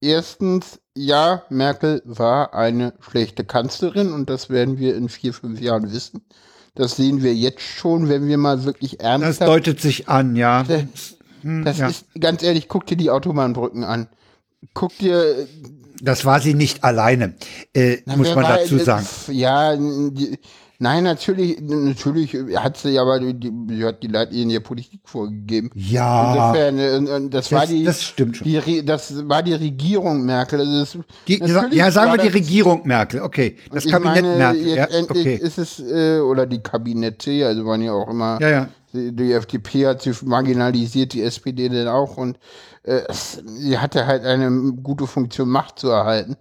Speaker 2: erstens, ja, Merkel war eine schlechte Kanzlerin und das werden wir in vier, fünf Jahren wissen. Das sehen wir jetzt schon, wenn wir mal wirklich
Speaker 1: Das
Speaker 2: ernsthaft.
Speaker 1: deutet sich an, ja. Hm,
Speaker 2: Das
Speaker 1: ja.
Speaker 2: ist ganz ehrlich, guck dir die Autobahnbrücken an. Guck dir äh,
Speaker 1: Das war sie nicht alleine, äh, muss
Speaker 2: Wer
Speaker 1: man
Speaker 2: war-
Speaker 1: dazu
Speaker 2: äh,
Speaker 1: sagen.
Speaker 2: f- Ja, die, nein, natürlich, natürlich hat sie aber die, die, sie hat die Leitlinie der Politik vorgegeben.
Speaker 1: Ja.
Speaker 2: Insofern, äh, und- und das, war die.
Speaker 1: das stimmt schon.
Speaker 2: Die, Re- das war die Regierung Merkel. Also das,
Speaker 1: Die,
Speaker 2: natürlich
Speaker 1: ja, sagen
Speaker 2: war
Speaker 1: wir die
Speaker 2: das-
Speaker 1: Regierung Merkel, okay. Das
Speaker 2: ich
Speaker 1: Kabinett
Speaker 2: meine,
Speaker 1: Merkel,
Speaker 2: Jetzt
Speaker 1: ja,
Speaker 2: endlich
Speaker 1: okay.
Speaker 2: ist es, äh, oder die Kabinette, also waren ja auch immer.
Speaker 1: Ja, ja.
Speaker 2: Die, die FDP hat sie marginalisiert, die SPD denn auch. Und äh, es- sie hatte halt eine gute Funktion, Macht zu erhalten.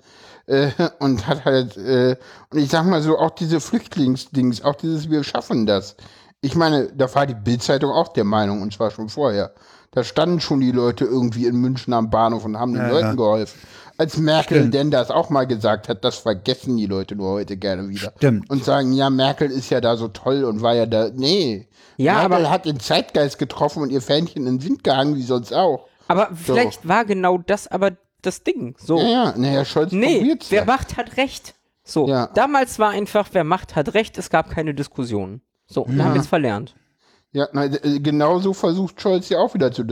Speaker 2: Äh, und hat halt, äh, und ich sag mal so, auch diese Flüchtlingsdings, auch dieses Wir schaffen das. Ich meine, da war die Bildzeitung auch der Meinung, und zwar schon vorher. Da standen schon die Leute irgendwie in München am Bahnhof und haben den Leuten geholfen. Als Merkel denn das auch mal gesagt hat, das vergessen die Leute nur heute gerne wieder.
Speaker 1: Stimmt.
Speaker 2: Und sagen, ja, Merkel ist ja da so toll und war ja da. Nee.
Speaker 3: Ja,
Speaker 2: Merkel
Speaker 3: aber-
Speaker 2: hat den Zeitgeist getroffen und ihr Fähnchen in den Wind gehangen, wie sonst auch.
Speaker 3: Aber vielleicht war genau das aber das Ding. So.
Speaker 2: Ja, ja, naja, Scholz
Speaker 3: Oh. Nee,
Speaker 2: probiert's.
Speaker 3: wer
Speaker 2: ja.
Speaker 3: macht, hat recht. So,
Speaker 2: Ja.
Speaker 3: damals war einfach, wer macht, hat recht, es gab keine Diskussion. So, und da haben wir es verlernt.
Speaker 2: Ja, na, äh, genau so versucht Scholz ja auch wieder zu,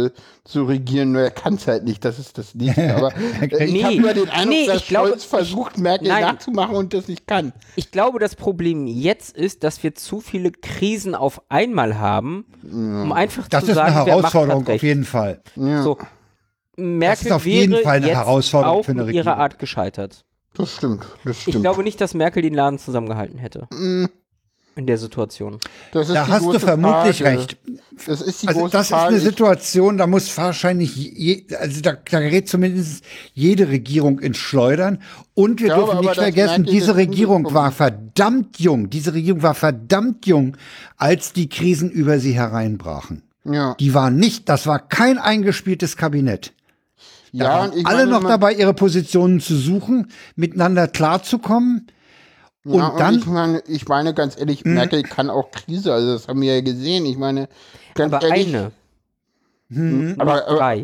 Speaker 2: zu regieren, nur er kann es halt nicht, das ist das nicht. Aber äh, ich
Speaker 3: Nee.
Speaker 2: habe immer den Eindruck,
Speaker 3: Nee,
Speaker 2: dass
Speaker 3: ich glaube,
Speaker 2: Scholz versucht, Merkel
Speaker 3: nein.
Speaker 2: nachzumachen und das nicht kann.
Speaker 3: Ich glaube, das Problem jetzt ist, dass wir zu viele Krisen auf einmal haben, um einfach
Speaker 1: Das
Speaker 3: zu
Speaker 1: ist
Speaker 3: sagen,
Speaker 1: eine
Speaker 3: wer macht,
Speaker 1: Herausforderung
Speaker 3: hat
Speaker 1: auf
Speaker 3: recht.
Speaker 1: jeden Fall.
Speaker 3: So, Merkel
Speaker 1: ist auf jeden
Speaker 3: wäre
Speaker 1: Fall eine
Speaker 3: jetzt
Speaker 1: Herausforderung
Speaker 3: auch
Speaker 1: für eine
Speaker 3: mit ihrer
Speaker 1: Regierung.
Speaker 3: Art gescheitert.
Speaker 2: Das stimmt, das
Speaker 3: Ich
Speaker 2: stimmt.
Speaker 3: glaube nicht, dass Merkel den Laden
Speaker 1: Mhm.
Speaker 3: zusammengehalten hätte. In der Situation.
Speaker 2: das ist
Speaker 1: Da
Speaker 2: die
Speaker 1: hast du
Speaker 2: große
Speaker 1: vermutlich
Speaker 2: Frage.
Speaker 1: recht.
Speaker 2: Das ist die
Speaker 1: Also
Speaker 2: große
Speaker 1: das ist
Speaker 2: Frage.
Speaker 1: eine
Speaker 2: Ich-
Speaker 1: Situation, da muss wahrscheinlich, je, also da, da gerät zumindest jede Regierung ins Schleudern. Und wir
Speaker 2: Ich glaube
Speaker 1: dürfen
Speaker 2: aber,
Speaker 1: nicht
Speaker 2: das
Speaker 1: vergessen,
Speaker 2: merkt ihr
Speaker 1: diese
Speaker 2: jetzt
Speaker 1: Regierung
Speaker 2: nicht.
Speaker 1: war verdammt jung. Diese Regierung war verdammt jung, als die Krisen über sie hereinbrachen.
Speaker 2: ja.
Speaker 1: Die war nicht, das war kein eingespieltes Kabinett. Da
Speaker 2: ja,
Speaker 1: waren
Speaker 2: und ich
Speaker 1: alle
Speaker 2: meine,
Speaker 1: noch
Speaker 2: man-
Speaker 1: dabei, ihre Positionen zu suchen, miteinander klarzukommen.
Speaker 2: Ja,
Speaker 1: und dann- Hm?
Speaker 2: ich meine, ich meine ganz ehrlich, Merkel kann auch Krise, also das haben wir ja gesehen. Ich meine, ganz
Speaker 3: Aber
Speaker 2: ehrlich,
Speaker 3: eine,
Speaker 2: aber, aber
Speaker 3: drei.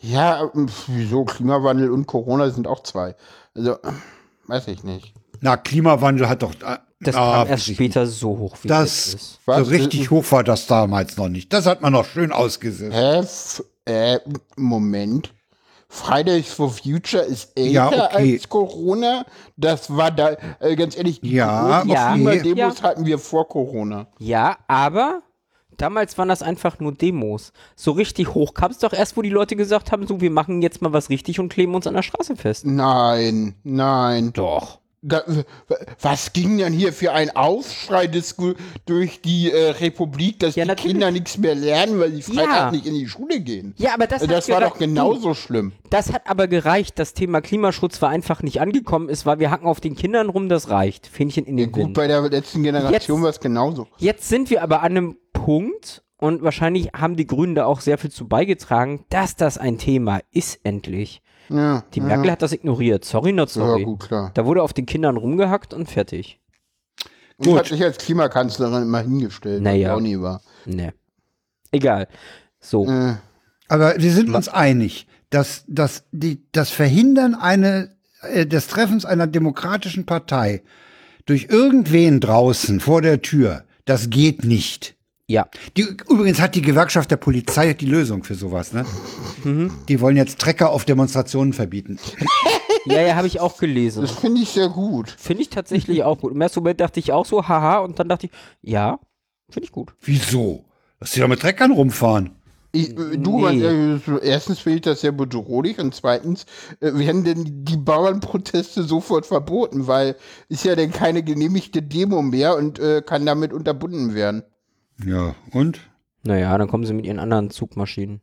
Speaker 2: ja, pf, wieso Klimawandel und Corona sind auch zwei. Also weiß ich nicht.
Speaker 1: Na, Klimawandel hat doch. äh,
Speaker 3: Das
Speaker 1: ah,
Speaker 3: kam erst
Speaker 1: sich-
Speaker 3: später so hoch, wie es jetzt
Speaker 1: Das
Speaker 3: ist.
Speaker 1: so
Speaker 2: Was? Äh,
Speaker 1: richtig hoch war das damals noch nicht. Das hat man noch schön ausgesetzt.
Speaker 2: Hä? F äh, Moment. Fridays for Future ist älter
Speaker 1: Ja, okay.
Speaker 2: als Corona. Das war da, äh, ganz ehrlich, die
Speaker 1: Ja,
Speaker 2: großen
Speaker 1: okay.
Speaker 2: Klimademos
Speaker 3: Ja.
Speaker 2: hatten wir vor Corona.
Speaker 3: Ja, aber damals waren das einfach nur Demos. So richtig hoch kam es doch erst, wo die Leute gesagt haben, so, wir machen jetzt mal was richtig und kleben uns an der Straße fest.
Speaker 2: Nein, nein.
Speaker 3: Doch.
Speaker 2: Da, w- was ging denn hier für ein Aufschrei des- durch die äh, Republik, dass
Speaker 3: Ja,
Speaker 2: die
Speaker 3: natürlich.
Speaker 2: Kinder nichts mehr lernen, weil sie Freitag
Speaker 3: Ja.
Speaker 2: nicht in die Schule gehen?
Speaker 3: Ja, aber das,
Speaker 2: Äh,
Speaker 3: hat
Speaker 2: das war
Speaker 3: gereicht.
Speaker 2: doch genauso schlimm.
Speaker 3: Das hat aber gereicht. Das Thema Klimaschutz war einfach nicht angekommen ist, weil wir hacken auf den Kindern rum, das reicht. Fähnchen in den
Speaker 2: Gut,
Speaker 3: Wind.
Speaker 2: bei der letzten Generation
Speaker 3: Jetzt-
Speaker 2: war es genauso.
Speaker 3: Jetzt sind wir aber an einem Punkt und wahrscheinlich haben die Grünen da auch sehr viel zu beigetragen, dass das ein Thema ist endlich.
Speaker 2: Ja,
Speaker 3: Die Merkel hat das ignoriert. Sorry, not sorry.
Speaker 2: Ja, gut, klar.
Speaker 3: Da wurde auf den Kindern rumgehackt und fertig.
Speaker 2: und
Speaker 1: Gut.
Speaker 2: hat sich als Klimakanzlerin immer hingestellt, was
Speaker 3: Naja.
Speaker 2: auch nie war.
Speaker 3: Nee. Egal. So.
Speaker 2: Äh,
Speaker 1: Aber wir sind uns einig, dass, dass die, das Verhindern eine, äh, des Treffens einer demokratischen Partei durch irgendwen draußen vor der Tür, das geht nicht.
Speaker 3: Ja.
Speaker 1: Die, übrigens hat die Gewerkschaft der Polizei die Lösung für sowas, ne? Die wollen jetzt Trecker auf Demonstrationen verbieten.
Speaker 3: Ja, ja, habe ich auch gelesen.
Speaker 2: das finde ich sehr gut.
Speaker 3: Finde ich tatsächlich auch gut. Im ersten Moment dachte ich auch so, haha, und dann dachte ich, ja, finde ich gut.
Speaker 1: Wieso? Lass die doch mit Treckern rumfahren.
Speaker 2: Ich, äh, du,
Speaker 3: Nee.
Speaker 2: ganz ehrlich, erstens finde ich das sehr bedrohlich und zweitens äh, werden denn die Bauernproteste sofort verboten, weil ist ja denn keine genehmigte Demo mehr und äh, kann damit unterbunden werden.
Speaker 1: Ja, und?
Speaker 3: Naja, dann kommen sie mit ihren anderen Zugmaschinen.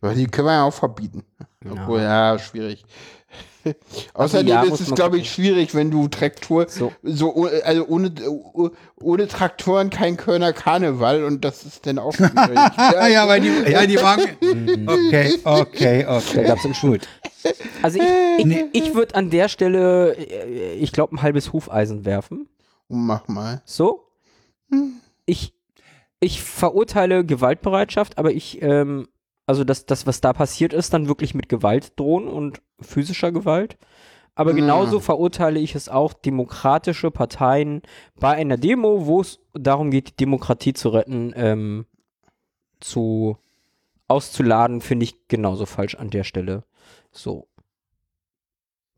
Speaker 2: Weil die können wir ja auch verbieten. Obwohl, ja, schwierig. Außerdem
Speaker 3: Also ja, muss
Speaker 2: ist es,
Speaker 3: man
Speaker 2: glaube
Speaker 3: gucken.
Speaker 2: ich, schwierig, wenn du Traktor,
Speaker 3: So.
Speaker 2: so, oh- also ohne, oh- ohne Traktoren kein Kölner Karneval und das ist dann auch schwierig.
Speaker 1: Ah ja, weil die, ja, die Wagen. Okay, okay, okay.
Speaker 3: Da gab's einen Schuld. Also
Speaker 2: Äh.
Speaker 3: ich, ich, ich würde an der Stelle, äh, ich glaube, ein halbes Hufeisen werfen.
Speaker 2: Oh, Mach mal.
Speaker 3: So. Ich, ich verurteile Gewaltbereitschaft, aber ich, ähm, also das, das, was da passiert ist, dann wirklich mit Gewalt drohen und physischer Gewalt. Aber genauso verurteile ich es auch, demokratische Parteien bei einer Demo, wo es darum geht, die Demokratie zu retten, ähm, zu auszuladen, finde ich genauso falsch an der Stelle. So.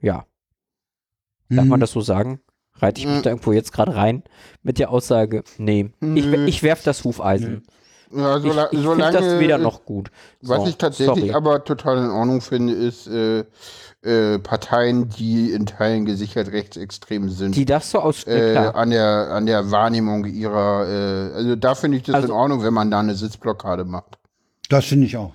Speaker 3: Ja. Darf
Speaker 1: Mhm.
Speaker 3: man das so sagen? Reite ich mich
Speaker 2: Mhm.
Speaker 3: da irgendwo jetzt gerade rein mit der Aussage, nee, ich,
Speaker 1: Mhm.
Speaker 2: Nö.
Speaker 3: ich werf das Hufeisen.
Speaker 2: Ja,
Speaker 3: Ich,
Speaker 2: sola-
Speaker 3: ich finde das
Speaker 1: äh,
Speaker 3: weder noch gut.
Speaker 2: Was
Speaker 3: So,
Speaker 2: ich tatsächlich
Speaker 3: sorry.
Speaker 2: aber total in Ordnung finde, ist äh, äh, Parteien, die in Teilen gesichert rechtsextrem sind,
Speaker 3: Die darfst du aus...
Speaker 2: äh,
Speaker 3: klar.
Speaker 2: an, der, an der Wahrnehmung ihrer, äh, also da finde ich das
Speaker 3: Also-
Speaker 2: in Ordnung, wenn man da eine Sitzblockade macht.
Speaker 1: Das finde ich auch.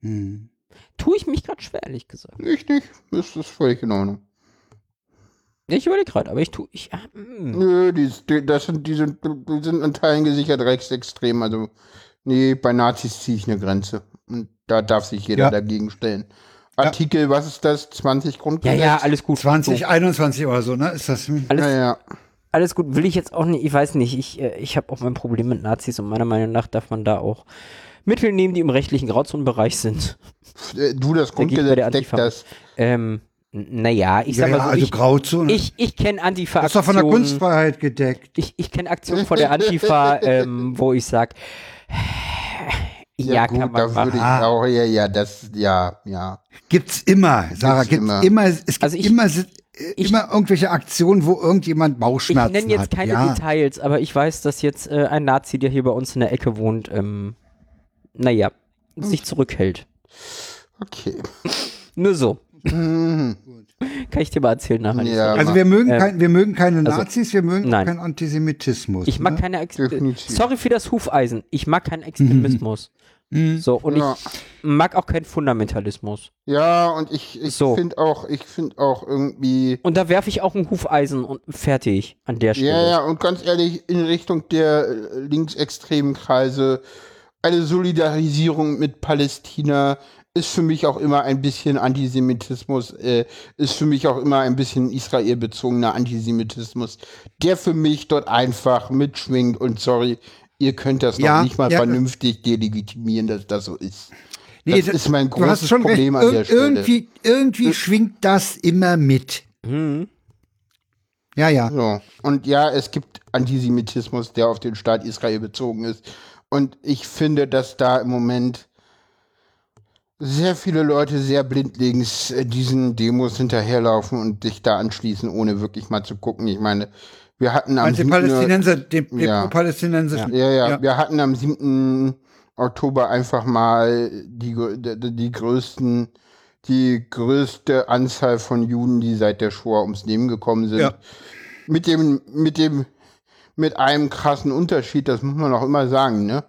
Speaker 3: Mhm. Tue ich mich gerade schwer, ehrlich gesagt.
Speaker 2: Ich nicht, ist das völlig in Ordnung.
Speaker 3: Ich überlege gerade, aber ich tue... Ich, ah, mm.
Speaker 2: Nö, die, ist- die, das sind, die, sind, die sind in Teilen gesichert rechtsextrem, also nee, bei Nazis ziehe ich eine Grenze. Und da darf sich jeder
Speaker 1: Ja.
Speaker 2: dagegen stellen. Artikel, was ist das? 20
Speaker 3: Ja,
Speaker 2: Grundgesetz?
Speaker 3: ja, alles gut.
Speaker 1: 20,
Speaker 3: So,
Speaker 1: 21 oder so, ne? Ist das. hm?
Speaker 3: alles,
Speaker 2: Ja, ja.
Speaker 3: alles gut. Will ich jetzt auch nicht... Ich weiß nicht. Ich, äh, ich habe auch mein Problem mit Nazis und meiner Meinung nach darf man da auch Mittel nehmen, die im rechtlichen Grauzonenbereich sind.
Speaker 2: Äh, Du, das
Speaker 3: Da gehe ich bei
Speaker 2: Grundgesetz
Speaker 3: der
Speaker 2: deckt
Speaker 3: Antifa
Speaker 2: das.
Speaker 3: Ähm, n- naja, ich
Speaker 1: Ja,
Speaker 3: sag mal
Speaker 1: ja,
Speaker 3: so,
Speaker 1: also
Speaker 3: ich,
Speaker 1: Grauzone.
Speaker 3: ich, ich kenne Antifa-Aktionen...
Speaker 1: das ist doch von der Kunstfreiheit gedeckt.
Speaker 3: ich, ich kenne Aktionen von der Antifa, ähm, wo ich sag, ja, kann man
Speaker 2: da würde
Speaker 3: machen.
Speaker 2: ich
Speaker 1: machen.
Speaker 2: auch, ja, ja, das, ja, ja.
Speaker 1: Gibt's immer, Sarah,
Speaker 2: Gibt's
Speaker 1: gibt's immer.
Speaker 2: immer.
Speaker 1: es gibt
Speaker 3: Also ich-
Speaker 1: immer, si- äh,
Speaker 3: ich-
Speaker 1: immer irgendwelche Aktionen, wo irgendjemand
Speaker 3: Ich
Speaker 1: Bauchschmerzen
Speaker 3: nenne jetzt
Speaker 1: hat.
Speaker 3: keine
Speaker 1: ja.
Speaker 3: Details, aber ich weiß, dass jetzt äh, ein Nazi, der hier bei uns in der Ecke wohnt, ähm, naja, sich zurückhält.
Speaker 2: Okay.
Speaker 3: Nur so. Kann ich dir mal erzählen nachher.
Speaker 2: Ja.
Speaker 3: Sorry.
Speaker 1: Also wir mögen,
Speaker 3: Ähm,
Speaker 1: kein, wir mögen keine
Speaker 3: also,
Speaker 1: Nazis, wir mögen auch
Speaker 3: nein.
Speaker 1: keinen Antisemitismus.
Speaker 3: Ich mag
Speaker 1: ne?
Speaker 3: keine Ex äh,
Speaker 2: Definitiv.
Speaker 3: Sorry für das Hufeisen. Ich mag keinen Extremismus. So, und
Speaker 2: Mhm. Ja.
Speaker 3: ich mag auch keinen Fundamentalismus.
Speaker 2: Ja, und ich, ich
Speaker 3: So.
Speaker 2: finde auch, ich finde auch irgendwie.
Speaker 3: Und da werfe ich auch ein Hufeisen und fertig an der Stelle.
Speaker 2: Ja, ja, und ganz ehrlich, in Richtung der äh, linksextremen Kreise, eine Solidarisierung mit Palästina ist für mich auch immer ein bisschen Antisemitismus, äh, ist für mich auch immer ein bisschen israelbezogener Antisemitismus, der für mich dort einfach mitschwingt und sorry, ihr könnt das noch
Speaker 1: Ja,
Speaker 2: nicht mal
Speaker 1: ja.
Speaker 2: vernünftig delegitimieren, dass das so ist.
Speaker 1: Nee,
Speaker 2: das
Speaker 1: da-
Speaker 2: ist mein
Speaker 1: du
Speaker 2: großes
Speaker 1: hast schon
Speaker 2: Problem
Speaker 1: recht.
Speaker 2: an der
Speaker 1: Ir-
Speaker 2: Stelle. Äh.
Speaker 1: Irgendwie, irgendwie schwingt das immer mit.
Speaker 3: Hm.
Speaker 1: Ja, ja.
Speaker 2: So. Und ja, es gibt Antisemitismus, der auf den Staat Israel bezogen ist. Und ich finde, dass da im Moment sehr viele Leute sehr blindlings äh, diesen Demos hinterherlaufen und sich da anschließen, ohne wirklich mal zu gucken. Ich meine, wir hatten am
Speaker 1: Meinst du den
Speaker 2: 7.
Speaker 1: Palästinenser, den, den
Speaker 2: äh, Ja.
Speaker 1: palästinensischen?
Speaker 2: Ja, ja,
Speaker 1: Ja.
Speaker 2: wir hatten am 7. Oktober einfach mal die, grö- die, die größten, die größte Anzahl von Juden, die seit der Shoah ums Leben gekommen sind.
Speaker 1: Ja.
Speaker 2: Mit dem, mit dem, mit einem krassen Unterschied, das muss man auch immer sagen, ne?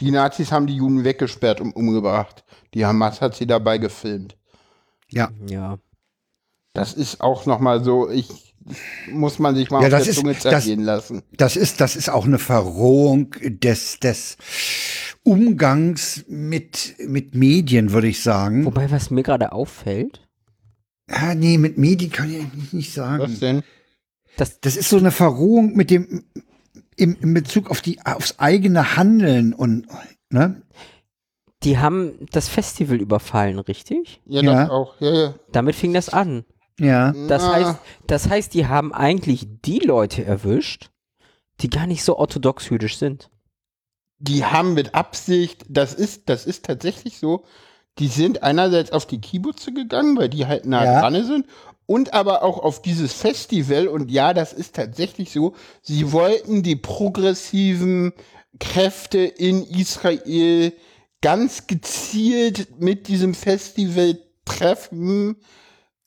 Speaker 2: Die Nazis haben die Juden weggesperrt und umgebracht. Die Hamas hat sie dabei gefilmt.
Speaker 1: Ja.
Speaker 3: Ja.
Speaker 2: Das ist auch nochmal so, ich, muss man sich mal
Speaker 1: Ja,
Speaker 2: auf
Speaker 1: das
Speaker 2: der
Speaker 1: ist-
Speaker 2: Zunge
Speaker 1: das-
Speaker 2: zergehen lassen.
Speaker 1: Das ist, das ist auch eine Verrohung des, des Umgangs mit, mit Medien, würde ich sagen.
Speaker 3: Wobei, was mir gerade auffällt,
Speaker 1: Ah, nee, mit Medien kann ich eigentlich nicht sagen.
Speaker 2: Was denn?
Speaker 3: dass
Speaker 1: Das ist so eine Verrohung mit dem, im, in Bezug auf die, aufs eigene Handeln und, ne?
Speaker 3: die haben das Festival überfallen, richtig?
Speaker 2: Ja,
Speaker 1: Ja.
Speaker 2: das auch. Ja, ja.
Speaker 3: Damit fing das an.
Speaker 1: Ja.
Speaker 3: Das
Speaker 2: Na.
Speaker 3: heißt, das heißt, die haben eigentlich die Leute erwischt, die gar nicht so orthodox jüdisch sind.
Speaker 2: die haben mit Absicht, das ist, das ist tatsächlich so, die sind einerseits auf die Kibbutze gegangen, weil die halt nah
Speaker 1: Ja.
Speaker 2: dran sind, und aber auch auf dieses Festival. Und ja, das ist tatsächlich so. Sie wollten die progressiven Kräfte in Israel ganz gezielt mit diesem Festival treffen,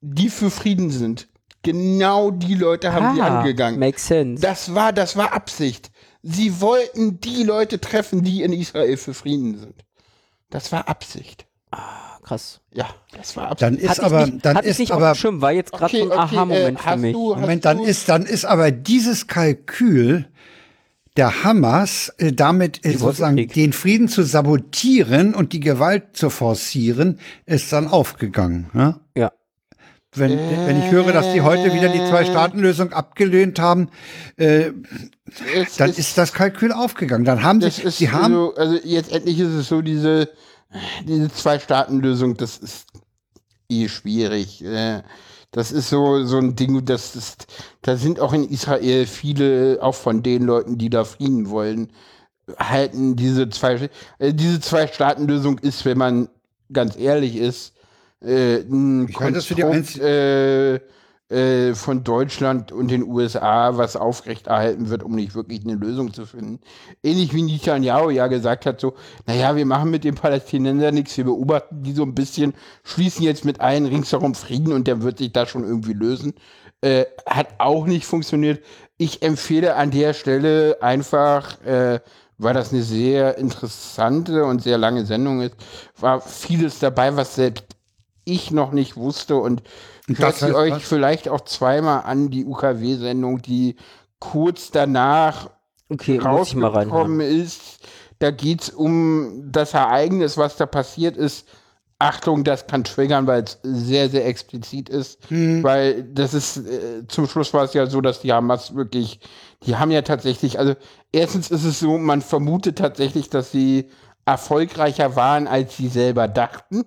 Speaker 2: die für Frieden sind. Genau die Leute haben die
Speaker 3: Ah,
Speaker 2: angegangen.
Speaker 3: Makes sense.
Speaker 2: Das war, das war Absicht. Sie wollten die Leute treffen, die in Israel für Frieden sind. Das war Absicht.
Speaker 3: Ah, Krass.
Speaker 2: Ja, das war Absicht. äh,
Speaker 1: Dann ist
Speaker 3: Hatte ich
Speaker 1: aber,
Speaker 3: nicht,
Speaker 1: dann
Speaker 3: hatte ich
Speaker 1: ist
Speaker 3: nicht
Speaker 1: aber,
Speaker 3: auf dem Schirm, war jetzt gerade so ein Aha-Moment für
Speaker 2: hast
Speaker 3: mich.
Speaker 2: Du, hast
Speaker 1: Moment, dann
Speaker 2: du,
Speaker 1: ist, dann ist aber dieses Kalkül der Hamas äh, damit äh,
Speaker 3: wollten
Speaker 1: sozusagen
Speaker 3: Krieg.
Speaker 1: den Frieden zu sabotieren und die Gewalt zu forcieren, ist dann aufgegangen. Ne?
Speaker 3: ja.
Speaker 1: Wenn, wenn ich höre, dass die heute wieder die Zwei-Staaten-Lösung abgelehnt haben,
Speaker 2: es
Speaker 1: dann ist das Kalkül aufgegangen. Dann haben
Speaker 2: das
Speaker 1: sie,
Speaker 2: ist
Speaker 1: sie haben,
Speaker 2: so, also jetzt endlich ist es so diese diese Zwei-Staaten-Lösung, das ist eh schwierig. Äh, Das ist so so ein Ding, das ist, da sind auch in Israel viele, auch von den Leuten, die da Frieden wollen, halten diese zwei äh, diese Zwei-Staaten-Lösung ist, wenn man ganz ehrlich ist, äh, ein
Speaker 1: Ich halte das für die
Speaker 2: Konstrukt, äh, äh, von Deutschland und den USA, was aufrechterhalten wird, um nicht wirklich eine Lösung zu finden. Ähnlich wie Netanyahu ja gesagt hat, so, naja, wir machen mit den Palästinensern nichts, wir beobachten die so ein bisschen, schließen jetzt mit allen ringsherum Frieden und dann wird sich das schon irgendwie lösen. Äh, hat auch nicht funktioniert. Ich empfehle an der Stelle einfach, äh, weil das eine sehr interessante und sehr lange Sendung ist, war vieles dabei, was selbst ich noch nicht wusste und hört
Speaker 1: das
Speaker 2: sie
Speaker 1: heißt
Speaker 2: euch
Speaker 1: was?
Speaker 2: vielleicht auch zweimal an, die UKW-Sendung, die kurz danach
Speaker 3: Okay, muss ich mal
Speaker 2: rausgekommen
Speaker 3: rein.
Speaker 2: ist. Da geht's um das Ereignis, was da passiert ist. Achtung, das kann triggern, weil es sehr, sehr explizit ist.
Speaker 1: Hm.
Speaker 2: Weil das ist, äh, zum Schluss war es ja so, dass die Hamas wirklich, die haben ja tatsächlich, also erstens ist es so, man vermutet tatsächlich, dass sie erfolgreicher waren, als sie selber dachten.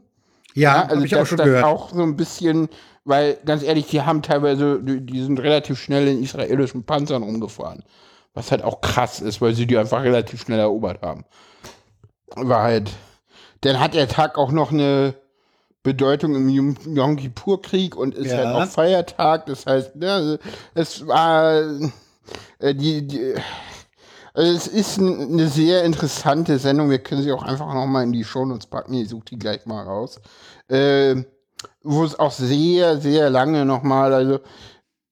Speaker 1: ja,
Speaker 2: Ja, also
Speaker 1: habe ich auch
Speaker 2: das,
Speaker 1: schon
Speaker 2: das
Speaker 1: gehört.
Speaker 2: auch so ein bisschen, weil ganz ehrlich, die haben teilweise, die, die sind relativ schnell in israelischen Panzern rumgefahren. Was halt auch krass ist, weil sie die einfach relativ schnell erobert haben. War halt. Dann hat der Tag auch noch eine Bedeutung im Yom, Yom Kippur-Krieg und ist
Speaker 1: Ja.
Speaker 2: halt auch Feiertag. Das heißt, ne, es war äh, die, die also es ist n- eine sehr interessante Sendung. Wir können sie auch einfach nochmal in die Shownotes packen. Ich suche die gleich mal raus. Ähm, wo es auch sehr, sehr lange nochmal, also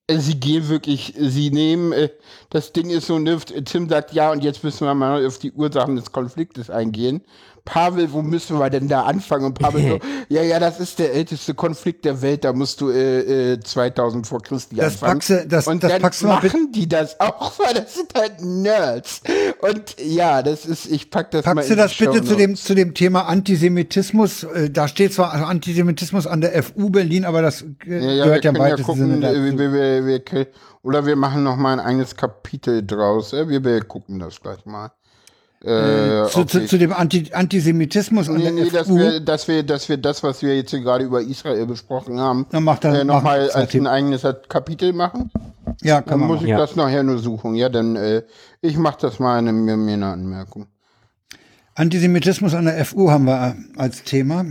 Speaker 2: äh, sie gehen wirklich, sie nehmen, äh, das Ding ist so, ne, Tim sagt, ja, und jetzt müssen wir mal auf die Ursachen des Konfliktes eingehen. Pavel, wo müssen wir denn da anfangen? Und Pavel so, ja, ja, das ist der älteste Konflikt der Welt, da musst du äh, äh, 2000 vor Christi
Speaker 1: Das
Speaker 2: anfangen.
Speaker 1: packst du- das-
Speaker 2: und
Speaker 1: das
Speaker 2: dann
Speaker 1: packst du mal bitte-
Speaker 2: machen die das auch, weil das sind halt Nerds. Und ja, das ist, ich pack das mal
Speaker 1: Packst du
Speaker 2: in die
Speaker 1: das bitte
Speaker 2: Shownotes.
Speaker 1: zu dem, zu dem Thema Antisemitismus? Äh, Da steht zwar Antisemitismus an der FU Berlin, aber das äh,
Speaker 2: Ja, ja, wir
Speaker 1: gehört ja im
Speaker 2: können ja
Speaker 1: weitesten
Speaker 2: gucken,
Speaker 1: Sinne
Speaker 2: äh,
Speaker 1: dazu.
Speaker 2: wir, wir, wir, kö- oder wir machen noch mal ein eigenes Kapitel draus. äh, Wir, wir gucken das gleich mal. Äh,
Speaker 1: Zu, zu,
Speaker 2: okay.
Speaker 1: zu dem Anti Antisemitismus an
Speaker 2: nee,
Speaker 1: der
Speaker 2: nee, dass
Speaker 1: FU.
Speaker 2: wir, dass wir, dass wir das, was wir jetzt hier gerade über Israel besprochen haben,
Speaker 1: Dann macht das-
Speaker 2: äh,
Speaker 1: macht
Speaker 2: nochmal
Speaker 1: das
Speaker 2: als ein
Speaker 1: Thema.
Speaker 2: eigenes Kapitel machen.
Speaker 1: ja, kann
Speaker 2: Dann
Speaker 1: man
Speaker 2: muss
Speaker 1: machen.
Speaker 2: ich
Speaker 3: Ja.
Speaker 2: das nachher nur suchen. Ja, dann äh, ich mache das mal in mir, mir eine Anmerkung.
Speaker 1: Antisemitismus an der FU haben wir äh, als Thema.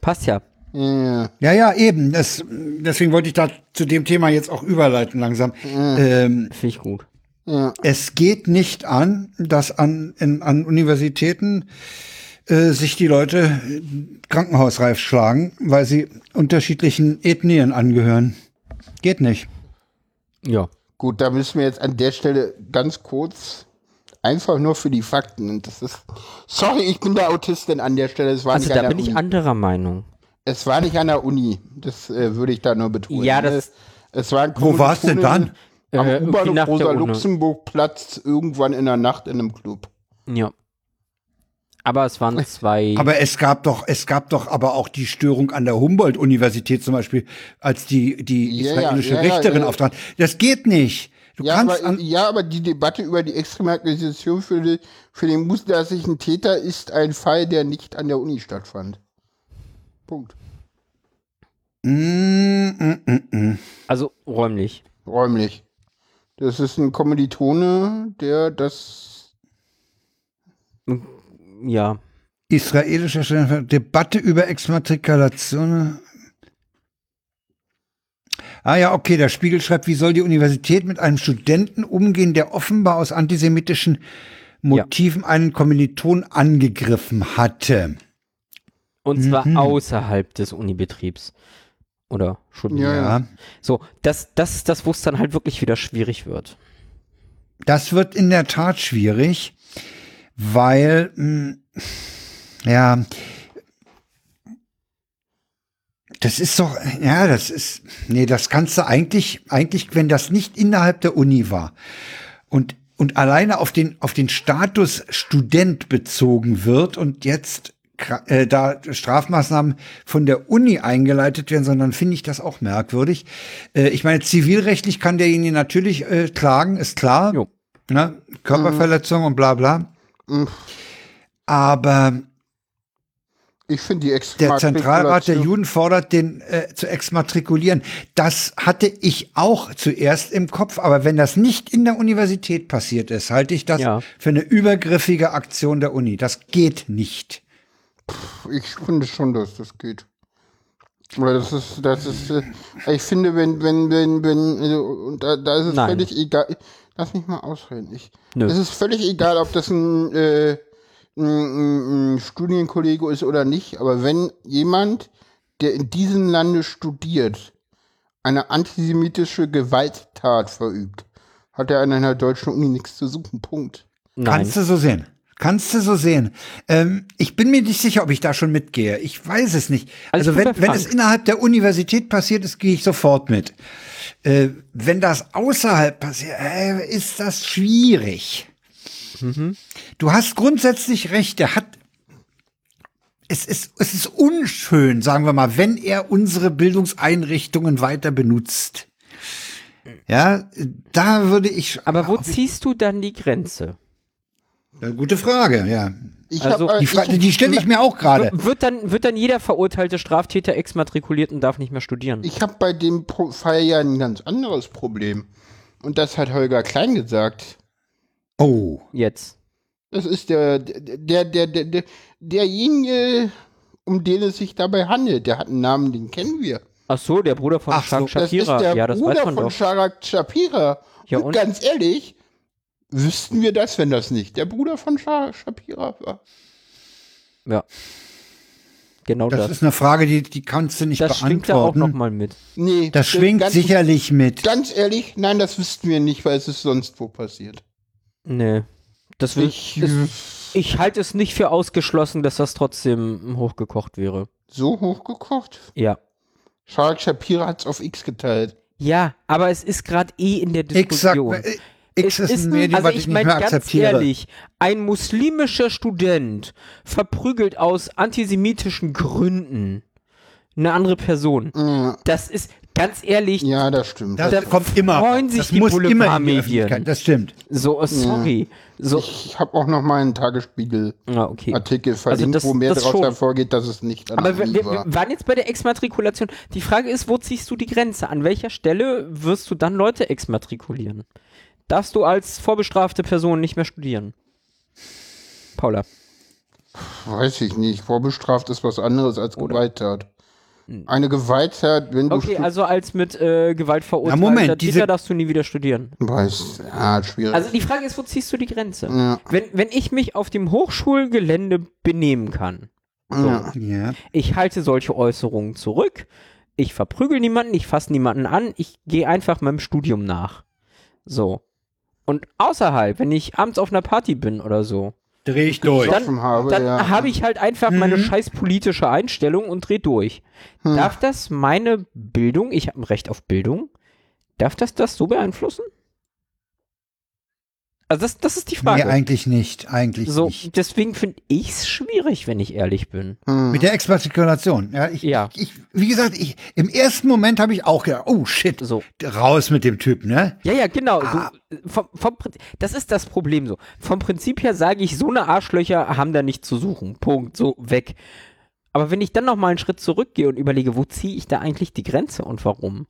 Speaker 3: Passt ja.
Speaker 2: Ja,
Speaker 1: Ja, ja, eben. Das, deswegen wollte ich da zu dem Thema jetzt auch überleiten langsam.
Speaker 2: Mhm.
Speaker 1: Ähm,
Speaker 3: Finde ich gut.
Speaker 2: ja.
Speaker 1: es geht nicht an, dass an, in, an Universitäten äh, sich die Leute äh, krankenhausreif schlagen, weil sie unterschiedlichen Ethnien angehören. Geht nicht.
Speaker 3: Ja.
Speaker 2: Gut, da müssen wir jetzt an der Stelle ganz kurz einfach nur für die Fakten. Und das ist. Sorry, ich bin der Autistin an der Stelle. Es war
Speaker 3: Also
Speaker 2: nicht an
Speaker 3: da
Speaker 2: der
Speaker 3: bin
Speaker 2: Uni.
Speaker 3: ich anderer Meinung.
Speaker 2: es war nicht an der Uni. Das äh, würde ich da nur betonen. ne?
Speaker 3: Ja, das-
Speaker 2: Es war ein
Speaker 1: Wo war's denn dann?
Speaker 2: Am
Speaker 3: Äh, irgendwie
Speaker 2: U-Bahnhof
Speaker 3: nach der
Speaker 2: Rosa
Speaker 3: Uni.
Speaker 2: Luxemburg Platz irgendwann in der Nacht in einem Club.
Speaker 3: Ja. Aber es waren zwei.
Speaker 1: Aber es gab doch, es gab doch aber auch die Störung an der Humboldt-Universität zum Beispiel, als die, die
Speaker 2: Ja, ja,
Speaker 1: israelische
Speaker 2: ja, ja,
Speaker 1: Richterin
Speaker 2: ja.
Speaker 1: auftrat. Das geht nicht. Du
Speaker 2: Ja
Speaker 1: kannst
Speaker 2: aber,
Speaker 1: an,
Speaker 2: ja, aber die Debatte über die Extremisation für, die, für den mutmaßlichen Täter ist ein Fall, der nicht an der Uni stattfand. Punkt.
Speaker 1: Mm,
Speaker 3: Also räumlich.
Speaker 2: Räumlich. Das ist ein Kommilitone, der das.
Speaker 3: Ja.
Speaker 1: Israelische Stelle- Debatte über Exmatrikulation. Ah ja, okay, der Spiegel schreibt, wie soll die Universität mit einem Studenten umgehen, der offenbar aus antisemitischen Motiven einen Kommiliton angegriffen hatte.
Speaker 3: Und zwar
Speaker 1: Mhm.
Speaker 3: außerhalb des Unibetriebs. Oder schon.
Speaker 2: Ja,
Speaker 1: Ja.
Speaker 3: So, das, das, das, wo es dann halt wirklich wieder schwierig wird.
Speaker 1: Das wird in der Tat schwierig, weil, mh, ja, das ist doch, ja, das ist, nee, das kannst du eigentlich, eigentlich, wenn das nicht innerhalb der Uni war und, und alleine auf den, auf den Status Student bezogen wird und jetzt kra- äh, da Strafmaßnahmen von der Uni eingeleitet werden, sondern finde ich das auch merkwürdig. Äh, ich meine, zivilrechtlich kann derjenige natürlich äh, klagen, ist klar.
Speaker 3: Jo.
Speaker 1: Ne? Körperverletzung und bla bla.
Speaker 2: Mhm.
Speaker 1: Aber
Speaker 2: Ich finde die
Speaker 1: der
Speaker 2: Extremismus.
Speaker 1: Zentralrat der Juden fordert, den äh, zu exmatrikulieren. Das hatte ich auch zuerst im Kopf, aber wenn das nicht in der Universität passiert ist, halte ich das
Speaker 3: Ja.
Speaker 1: für eine übergriffige Aktion der Uni. Das geht nicht.
Speaker 2: Ich finde schon, dass das geht. Oder das ist, das ist, äh, ich finde, wenn, wenn, wenn, wenn, äh, und da, da ist es
Speaker 3: Nein.
Speaker 2: völlig egal. Lass mich mal ausreden. Ich,
Speaker 3: Nö.
Speaker 2: Es ist völlig egal, ob das ein, äh, ein, ein, ein Studienkollege ist oder nicht, aber wenn jemand, der in diesem Lande studiert, eine antisemitische Gewalttat verübt, hat er an einer deutschen Uni nichts zu suchen. Punkt.
Speaker 3: Nein.
Speaker 1: Kannst du so sehen. Kannst du so sehen. Ähm, ich bin mir nicht sicher, ob ich da schon mitgehe. Ich weiß es nicht. Also,
Speaker 3: Also ich bin
Speaker 1: wenn,
Speaker 3: bei
Speaker 1: wenn
Speaker 3: Frank.
Speaker 1: es innerhalb der Universität passiert ist, gehe ich sofort mit. Äh, wenn das außerhalb passiert, äh, ist das schwierig.
Speaker 3: Mhm.
Speaker 1: Du hast grundsätzlich recht. Der hat es ist, es ist unschön, sagen wir mal, wenn er unsere Bildungseinrichtungen weiter benutzt. Ja, da würde ich.
Speaker 3: Aber wo ziehst du dann die Grenze?
Speaker 1: Ja, Gute Frage, ja.
Speaker 2: Ich
Speaker 3: Also,
Speaker 2: äh,
Speaker 1: Die, Fra die stelle ich mir auch gerade.
Speaker 3: Wird dann, wird dann jeder verurteilte Straftäter exmatrikuliert und darf nicht mehr studieren?
Speaker 2: Ich habe bei dem Pro Fall ja ein ganz anderes Problem. Und das hat Holger Klein gesagt.
Speaker 1: Oh.
Speaker 3: Jetzt.
Speaker 2: Das ist der, der, der, der, der, derjenige, um den es sich dabei handelt. Der hat einen Namen, den kennen wir.
Speaker 3: Ach so, der Bruder von
Speaker 1: Ach so,
Speaker 3: Frank
Speaker 2: Das
Speaker 3: Shakira.
Speaker 2: ist der
Speaker 3: ja, das weiß
Speaker 2: Bruder
Speaker 3: man
Speaker 2: von
Speaker 3: doch.
Speaker 2: Sharak Shapira.
Speaker 3: Ja,
Speaker 2: und,
Speaker 3: und?
Speaker 2: ganz ehrlich, wüssten wir das, wenn das nicht der Bruder von Sharak Shapira war.
Speaker 3: Ja. genau
Speaker 1: Das
Speaker 3: das.
Speaker 1: ist eine Frage, die, die kannst du nicht
Speaker 3: Das schwingt da auch
Speaker 1: beantworten.
Speaker 3: nochmal mit.
Speaker 2: Nee,
Speaker 1: das schwingt
Speaker 2: ganz,
Speaker 1: sicherlich mit.
Speaker 2: Ganz ehrlich, nein, das wüssten wir nicht, weil es ist sonst wo passiert.
Speaker 3: Nee. Deswegen,
Speaker 2: Ich,
Speaker 3: es- ich halte es nicht für ausgeschlossen, dass das trotzdem hochgekocht wäre.
Speaker 2: so hochgekocht.
Speaker 3: Ja.
Speaker 2: Shark Shapira hat's auf X geteilt.
Speaker 3: Ja, aber es ist gerade eh in der
Speaker 1: X, sagt,
Speaker 3: Diskussion.
Speaker 1: äh, X ist, ein Medium,
Speaker 3: also
Speaker 1: was ich,
Speaker 3: ich
Speaker 1: nicht
Speaker 3: meine
Speaker 1: mehr
Speaker 3: ganz
Speaker 1: akzeptiere.
Speaker 3: ehrlich, ein muslimischer Student verprügelt aus antisemitischen Gründen eine andere Person.
Speaker 1: Mm.
Speaker 3: Das ist ganz ehrlich,
Speaker 2: Ja, das stimmt.
Speaker 1: das
Speaker 3: Da
Speaker 1: kommt immer.
Speaker 3: freuen sich
Speaker 1: das
Speaker 3: die
Speaker 1: muss immer in die
Speaker 3: Boulevardmedien.
Speaker 1: Öffentlichkeit. Das stimmt.
Speaker 3: so oh, sorry, so
Speaker 2: ich habe auch noch mal einen Tagesspiegel-Artikel
Speaker 3: ja, okay. Also
Speaker 2: verlinkt,
Speaker 3: das-
Speaker 2: wo mehr
Speaker 3: das
Speaker 2: daraus
Speaker 3: schon.
Speaker 2: hervorgeht, dass es nicht
Speaker 3: Aber wir,
Speaker 2: anonym
Speaker 3: wir,
Speaker 2: war.
Speaker 3: wir waren jetzt bei der Exmatrikulation. Die Frage ist, wo ziehst du die Grenze? An welcher Stelle wirst du dann Leute exmatrikulieren? Darfst du als vorbestrafte Person nicht mehr studieren? Paula.
Speaker 2: Weiß ich nicht. Vorbestraft ist was anderes als Gewalttat. Eine Gewalttat, wenn du
Speaker 3: Hm. Okay,
Speaker 2: stu-
Speaker 3: also als mit äh, Gewalt verurteilter
Speaker 1: Na, Moment,
Speaker 3: Täter
Speaker 1: diese-
Speaker 3: darfst du nie wieder studieren.
Speaker 2: Weiß, ja, schwierig.
Speaker 3: Also die Frage ist, wo ziehst du die Grenze?
Speaker 2: Ja.
Speaker 3: Wenn, wenn ich mich auf dem Hochschulgelände benehmen kann,
Speaker 2: ja.
Speaker 1: Ja.
Speaker 3: ich halte solche Äußerungen zurück, ich verprügel niemanden, ich fasse niemanden an, ich gehe einfach meinem Studium nach. So. Und außerhalb, wenn ich abends auf einer Party bin oder so,
Speaker 1: Dreh ich durch.
Speaker 3: Dann-
Speaker 2: Offen habe,
Speaker 3: dann
Speaker 2: ja. Mhm.
Speaker 3: habe ich halt einfach meine scheiß politische Einstellung und drehe durch.
Speaker 2: Hm,
Speaker 1: Hm.
Speaker 3: Darf das meine Bildung, ich habe ein Recht auf Bildung, darf das das so beeinflussen? Also das, das ist die
Speaker 1: Nee,
Speaker 3: Frage.
Speaker 1: eigentlich nicht. Eigentlich
Speaker 3: so,
Speaker 1: nicht.
Speaker 3: deswegen finde ich es schwierig, wenn ich ehrlich bin.
Speaker 2: hm.
Speaker 1: Mit der Exmatrikulation. Ja, ich,
Speaker 3: Ja.
Speaker 1: Ich, wie gesagt, ich, im ersten Moment habe ich auch gedacht, oh shit,
Speaker 3: So.
Speaker 1: raus mit dem Typ, ne?
Speaker 3: Ja, ja, genau. So, äh, vom, vom, Prin- das ist das Problem so. Vom Prinzip her sage ich, so eine Arschlöcher haben da nicht zu suchen. Punkt. So, weg. Aber wenn ich dann nochmal einen Schritt zurückgehe und überlege, wo ziehe ich da eigentlich die Grenze und warum?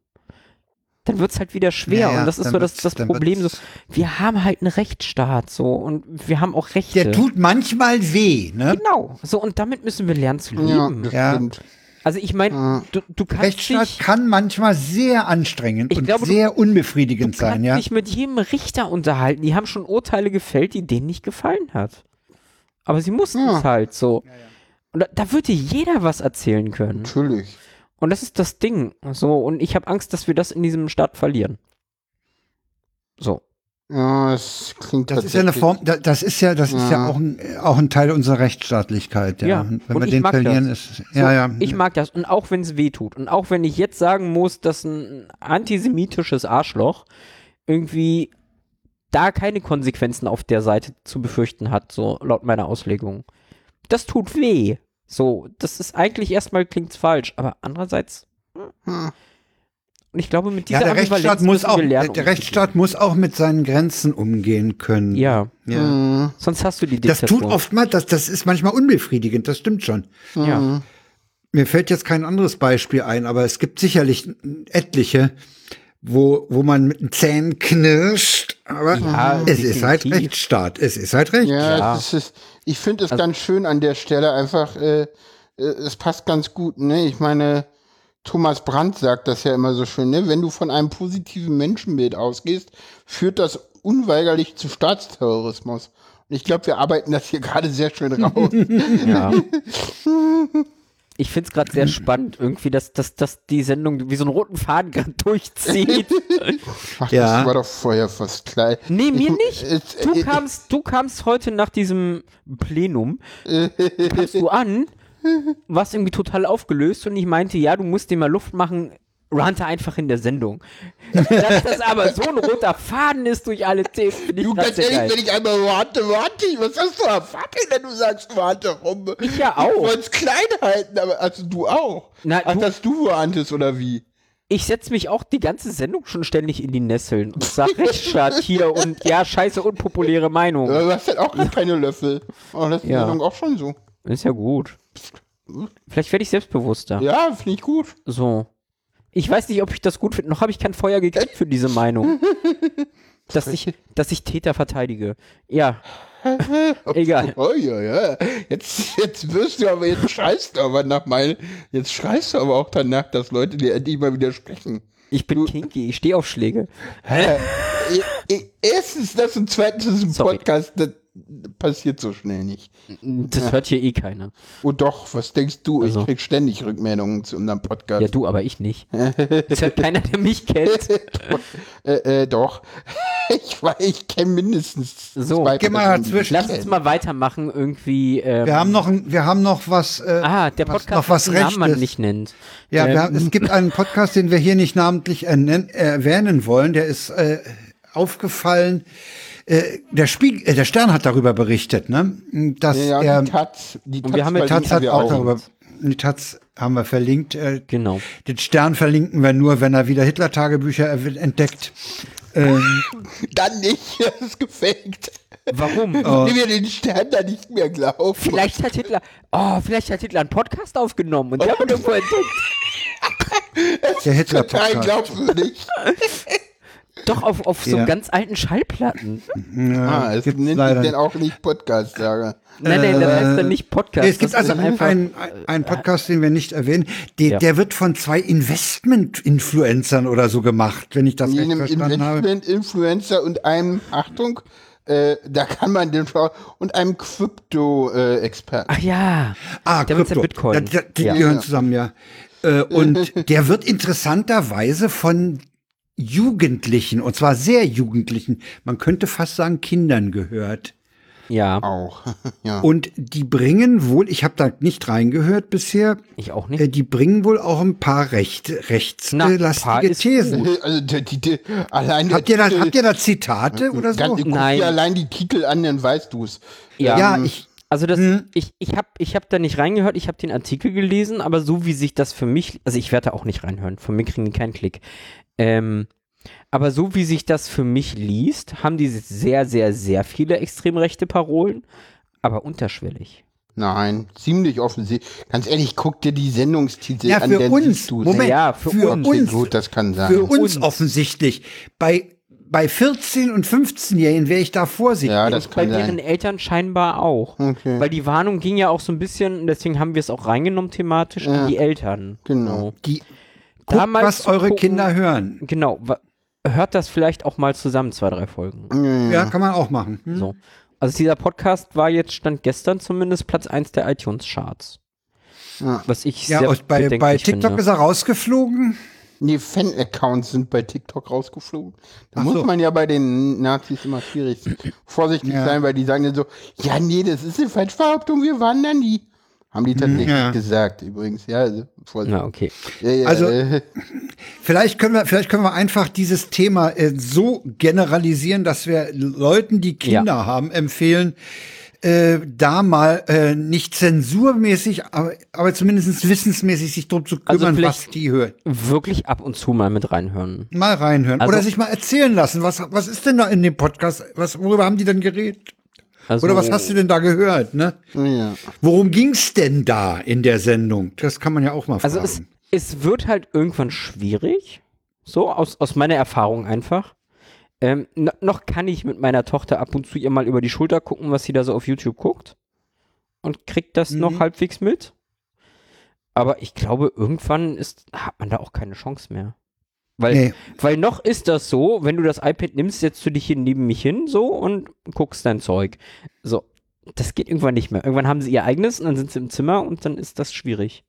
Speaker 3: Dann wird es halt wieder schwer.
Speaker 1: Ja, ja,
Speaker 3: und das ist
Speaker 1: dann
Speaker 3: so das,
Speaker 1: wird's-
Speaker 3: das
Speaker 1: dann
Speaker 3: Problem. So,
Speaker 1: wird's-
Speaker 3: wir haben halt einen Rechtsstaat so und wir haben auch Rechte.
Speaker 1: Der tut manchmal weh, ne?
Speaker 3: Genau. So, und damit müssen wir lernen zu
Speaker 2: ja,
Speaker 3: leben.
Speaker 2: das
Speaker 1: Ja.
Speaker 2: stimmt.
Speaker 3: Also ich meine, du, du kannst
Speaker 1: Rechtsstaat
Speaker 3: dich,
Speaker 1: kann manchmal sehr anstrengend
Speaker 3: Ich
Speaker 1: und
Speaker 3: glaube, du-
Speaker 1: sehr unbefriedigend sein,
Speaker 3: kannst
Speaker 1: ja?
Speaker 3: dich mit jedem Richter unterhalten. Die haben schon Urteile gefällt, die denen nicht gefallen hat. Aber sie mussten
Speaker 2: Ja.
Speaker 3: es halt so. Und da, da wird dir jeder was erzählen können.
Speaker 2: Natürlich.
Speaker 3: Und das ist das Ding. So, und ich habe Angst, dass wir das in diesem Staat verlieren. So.
Speaker 2: Ja, das klingt
Speaker 1: Das ist ja eine
Speaker 2: tatsächlich-
Speaker 1: Form, da- das ist ja, das ist ja auch ein, äh, auch ein Teil unserer Rechtsstaatlichkeit, ja.
Speaker 3: Ja,
Speaker 1: Wenn
Speaker 3: und
Speaker 1: wir
Speaker 3: ich
Speaker 1: den
Speaker 3: mag
Speaker 1: verlieren, ist, ja,
Speaker 3: so,
Speaker 1: ja.
Speaker 3: Ich mag das. Und auch wenn es weh tut. Und auch wenn ich jetzt sagen muss, dass ein antisemitisches Arschloch irgendwie da keine Konsequenzen auf der Seite zu befürchten hat, so laut meiner Auslegung. Das tut weh. So, das ist eigentlich erstmal klingt's falsch, aber andererseits. hm. Und ich glaube, mit dieser
Speaker 1: ja, der
Speaker 3: Ambivalenz
Speaker 1: Rechtsstaat muss
Speaker 3: müssen
Speaker 1: auch,
Speaker 3: wir lernen,
Speaker 1: der
Speaker 3: umzugehen.
Speaker 1: Rechtsstaat muss auch mit seinen Grenzen umgehen können.
Speaker 3: Ja, Mhm.
Speaker 1: ja.
Speaker 3: sonst hast du die
Speaker 1: Hm. Das
Speaker 3: Diktatur.
Speaker 1: tut oftmals, das, das ist manchmal unbefriedigend, das stimmt schon. Hm.
Speaker 3: Ja.
Speaker 1: Mir fällt jetzt kein anderes Beispiel ein, aber es gibt sicherlich etliche, wo, wo man mit den Zähnen knirscht, aber
Speaker 3: Ja,
Speaker 1: es ist halt
Speaker 3: definitiv.
Speaker 1: Rechtsstaat. Es ist halt Recht.
Speaker 2: Ja, Das ist, ich finde es ganz schön an der Stelle einfach, äh, äh, es passt ganz gut, ne? Ich meine, Thomas Brandt sagt das ja immer so schön, ne? Wenn du von einem positiven Menschenbild ausgehst, führt das unweigerlich zu Staatsterrorismus. Und ich glaube, wir arbeiten das hier gerade sehr schön raus.
Speaker 3: Ja. Ich finde es gerade sehr spannend, irgendwie, dass, dass, dass die Sendung wie so einen roten Faden gerade durchzieht.
Speaker 2: Ach,
Speaker 1: Ja.
Speaker 2: das war doch vorher fast klar.
Speaker 3: Nee, mir
Speaker 2: Ich-
Speaker 3: nicht.
Speaker 2: äh,
Speaker 3: Du
Speaker 2: äh,
Speaker 3: kamst, du kamst heute nach diesem Plenum, kamst du an, warst irgendwie total aufgelöst und ich meinte, ja, du musst dir mal Luft machen, rante einfach in der Sendung. Dass das aber so ein roter Faden ist durch alle Themen, finde ich
Speaker 2: Du,
Speaker 3: grad
Speaker 2: ganz
Speaker 3: sehr
Speaker 2: ehrlich,
Speaker 3: geil.
Speaker 2: wenn ich einmal warte, warte, ich- was hast du erwartet, wenn du sagst, warte rum?
Speaker 3: Ich ja auch.
Speaker 2: Ich wollte es klein halten, aber also du auch.
Speaker 3: Na,
Speaker 2: Ach,
Speaker 3: du-
Speaker 2: dass du warntest oder wie?
Speaker 3: Ich setze mich auch die ganze Sendung schon ständig in die Nesseln und sag Rechtsstaat hier und ja, scheiße, unpopuläre Meinung.
Speaker 2: Aber du hast halt auch gar keine Löffel. Oh, das ist
Speaker 3: Ja.
Speaker 2: ja. auch schon so.
Speaker 3: Ist ja gut. Vielleicht werde ich selbstbewusster.
Speaker 2: Ja, finde ich gut.
Speaker 3: So. Ich weiß nicht, ob ich das gut finde. Noch habe ich kein Feuer gekriegt für diese Meinung. Dass ich, dass ich Täter verteidige. Ja. Egal.
Speaker 2: Oh ja, ja. Jetzt, jetzt wirst du aber, jetzt schreist du aber nach meinen, jetzt schreist du aber auch danach, dass Leute dir endlich mal widersprechen.
Speaker 3: Ich bin kinky, ich stehe auf Schläge. Äh,
Speaker 2: I- I- E, Erstens das und zweitens ist ein
Speaker 3: Sorry.
Speaker 2: Podcast, das passiert so schnell nicht.
Speaker 3: Das hört hier eh keiner.
Speaker 2: Oh doch, was denkst du?
Speaker 3: Also.
Speaker 2: Ich krieg ständig Rückmeldungen zu unserem Podcast.
Speaker 3: Ja, du, aber ich nicht. Das hört keiner, der mich kennt.
Speaker 2: Äh, äh, doch. Ich, weiß, ich kenne mindestens
Speaker 3: So.
Speaker 1: Geh mal
Speaker 2: Personen.
Speaker 1: dazwischen.
Speaker 3: Lass uns mal weitermachen irgendwie. Ähm,
Speaker 1: Wir haben noch, ein, wir haben noch was. Äh,
Speaker 3: ah, ähm. der
Speaker 1: was-
Speaker 3: Podcast,
Speaker 1: noch was
Speaker 3: dessen Namen man
Speaker 1: Rechtes.
Speaker 3: nicht nennt.
Speaker 1: Ja, wir haben, es gibt einen Podcast, den wir hier nicht namentlich ernen, erwähnen wollen. Der ist äh, aufgefallen. Äh, der, Spiegel, äh, der Stern hat darüber berichtet, ne? dass
Speaker 2: Ja, ja,
Speaker 1: er
Speaker 2: die Taz. Die
Speaker 3: wir haben ja
Speaker 2: verlinken
Speaker 1: Taz hat
Speaker 2: wir
Speaker 1: auch darüber. Die Taz haben wir verlinkt. Äh,
Speaker 3: Genau.
Speaker 1: Den Stern verlinken wir nur, wenn er wieder Hitler-Tagebücher erw- entdeckt.
Speaker 2: Dann nicht, das ist gefaked.
Speaker 3: Warum?
Speaker 1: Oh.
Speaker 2: Wenn wir den Stern da nicht mehr glauben.
Speaker 3: Vielleicht hat Hitler, oh, vielleicht hat Hitler einen Podcast aufgenommen und der hat ihn irgendwo entdeckt.
Speaker 1: Der
Speaker 2: Total
Speaker 1: Hitler-Podcast.
Speaker 2: glaubst du nicht.
Speaker 3: Doch auf, auf so
Speaker 1: Ja.
Speaker 3: ganz alten Schallplatten.
Speaker 2: Ah, es
Speaker 1: gibt's
Speaker 2: nennt
Speaker 1: leider
Speaker 2: sich denn auch nicht Podcast, sage.
Speaker 3: Nein, nein, das heißt dann nicht Podcast.
Speaker 1: Nee, Äh, es gibt
Speaker 3: das ist
Speaker 1: also einen, einen, einen Podcast, den wir nicht erwähnen. Der,
Speaker 3: Ja.
Speaker 1: der wird von zwei Investment-Influencern oder so gemacht, wenn ich das
Speaker 2: In
Speaker 1: recht
Speaker 2: einem
Speaker 1: verstanden habe.
Speaker 2: Investment-Influencer und einem, Achtung, äh, da kann man den Schau und einem Krypto-Experten.
Speaker 3: Ach ja.
Speaker 1: Ah,
Speaker 3: der mit seinem Bitcoin.
Speaker 1: Da, da, die
Speaker 3: Ja.
Speaker 1: gehören zusammen, ja. Äh, Und der wird interessanterweise von Jugendlichen, und zwar sehr Jugendlichen, man könnte fast sagen Kindern gehört.
Speaker 3: Ja,
Speaker 2: auch. ja.
Speaker 1: Und die bringen wohl, ich habe da nicht reingehört bisher,
Speaker 3: ich auch
Speaker 1: äh,
Speaker 3: nicht.
Speaker 1: die bringen wohl auch ein paar recht,
Speaker 3: Hm? Na, paar
Speaker 1: rechtslastige
Speaker 3: ist
Speaker 1: Thesen.
Speaker 2: Also, die, die, die, allein
Speaker 1: Habt ihr da, habt ihr da Zitate oder so?
Speaker 2: Ganz, guck
Speaker 3: Nein.
Speaker 2: dir allein die Titel an, dann weißt du es.
Speaker 3: Ja.
Speaker 1: Ja, ich, Hm.
Speaker 3: Also das, ich, ich habe ich hab da nicht reingehört, ich habe den Artikel gelesen, aber so wie sich das für mich, also ich werde da auch nicht reinhören, von mir kriegen die keinen Klick. Ähm, aber so wie sich das für mich liest, haben die sehr, sehr, sehr viele extrem rechte Parolen, aber unterschwellig.
Speaker 2: Nein, ziemlich offensichtlich. Ganz ehrlich, guck dir die Sendungstitel
Speaker 1: Ja,
Speaker 2: an,
Speaker 1: für
Speaker 2: dann
Speaker 1: uns.
Speaker 2: siehst du
Speaker 1: Moment,
Speaker 3: Ja, für
Speaker 1: für
Speaker 3: uns.
Speaker 1: uns.
Speaker 2: Gut, das kann sein.
Speaker 1: für uns offensichtlich. Bei, bei 14- und 15-Jährigen wäre ich da vorsichtig.
Speaker 2: ja, das
Speaker 3: Bei
Speaker 2: kann
Speaker 3: deren
Speaker 2: sein.
Speaker 3: Eltern scheinbar auch.
Speaker 2: Okay.
Speaker 3: Weil die Warnung ging ja auch so ein bisschen, und deswegen haben wir es auch reingenommen thematisch, an die Eltern.
Speaker 2: Genau.
Speaker 1: Die, guckt,
Speaker 3: Damals
Speaker 1: was eure
Speaker 3: gucken-
Speaker 1: Kinder hören.
Speaker 3: Genau. wa- Hört das vielleicht auch mal zusammen, zwei, drei Folgen.
Speaker 1: Ja.
Speaker 2: Mhm.
Speaker 1: kann man auch machen. Hm?
Speaker 3: So. Also dieser Podcast war jetzt, stand gestern zumindest Platz 1 der iTunes-Charts. Was ich
Speaker 1: Ah. Ja,
Speaker 3: sehr
Speaker 1: und bei, bei
Speaker 3: bedenklich
Speaker 1: TikTok
Speaker 3: finde.
Speaker 1: ist er rausgeflogen.
Speaker 2: Nee, Fan-Accounts sind bei TikTok rausgeflogen. Da
Speaker 1: Ach
Speaker 2: muss
Speaker 1: so.
Speaker 2: man ja bei den Nazis immer schwierig vorsichtig
Speaker 1: Ja.
Speaker 2: sein, weil die sagen dann so, ja, nee, das ist eine Falschbehauptung, wir wandern die. Haben die tatsächlich
Speaker 1: Hm, Ja.
Speaker 2: gesagt, übrigens. Ja, also, Vorsicht.
Speaker 3: Na, okay.
Speaker 2: Ja, ja,
Speaker 1: Also-
Speaker 2: äh,
Speaker 1: Vielleicht können wir, vielleicht können wir einfach dieses Thema äh, so generalisieren, dass wir Leuten, die Kinder
Speaker 3: Ja.
Speaker 1: haben, empfehlen, äh, da mal äh, nicht zensurmäßig, aber, aber zumindest wissensmäßig sich drum zu
Speaker 3: Also
Speaker 1: kümmern,
Speaker 3: vielleicht-
Speaker 1: was die hören.
Speaker 3: Wirklich ab und zu mal mit reinhören.
Speaker 1: Mal reinhören.
Speaker 3: Also-
Speaker 1: Oder sich mal erzählen lassen. Was, was ist denn da in dem Podcast? Was, worüber haben die denn geredet?
Speaker 3: Also,
Speaker 1: Oder was hast du denn da gehört? Ne?
Speaker 2: ja.
Speaker 1: Worum ging's denn da in der Sendung? Das kann man ja auch mal fragen.
Speaker 3: Also es, es wird halt irgendwann schwierig. So, aus, aus meiner Erfahrung einfach. Ähm, no- noch kann ich mit meiner Tochter ab und zu ihr mal über die Schulter gucken, was sie da so auf YouTube guckt. Und kriegt das noch halbwegs mit. Aber ich glaube, irgendwann ist, hat man da auch keine Chance mehr. Weil,
Speaker 1: Nee.
Speaker 3: weil noch ist das so, wenn du das iPad nimmst, setzt du dich hier neben mich hin so und guckst dein Zeug. So, das geht irgendwann nicht mehr. Irgendwann haben sie ihr eigenes und dann sind sie im Zimmer und dann ist das schwierig.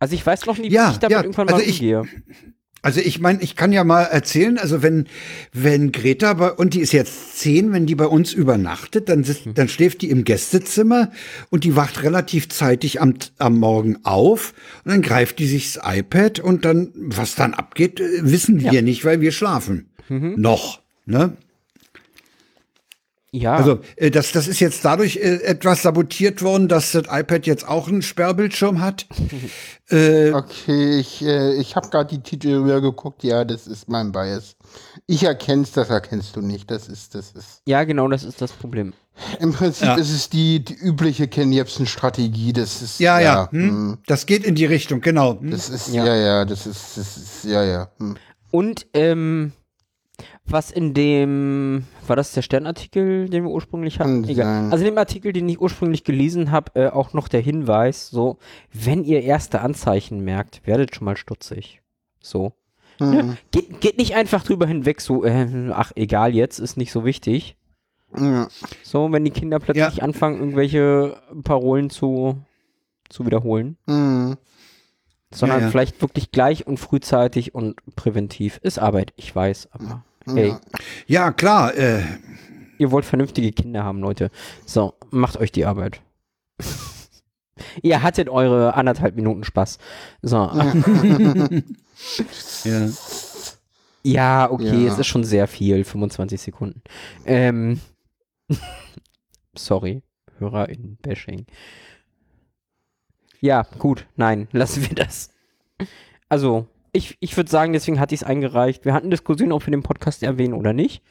Speaker 3: Also ich weiß noch nie, wie
Speaker 1: Ja,
Speaker 3: ich damit
Speaker 1: ja,
Speaker 3: irgendwann mal
Speaker 1: also ich-
Speaker 3: umgehe.
Speaker 1: Also ich meine, ich kann ja mal erzählen, also wenn, wenn Greta bei, und die ist jetzt zehn, wenn die bei uns übernachtet, dann, sitzt, dann schläft die im Gästezimmer und die wacht relativ zeitig am, am Morgen auf und dann greift die sich das iPad und dann, was dann abgeht, äh, wissen wir nicht, weil wir schlafen. Noch. Ne?
Speaker 3: Ja,
Speaker 1: Also äh, das, das ist jetzt dadurch äh, etwas sabotiert worden, dass das iPad jetzt auch einen Sperrbildschirm hat.
Speaker 2: Okay, ich, äh, ich habe gerade die Titel rüber geguckt. Ja, das ist mein Bias. Ich erkenn's, das erkennst du nicht. Das ist, das ist.
Speaker 3: ja, genau, das ist das Problem.
Speaker 2: Im Prinzip
Speaker 1: Ja.
Speaker 2: ist es die, die übliche Ken Jebsen-Strategie. Das ist.
Speaker 1: Ja, ja.
Speaker 2: hm,
Speaker 1: hm? Das geht in die Richtung, genau. Hm?
Speaker 2: Das ist, ja, ja, das ist, das ist, ja, ja. Hm.
Speaker 3: Und ähm, was in dem, war das der Sternartikel, den wir ursprünglich hatten?
Speaker 2: Kann
Speaker 3: Egal.
Speaker 2: sein.
Speaker 3: Also in dem Artikel, den ich ursprünglich gelesen habe, äh, auch noch der Hinweis, so, wenn ihr erste Anzeichen merkt, werdet schon mal stutzig. So.
Speaker 2: Hm.
Speaker 1: Mhm.
Speaker 3: Ne? Geht, geht nicht einfach drüber hinweg, so, äh, ach, egal jetzt, ist nicht so wichtig.
Speaker 2: Ja. Hm.
Speaker 3: So, wenn die Kinder plötzlich anfangen, irgendwelche Parolen zu, zu wiederholen,
Speaker 2: Mhm.
Speaker 3: sondern
Speaker 1: Ja, ja.
Speaker 3: vielleicht wirklich gleich und frühzeitig und präventiv. Ist Arbeit, ich weiß, aber hey,
Speaker 1: Ja, klar. Äh,
Speaker 3: ihr wollt vernünftige Kinder haben, Leute. So, macht euch die Arbeit. ihr hattet eure anderthalb Minuten Spaß. So,
Speaker 1: ja.
Speaker 3: ja, okay,
Speaker 2: Ja.
Speaker 3: es ist schon sehr viel, 25 Sekunden. Ähm, sorry, Hörer in Bashing. Ja, gut, nein, lassen wir das. Also, ich, ich würde sagen, deswegen hatte ich es eingereicht. Wir hatten Diskussionen, ob wir den Podcast erwähnen oder nicht.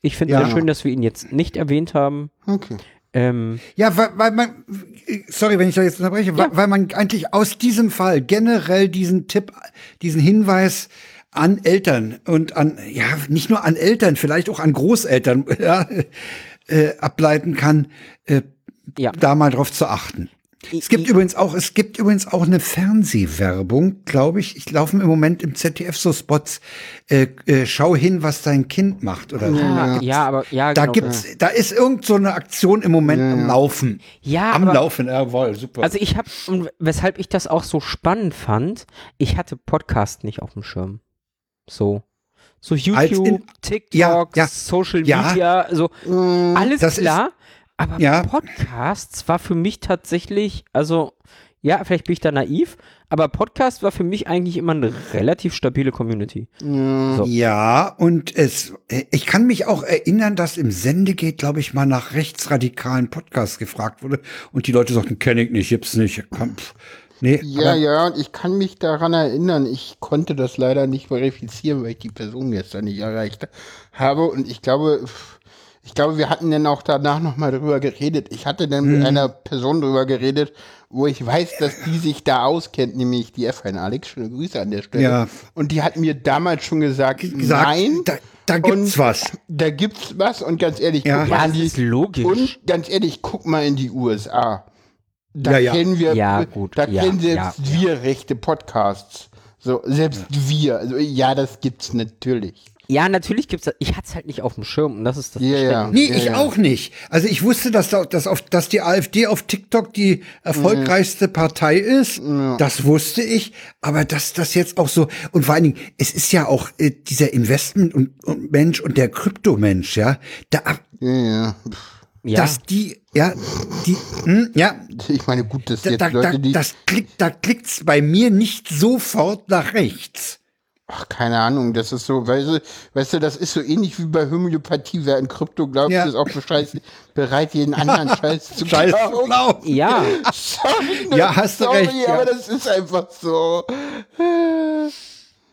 Speaker 3: Ich finde es
Speaker 1: Ja.
Speaker 3: sehr schön, dass wir ihn jetzt nicht erwähnt haben.
Speaker 2: Okay.
Speaker 3: Ähm,
Speaker 1: Ja, weil, weil man, sorry, wenn ich da jetzt unterbreche, weil, weil man eigentlich aus diesem Fall generell diesen Tipp, diesen Hinweis an Eltern und an, ja, nicht nur an Eltern, vielleicht auch an Großeltern ja, äh, ableiten kann, äh,
Speaker 3: Ja.
Speaker 1: da mal drauf zu achten. Es gibt übrigens auch, es gibt übrigens auch eine Fernsehwerbung, glaube ich. Ich laufe im Moment im ZDF so Spots. Äh, äh, schau hin, was dein Kind macht oder so.
Speaker 3: ja, ja, aber ja,
Speaker 1: Da
Speaker 3: genau.
Speaker 1: gibt's, da ist irgend so eine Aktion im Moment am Laufen.
Speaker 3: ja,
Speaker 1: Am
Speaker 3: Ah, aber-
Speaker 1: Laufen, jawohl, super.
Speaker 3: Also ich habe, weshalb ich das auch so spannend fand, ich hatte Podcast nicht auf dem Schirm. So. So YouTube,
Speaker 1: in-
Speaker 3: TikTok,
Speaker 1: ja, ja,
Speaker 3: Social
Speaker 1: ja.
Speaker 3: Media, so
Speaker 2: Hm.
Speaker 3: alles
Speaker 1: das ist-
Speaker 3: klar. aber
Speaker 1: ja.
Speaker 3: Podcasts war für mich tatsächlich, also ja, vielleicht bin ich da naiv, aber Podcast war für mich eigentlich immer eine relativ stabile Community. so.
Speaker 1: ja, und es, äh, ich kann mich auch erinnern, dass im Sendegate, glaube ich, mal nach rechtsradikalen Podcasts gefragt wurde und die Leute sagten, kenne ich nicht, gibt's nicht. Komm, pf. Nee,
Speaker 2: Ja,
Speaker 1: aber,
Speaker 2: ja, und ich kann mich daran erinnern, ich konnte das leider nicht verifizieren, weil ich die Person gestern nicht erreicht habe. Und ich glaube, ich glaube, wir hatten dann auch danach nochmal drüber geredet. Ich hatte dann
Speaker 1: Mhm.
Speaker 2: mit einer Person drüber geredet, wo ich weiß, dass die sich da auskennt, nämlich die F1 Alex. Schöne Grüße an der Stelle.
Speaker 1: Ja.
Speaker 2: Und die hat mir damals schon gesagt,
Speaker 1: gesagt,
Speaker 2: nein.
Speaker 1: da, da gibt's
Speaker 2: Und
Speaker 1: was.
Speaker 2: Da gibt's was und ganz ehrlich,
Speaker 1: Ja.
Speaker 2: guck mal
Speaker 3: Ja,
Speaker 2: an
Speaker 3: das
Speaker 2: die,
Speaker 3: ist logisch.
Speaker 2: Und ganz ehrlich, guck mal in die USA. Da
Speaker 1: Ja, ja.
Speaker 2: kennen wir,
Speaker 3: Ja, gut,
Speaker 2: da
Speaker 3: ja,
Speaker 2: kennen selbst
Speaker 3: ja,
Speaker 2: wir rechte Podcasts. So, selbst wir. Also ja, das gibt's natürlich.
Speaker 3: Ja, natürlich gibt's das. Ich hatte es halt nicht auf dem Schirm und das ist das
Speaker 2: Ja, ja.
Speaker 3: Verständnis.
Speaker 1: Nee,
Speaker 2: Ja,
Speaker 1: ich
Speaker 2: ja.
Speaker 1: auch nicht. Also ich wusste, dass, da, dass, auf, dass die AfD auf TikTok die erfolgreichste
Speaker 2: Mhm.
Speaker 1: Partei ist. Das wusste ich. Aber dass das jetzt auch so und vor allen Dingen, es ist ja auch äh, dieser Investment und, und Mensch und der Kryptomensch, ja, da,
Speaker 2: Ja, ja.
Speaker 3: Ja.
Speaker 1: dass die, ja, die, hm, ja,
Speaker 2: Ich meine, gut, dass
Speaker 1: da,
Speaker 2: jetzt
Speaker 1: da, da,
Speaker 2: Leute, die.
Speaker 1: das klickt, da klickt's bei mir nicht sofort nach rechts.
Speaker 2: ach, keine Ahnung, das ist so, weißt du, weißt du, das ist so ähnlich wie bei Homöopathie. Wer an Krypto glaubt,
Speaker 1: Ja.
Speaker 2: ist auch bescheiß- bereit, jeden anderen Scheiß zu
Speaker 1: Scheiß
Speaker 2: glauben.
Speaker 1: blau.
Speaker 3: Ja,
Speaker 2: Sorry, ne?
Speaker 1: Ja, hast du
Speaker 2: Sorry,
Speaker 1: recht, ja.
Speaker 2: aber das ist einfach so.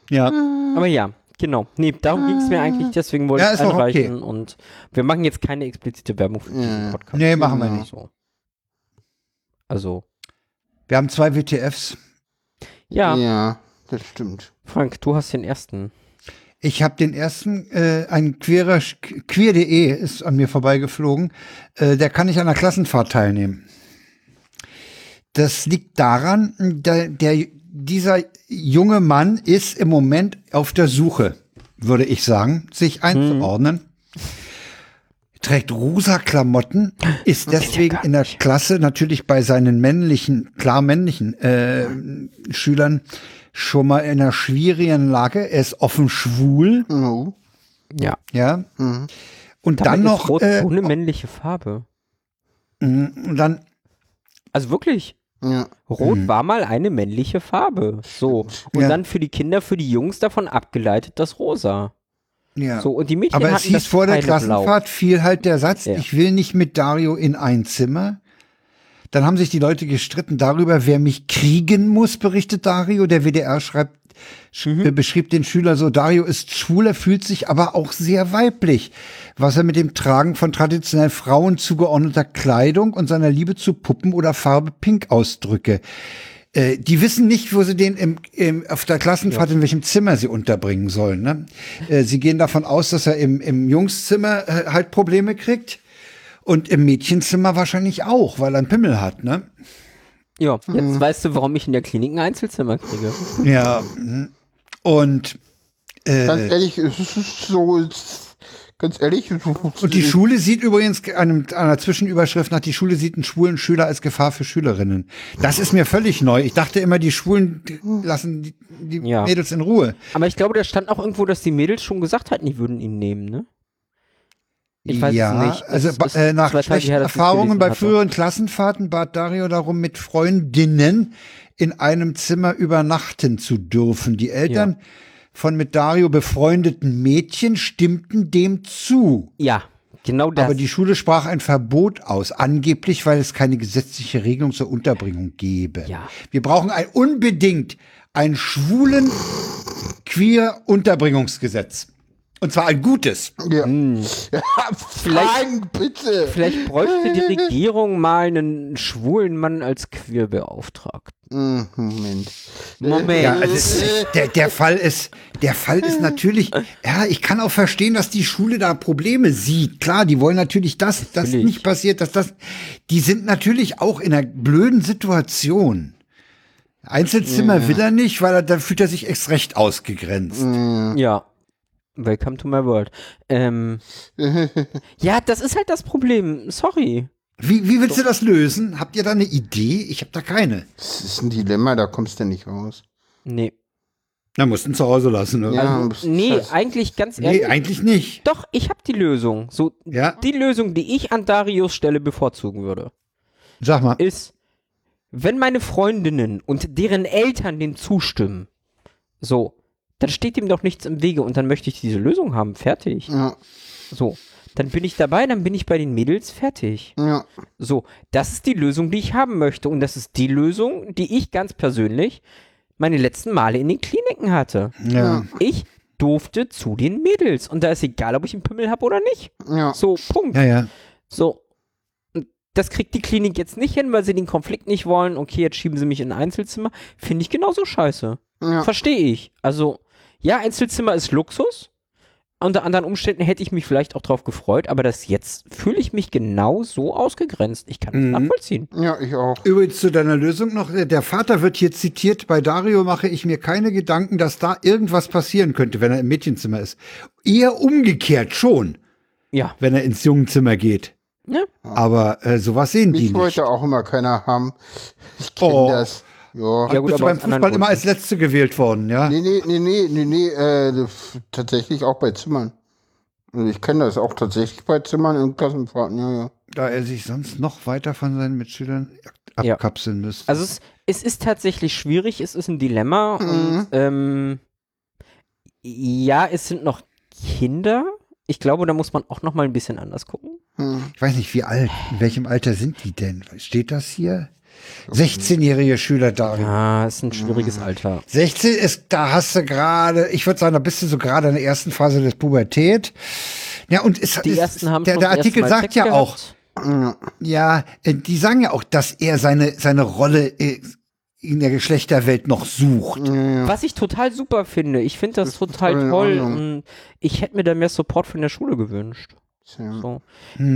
Speaker 1: Ja.
Speaker 3: aber ja, genau. Nee, darum ging es mir eigentlich, deswegen wollte
Speaker 1: Ja,
Speaker 3: ich
Speaker 1: ist doch
Speaker 3: anreichen. Und wir machen jetzt keine explizite Werbung für diesen Podcast.
Speaker 1: Nee, machen wir nicht.
Speaker 3: So. Also,
Speaker 1: Wir haben zwei WTFs.
Speaker 3: ja,
Speaker 2: ja das stimmt.
Speaker 3: Frank, du hast den ersten.
Speaker 1: Ich habe den ersten, äh, ein queerer, Sch- queer.de E ist an mir vorbeigeflogen. Äh, der kann nicht an der Klassenfahrt teilnehmen. Das liegt daran, der, der, dieser junge Mann ist im Moment auf der Suche, würde ich sagen, sich einzuordnen.
Speaker 3: Hm.
Speaker 1: Trägt rosa Klamotten, ist deswegen in der Klasse natürlich bei seinen männlichen, klar männlichen äh, Schülern schon mal in einer schwierigen Lage. Er ist offen schwul,
Speaker 2: No.
Speaker 3: Ja.
Speaker 1: ja.
Speaker 2: hm,
Speaker 1: Und dann
Speaker 3: Damit ist
Speaker 1: noch,
Speaker 3: Rot
Speaker 1: äh,
Speaker 3: so eine männliche Farbe.
Speaker 1: und dann,
Speaker 3: Also wirklich.
Speaker 2: Ja.
Speaker 3: Rot war mal eine männliche Farbe. So. Und
Speaker 1: Mhm. Ja.
Speaker 3: dann für die Kinder, für die Jungs davon abgeleitet das Rosa.
Speaker 1: ja.
Speaker 3: So, und die Mädchen
Speaker 1: Aber
Speaker 3: hatten
Speaker 1: es hieß
Speaker 3: das
Speaker 1: vor der
Speaker 3: feine Blau.
Speaker 1: Klassenfahrt fiel halt der Satz,
Speaker 3: Ja.
Speaker 1: ich will nicht mit Dario in ein Zimmer. Dann haben sich die Leute gestritten darüber, wer mich kriegen muss, berichtet Dario. Der WDR schreibt, sch
Speaker 3: Mhm.
Speaker 1: äh, beschrieb den Schüler so, Dario ist schwul, er fühlt sich aber auch sehr weiblich, was er mit dem Tragen von traditionell Frauen zugeordneter Kleidung und seiner Liebe zu Puppen oder Farbe Pink ausdrücke. Äh, Die wissen nicht, wo sie den im, im, auf der Klassenfahrt, in welchem Zimmer sie unterbringen sollen. Ne? Äh, Sie gehen davon aus, dass er im, im Jungszimmer äh, halt Probleme kriegt und im Mädchenzimmer wahrscheinlich auch, weil er einen Pimmel hat. Ne?
Speaker 3: Ja,
Speaker 1: Mhm.
Speaker 3: jetzt weißt du, warum ich in der Klinik ein Einzelzimmer kriege.
Speaker 1: Ja. Mhm. Und Äh,
Speaker 2: Ganz ehrlich, es ist so. Ganz ehrlich.
Speaker 1: Und die Schule sieht übrigens einem, einer Zwischenüberschrift nach, die Schule sieht einen schwulen Schüler als Gefahr für Schülerinnen. Das ist mir völlig neu. Ich dachte immer, die Schwulen die lassen die, die
Speaker 3: Ja.
Speaker 1: Mädels in Ruhe.
Speaker 3: Aber ich glaube, da stand auch irgendwo, dass die Mädels schon gesagt hatten, die würden ihn nehmen, ne? Ich weiß
Speaker 1: ja,
Speaker 3: es nicht.
Speaker 1: Also
Speaker 3: Es
Speaker 1: ba-
Speaker 3: ist
Speaker 1: äh, nach
Speaker 3: zwei Tage
Speaker 1: schlechten
Speaker 3: her, dass ich
Speaker 1: Erfahrungen
Speaker 3: gelesen
Speaker 1: bei
Speaker 3: hatte.
Speaker 1: früheren Klassenfahrten bat Dario darum, mit Freundinnen in einem Zimmer übernachten zu dürfen. Die Eltern von mit Dario befreundeten Mädchen stimmten dem zu.
Speaker 3: Ja, genau das.
Speaker 1: Aber die Schule sprach ein Verbot aus, angeblich, weil es keine gesetzliche Regelung zur Unterbringung gäbe.
Speaker 3: Ja.
Speaker 1: Wir brauchen ein, unbedingt ein schwulen queer Unterbringungsgesetz. Und zwar ein gutes.
Speaker 2: Ja.
Speaker 1: Hm.
Speaker 2: ja Fragen, bitte.
Speaker 3: Vielleicht bräuchte die Regierung mal einen schwulen Mann als Queerbeauftragten.
Speaker 2: Mm, Moment.
Speaker 3: Moment.
Speaker 1: Mhm, Ja, also es, der, der Fall ist, der Fall ist natürlich, ja, ich kann auch verstehen, dass die Schule da Probleme sieht. Klar, die wollen natürlich, dass das
Speaker 3: Natürlich.
Speaker 1: nicht passiert, dass das, die sind natürlich auch in einer blöden Situation. Einzelzimmer will er nicht, weil er, dann fühlt er sich erst recht ausgegrenzt.
Speaker 3: Ja. Welcome to my world. Ähm, ja, das ist halt das Problem. Sorry.
Speaker 1: Wie, wie willst du das lösen? Habt ihr da eine Idee? Ich habe da keine.
Speaker 2: Das ist ein Dilemma, da kommst du nicht raus.
Speaker 3: Nee.
Speaker 1: Na, musst ihn zu Hause lassen. Ne?
Speaker 2: Ja,
Speaker 3: Also,
Speaker 2: das-
Speaker 3: nee,
Speaker 2: das-
Speaker 3: eigentlich ganz ehrlich.
Speaker 1: nee, äh- eigentlich nicht.
Speaker 3: doch, ich habe die Lösung. So,
Speaker 1: Ja.
Speaker 3: die Lösung, die ich an Darius Stelle bevorzugen würde,
Speaker 1: Sag mal.
Speaker 3: ist, wenn meine Freundinnen und deren Eltern dem zustimmen, so, dann steht ihm doch nichts im Wege und dann möchte ich diese Lösung haben. Fertig.
Speaker 2: Ja,
Speaker 3: So, dann bin ich dabei, dann bin ich bei den Mädels fertig.
Speaker 2: ja.
Speaker 3: So, das ist die Lösung, die ich haben möchte. Und das ist die Lösung, die ich ganz persönlich meine letzten Male in den Kliniken hatte.
Speaker 1: Ja.
Speaker 3: Ich durfte zu den Mädels. Und da ist egal, ob ich einen Pimmel habe oder nicht.
Speaker 2: Ja.
Speaker 3: So, Punkt.
Speaker 1: Ja, ja.
Speaker 3: So. Und Das kriegt die Klinik jetzt nicht hin, weil sie den Konflikt nicht wollen. Okay, jetzt schieben sie mich in ein Einzelzimmer. Finde ich genauso scheiße.
Speaker 2: Ja.
Speaker 3: Verstehe ich. Also, ja, Einzelzimmer ist Luxus. Unter anderen Umständen hätte ich mich vielleicht auch drauf gefreut, aber das jetzt fühle ich mich genau so ausgegrenzt. Ich kann das nachvollziehen.
Speaker 2: ja, ich auch.
Speaker 1: Übrigens zu deiner Lösung noch, äh, der Vater wird hier zitiert, bei Dario mache ich mir keine Gedanken, dass da irgendwas passieren könnte, wenn er im Mädchenzimmer ist. Eher umgekehrt schon,
Speaker 3: Ja.
Speaker 1: wenn er ins Jungenzimmer geht.
Speaker 3: Ne?
Speaker 1: Aber äh, sowas sehen die
Speaker 2: Mich
Speaker 1: nicht.
Speaker 2: wollte auch immer keiner haben. Ich kenne
Speaker 1: Oh.
Speaker 2: das. Ja.
Speaker 3: Ja, gut,
Speaker 1: Bist du
Speaker 3: aber
Speaker 1: beim
Speaker 3: aus anderen
Speaker 1: Fußball immer
Speaker 3: Gründen.
Speaker 1: als Letzte gewählt worden, ja?
Speaker 2: Nee, nee, nee, nee, nee, nee, äh, f- tatsächlich auch bei Zimmern. Also Ich kenne das auch tatsächlich bei Zimmern in Klassenfahrten, ja, ja.
Speaker 1: Da er sich sonst noch weiter von seinen Mitschülern ab-
Speaker 3: Ja.
Speaker 1: abkapseln müsste.
Speaker 3: Also es, es ist tatsächlich schwierig, es ist ein Dilemma und ähm, ja, es sind noch Kinder. Ich glaube, da muss man auch noch mal ein bisschen anders gucken.
Speaker 2: Hm.
Speaker 1: ich weiß nicht, wie alt, in welchem Alter sind die denn? Steht das hier? 16-jährige Schüler Dario.
Speaker 3: Ja, es ist ein schwieriges
Speaker 1: Ah.
Speaker 3: Alter.
Speaker 1: 16 ist, da hast du gerade, ich würde sagen, da bist du so gerade in der ersten Phase des Pubertät. Ja, und ist,
Speaker 3: Die
Speaker 1: ist,
Speaker 3: ersten haben
Speaker 1: der,
Speaker 3: schon
Speaker 1: der
Speaker 3: das erste
Speaker 1: Artikel
Speaker 3: Mal
Speaker 1: sagt
Speaker 3: Sex
Speaker 1: ja
Speaker 3: gehabt.
Speaker 1: auch, ja, äh, die sagen ja auch, dass er seine, seine Rolle äh, in der Geschlechterwelt noch sucht.
Speaker 3: Was ich total super finde. Ich finde das
Speaker 2: voll
Speaker 3: total
Speaker 2: in
Speaker 3: toll.
Speaker 2: Ordnung.
Speaker 3: Und ich hätte mir da mehr Support von der Schule gewünscht.
Speaker 1: Mhm.
Speaker 2: Tja.
Speaker 3: So.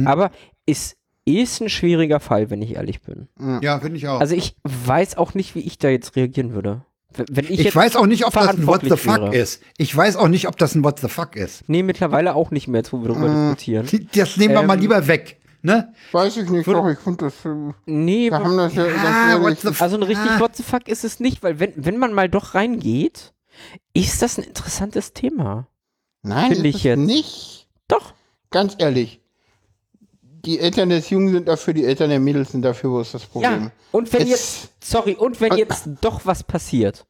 Speaker 3: Aber es ist ein schwieriger Fall, wenn ich ehrlich bin.
Speaker 1: Ja, finde ich auch.
Speaker 3: Also ich weiß auch nicht, wie ich da jetzt reagieren würde. W- Wenn ich,
Speaker 1: ich
Speaker 3: jetzt
Speaker 1: weiß auch nicht, ob das ein What the
Speaker 3: verantwortlich
Speaker 1: fuck
Speaker 3: wäre.
Speaker 1: ist. Ich weiß auch nicht, ob das ein What the fuck ist.
Speaker 3: Nee, mittlerweile auch nicht mehr, jetzt wo wir darüber
Speaker 1: Äh,
Speaker 3: diskutieren.
Speaker 1: Das nehmen wir
Speaker 3: Ähm,
Speaker 1: mal lieber weg. Ne?
Speaker 2: Weiß ich nicht, doch, ich finde das, äh,
Speaker 3: Nee,
Speaker 2: wir haben das ja,
Speaker 1: Ah, what
Speaker 2: ganz
Speaker 1: the
Speaker 2: ehrlich,
Speaker 1: f-
Speaker 3: also ein richtig
Speaker 1: Ah.
Speaker 3: What the fuck ist es nicht, weil wenn, wenn man mal doch reingeht, ist das ein interessantes Thema.
Speaker 2: nein,
Speaker 3: Finde
Speaker 2: ist
Speaker 3: ich
Speaker 2: es
Speaker 3: jetzt.
Speaker 2: nicht,
Speaker 3: Doch.
Speaker 2: ganz ehrlich. Die Eltern des Jungen sind dafür, die Eltern der Mädels sind dafür, wo ist das Problem? Ah.
Speaker 3: Ja, und wenn
Speaker 2: Es-
Speaker 3: jetzt, sorry, und wenn jetzt doch was passiert.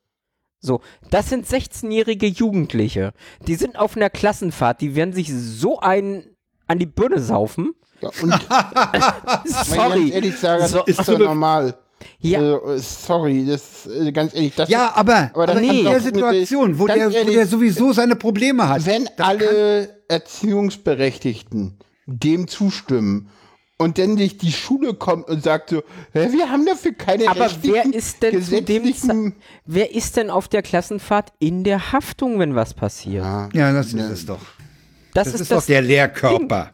Speaker 3: So, das sind 16-jährige Jugendliche. Die sind auf einer Klassenfahrt, die werden sich so einen an die Birne saufen.
Speaker 2: Ja, und wenn ich Ah, ganz
Speaker 3: Sorry.
Speaker 2: ehrlich sage, das
Speaker 3: So- also
Speaker 2: ist
Speaker 1: so
Speaker 2: so
Speaker 1: eine-
Speaker 2: normal.
Speaker 3: Ja,
Speaker 2: Also, äh, sorry, das, äh, ganz ehrlich, das
Speaker 1: Ja, aber,
Speaker 2: Aber
Speaker 1: aber
Speaker 2: das kann
Speaker 1: in
Speaker 2: doch
Speaker 1: der
Speaker 2: mit-
Speaker 1: Situation, wo
Speaker 2: ganz
Speaker 1: der, wo
Speaker 2: ehrlich,
Speaker 1: der sowieso seine Probleme
Speaker 3: also
Speaker 1: hat.
Speaker 2: wenn alle Erziehungsberechtigten dem zustimmen und dann nicht die Schule kommt und sagt so, "Hä, wir haben dafür keine
Speaker 3: aber wer
Speaker 2: rechtlichen,
Speaker 3: ist denn zu dem Ze-
Speaker 2: äh, gesetzlichen-
Speaker 3: wer ist denn auf der Klassenfahrt in der Haftung, wenn was passiert?
Speaker 2: Ah,
Speaker 1: Ja, das ist es doch.
Speaker 3: das,
Speaker 1: Das,
Speaker 3: ist,
Speaker 1: ist doch
Speaker 3: das
Speaker 1: der Lehrkörper.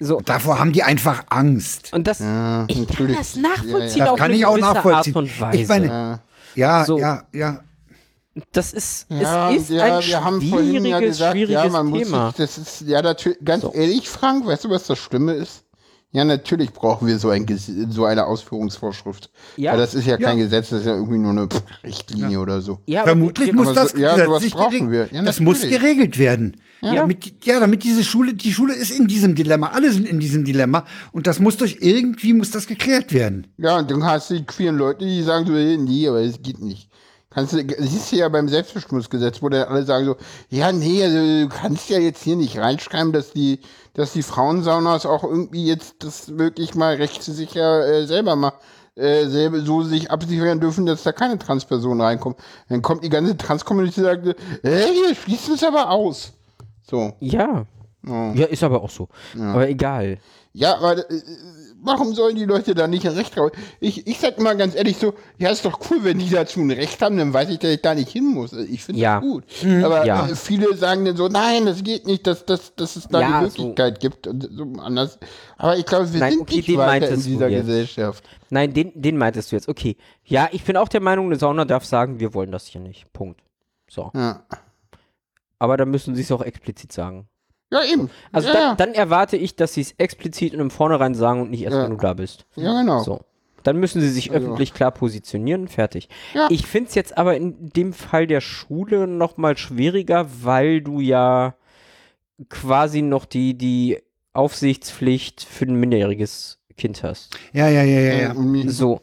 Speaker 3: so.
Speaker 1: Davor haben die einfach Angst.
Speaker 3: Und das ich kann
Speaker 2: natürlich.
Speaker 3: das nachvollziehen
Speaker 1: Das
Speaker 3: auf
Speaker 1: kann
Speaker 3: eine
Speaker 1: ich auch
Speaker 3: gewisse
Speaker 1: nachvollziehen.
Speaker 3: Art und Weise.
Speaker 1: Ich meine, ja,
Speaker 3: So.
Speaker 1: ja, ja.
Speaker 3: Das ist,
Speaker 2: Ja,
Speaker 3: es ist
Speaker 2: ja,
Speaker 3: ein
Speaker 2: wir haben vorhin
Speaker 3: schwieriges,
Speaker 2: ja gesagt,
Speaker 3: schwieriges
Speaker 2: ja, man
Speaker 3: Thema.
Speaker 2: muss sich, das ist, ja, natürlich, ganz
Speaker 3: So.
Speaker 2: ehrlich, Frank, weißt du, was das Schlimme ist? Ja, natürlich brauchen wir so, ein, Ges- so eine Ausführungsvorschrift.
Speaker 3: Ja.
Speaker 2: Ja. Weil das ist ja
Speaker 1: Ja.
Speaker 2: kein Gesetz, das ist ja irgendwie nur eine pff, Richtlinie oder so.
Speaker 3: ja, aber
Speaker 1: Vermutlich
Speaker 3: wir-
Speaker 1: muss
Speaker 2: aber so-
Speaker 1: das
Speaker 2: ja,
Speaker 1: gesetzlich
Speaker 2: sowas brauchen
Speaker 1: gereg-
Speaker 2: wir. Ja,
Speaker 1: das muss
Speaker 2: natürlich.
Speaker 1: geregelt werden.
Speaker 3: Ja.
Speaker 1: Damit, die- ja, damit diese Schule, die Schule ist in diesem Dilemma, alle sind in diesem Dilemma und das muss durch irgendwie muss das geklärt werden.
Speaker 2: Ja, und dann hast du die queeren Leute, die sagen so, hey, nee, aber es geht nicht. Kannst du, siehst du ja beim Selbstbestimmungsgesetz, wo dann alle sagen so, ja, nee, also, du kannst ja jetzt hier nicht reinschreiben, dass die, dass die Frauensaunas auch irgendwie jetzt das wirklich mal rechtssicher äh, selber mal äh, selber so sich absichern dürfen, dass da keine Transpersonen reinkommen. Dann kommt die ganze Trans-Community und sagt, "Äh, hey, ihr schließt es aber aus. So.
Speaker 3: Ja. Ja, ist aber auch so. Aber egal.
Speaker 2: Ja, aber äh, warum sollen die Leute da nicht ein Recht drauf? Ich, ich sag mal ganz ehrlich so, ja, ist doch cool, wenn die dazu ein Recht haben, dann weiß ich, dass ich da nicht hin muss. Also Ich finde
Speaker 3: Ja. Mhm.
Speaker 2: das gut. Aber
Speaker 3: Ja.
Speaker 2: äh, viele sagen dann so, nein, das geht nicht, dass, dass, dass es da
Speaker 3: Ja,
Speaker 2: die Möglichkeit gibt. Und so anders. Aber ich glaube, wir
Speaker 3: Nein,
Speaker 2: sind
Speaker 3: okay, den
Speaker 2: nicht weiter in
Speaker 3: meintest du
Speaker 2: dieser
Speaker 3: jetzt.
Speaker 2: Gesellschaft.
Speaker 3: Nein, den, den meintest du jetzt. Okay. Ja, ich bin auch der Meinung, eine Sauna darf sagen, wir wollen das hier nicht. Punkt. So.
Speaker 2: Ja,
Speaker 3: Aber dann müssen sie es auch explizit sagen.
Speaker 2: ja eben.
Speaker 3: Also
Speaker 2: ja,
Speaker 3: dann, dann erwarte ich, dass sie es explizit und im Vornherein sagen und nicht erst,
Speaker 2: Ja.
Speaker 3: wenn du da bist.
Speaker 2: ja, genau. Also
Speaker 3: So. Dann müssen sie sich öffentlich klar positionieren, fertig.
Speaker 2: Ja.
Speaker 3: Ich finde es jetzt aber in dem Fall der Schule nochmal schwieriger, weil du ja quasi noch die, die Aufsichtspflicht für ein minderjähriges Kind hast.
Speaker 1: Ja, ja, ja, ja. ja.
Speaker 2: Ähm,
Speaker 3: So,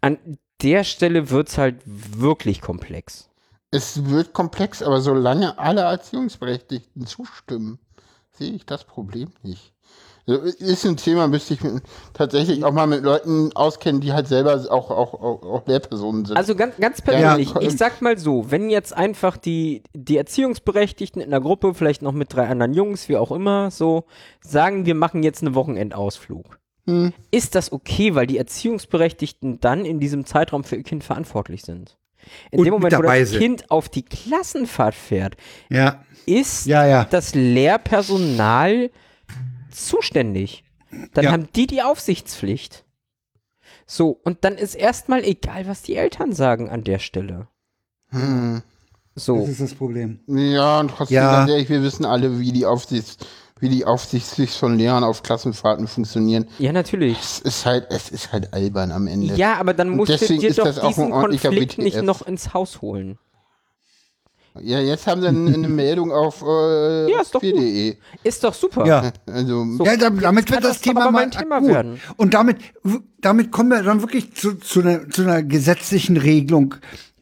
Speaker 3: an der Stelle wird es halt wirklich komplex.
Speaker 2: Es wird komplex, aber solange alle Erziehungsberechtigten zustimmen, sehe ich das Problem nicht. Also, Ist ein Thema, müsste ich mit, tatsächlich auch mal mit Leuten auskennen, die halt selber auch, auch, auch, auch Lehrpersonen sind.
Speaker 3: Also ganz, ganz persönlich,
Speaker 2: Ja.
Speaker 3: ich sag mal so, wenn jetzt einfach die, die Erziehungsberechtigten in der Gruppe, vielleicht noch mit drei anderen Jungs, wie auch immer, so, sagen, wir machen jetzt einen Wochenendausflug.
Speaker 1: Hm.
Speaker 3: Ist das okay, weil die Erziehungsberechtigten dann in diesem Zeitraum für ihr Kind verantwortlich sind? In
Speaker 1: Und
Speaker 3: dem
Speaker 1: mit
Speaker 3: Moment, wo
Speaker 1: dabei
Speaker 3: das
Speaker 1: sind.
Speaker 3: Kind auf die Klassenfahrt fährt,
Speaker 1: ja.
Speaker 3: ist
Speaker 1: Ja, ja.
Speaker 3: das Lehrpersonal zuständig. Dann
Speaker 1: Ja.
Speaker 3: haben die die Aufsichtspflicht. So, und dann ist erstmal egal, was die Eltern sagen an der Stelle.
Speaker 1: Das
Speaker 2: Hm.
Speaker 3: So,
Speaker 1: ist das Problem.
Speaker 2: ja, und trotzdem,
Speaker 1: Ja.
Speaker 2: ganz ehrlich, wir wissen alle, wie die Aufsicht, wie die Aufsichtspflicht von Lehrern auf Klassenfahrten funktionieren.
Speaker 3: ja, natürlich.
Speaker 2: Es ist halt, es ist halt albern am Ende.
Speaker 3: Ja, aber dann
Speaker 2: Und
Speaker 3: musst du
Speaker 2: deswegen
Speaker 3: dir
Speaker 2: ist das
Speaker 3: doch
Speaker 2: auch
Speaker 3: diesen
Speaker 2: ein ordentlicher
Speaker 3: Konflikt nicht
Speaker 2: BTF.
Speaker 3: noch ins Haus holen.
Speaker 2: Ja, jetzt haben sie eine eine Meldung auf äh,
Speaker 3: Ja, ist doch gut.
Speaker 2: p.de.
Speaker 3: Ist doch super.
Speaker 1: Ja.
Speaker 2: Also,
Speaker 1: Ja, da, damit
Speaker 3: kann
Speaker 1: wird das,
Speaker 3: das doch
Speaker 1: Thema
Speaker 3: aber
Speaker 1: mal
Speaker 3: mein Thema
Speaker 1: akut.
Speaker 3: werden.
Speaker 1: Und damit, damit kommen wir dann wirklich zu, zu, einer, zu einer gesetzlichen Regelung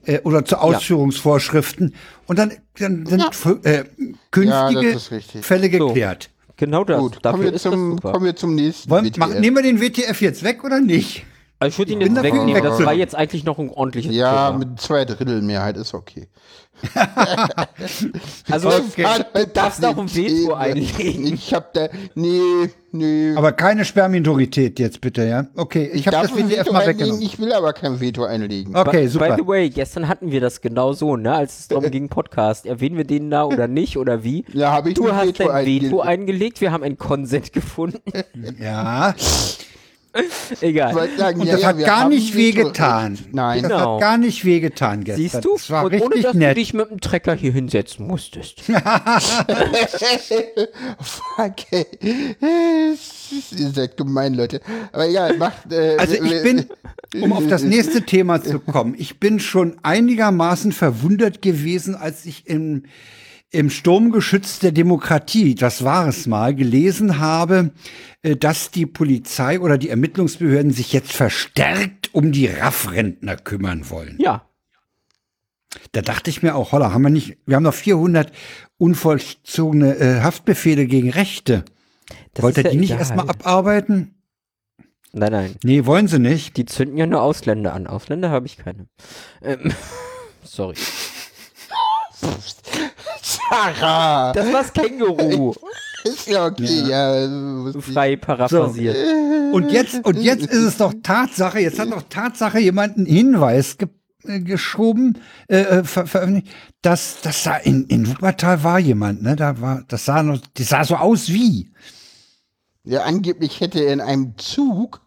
Speaker 1: äh, oder zu Ausführungsvorschriften. Und dann, dann sind äh,
Speaker 2: Ja,
Speaker 1: künftige
Speaker 2: das ist richtig.
Speaker 1: Fälle geklärt.
Speaker 3: Genau das.
Speaker 2: Gut, kommen
Speaker 3: Dafür
Speaker 2: wir,
Speaker 3: ist
Speaker 2: zum,
Speaker 3: das
Speaker 2: kommen
Speaker 3: super.
Speaker 2: wir zum nächsten.
Speaker 1: Wollen,
Speaker 2: WTF.
Speaker 1: mach, nehmen wir den WTF jetzt weg oder nicht?
Speaker 3: Also ich würde ihn
Speaker 1: bin
Speaker 3: jetzt
Speaker 1: dafür
Speaker 3: wegnehmen. Das
Speaker 1: gewechselt.
Speaker 3: war jetzt eigentlich noch ein ordentliches
Speaker 2: ja,
Speaker 3: Thema.
Speaker 2: mit zwei Drittel Mehrheit ist okay.
Speaker 3: Also
Speaker 1: Okay.
Speaker 3: du du darfst auch
Speaker 1: um
Speaker 3: ein Veto einlegen.
Speaker 2: Ich hab da. Nee, nee.
Speaker 1: Aber keine Sperrminorität jetzt bitte, ja? Okay, ich habe
Speaker 2: Darf
Speaker 1: das
Speaker 2: ein
Speaker 1: WTF
Speaker 2: Veto
Speaker 1: mal
Speaker 2: einlegen?
Speaker 1: weggenommen.
Speaker 2: Ich will aber kein Veto einlegen.
Speaker 1: Okay,
Speaker 3: By-
Speaker 1: super. Äh,
Speaker 3: By the way, gestern hatten wir das genau so, ne, als es darum ging Podcast. Erwähnen wir den da oder nicht oder wie?
Speaker 2: Ja, hab ich
Speaker 3: du
Speaker 2: ein
Speaker 3: hast
Speaker 2: Veto
Speaker 3: dein Veto
Speaker 2: eingelegt.
Speaker 3: eingelegt, wir haben einen Konsent gefunden.
Speaker 1: Ja,
Speaker 2: Ich
Speaker 3: Egal.
Speaker 2: wollte sagen,
Speaker 1: und
Speaker 2: ja,
Speaker 1: das
Speaker 2: ja,
Speaker 1: hat
Speaker 2: wir
Speaker 1: gar
Speaker 2: haben
Speaker 1: nicht
Speaker 2: ein Veto.
Speaker 1: wehgetan.
Speaker 2: Nein.
Speaker 1: Das
Speaker 3: Genau.
Speaker 1: hat gar nicht wehgetan gestern.
Speaker 3: Siehst du?
Speaker 1: Das war
Speaker 3: Und ohne,
Speaker 1: richtig
Speaker 3: dass du
Speaker 1: nett.
Speaker 3: dich mit dem Trecker hier hinsetzen musstest.
Speaker 2: Fuck, ey. Ihr seid gemein, Leute. Aber egal, macht. Äh,
Speaker 1: Also ich bin, um auf das nächste Thema zu kommen, ich bin schon einigermaßen verwundert gewesen, als ich im, im Sturmgeschütz der Demokratie, das war es mal, gelesen habe, äh, dass die Polizei oder die Ermittlungsbehörden sich jetzt verstärkt um die RAF-Rentner kümmern wollen.
Speaker 3: Ja.
Speaker 1: Da dachte ich mir auch, holla, haben wir nicht, wir haben noch 400 unvollzogene äh, Haftbefehle gegen Rechte.
Speaker 3: Das
Speaker 1: Wollt ihr
Speaker 3: ist ja
Speaker 1: die nicht
Speaker 3: egal.
Speaker 1: erstmal abarbeiten?
Speaker 3: Nein, nein.
Speaker 1: Nee, wollen sie nicht.
Speaker 3: Die zünden ja nur Ausländer an. Ausländer habe ich keine. Ähm, sorry.
Speaker 2: Sarah!
Speaker 3: Das war's Känguru.
Speaker 2: Ist ja okay, ja. äh,
Speaker 3: Frei paraphrasiert.
Speaker 1: Und jetzt, und jetzt ist es doch Tatsache, jetzt hat doch Tatsache jemand einen Hinweis ge äh, geschoben, äh, äh, ver veröffentlicht, dass das da in, in Wuppertal war jemand, ne? Da war, das sah noch, das sah so aus wie.
Speaker 2: Ja, angeblich hätte er in einem Zug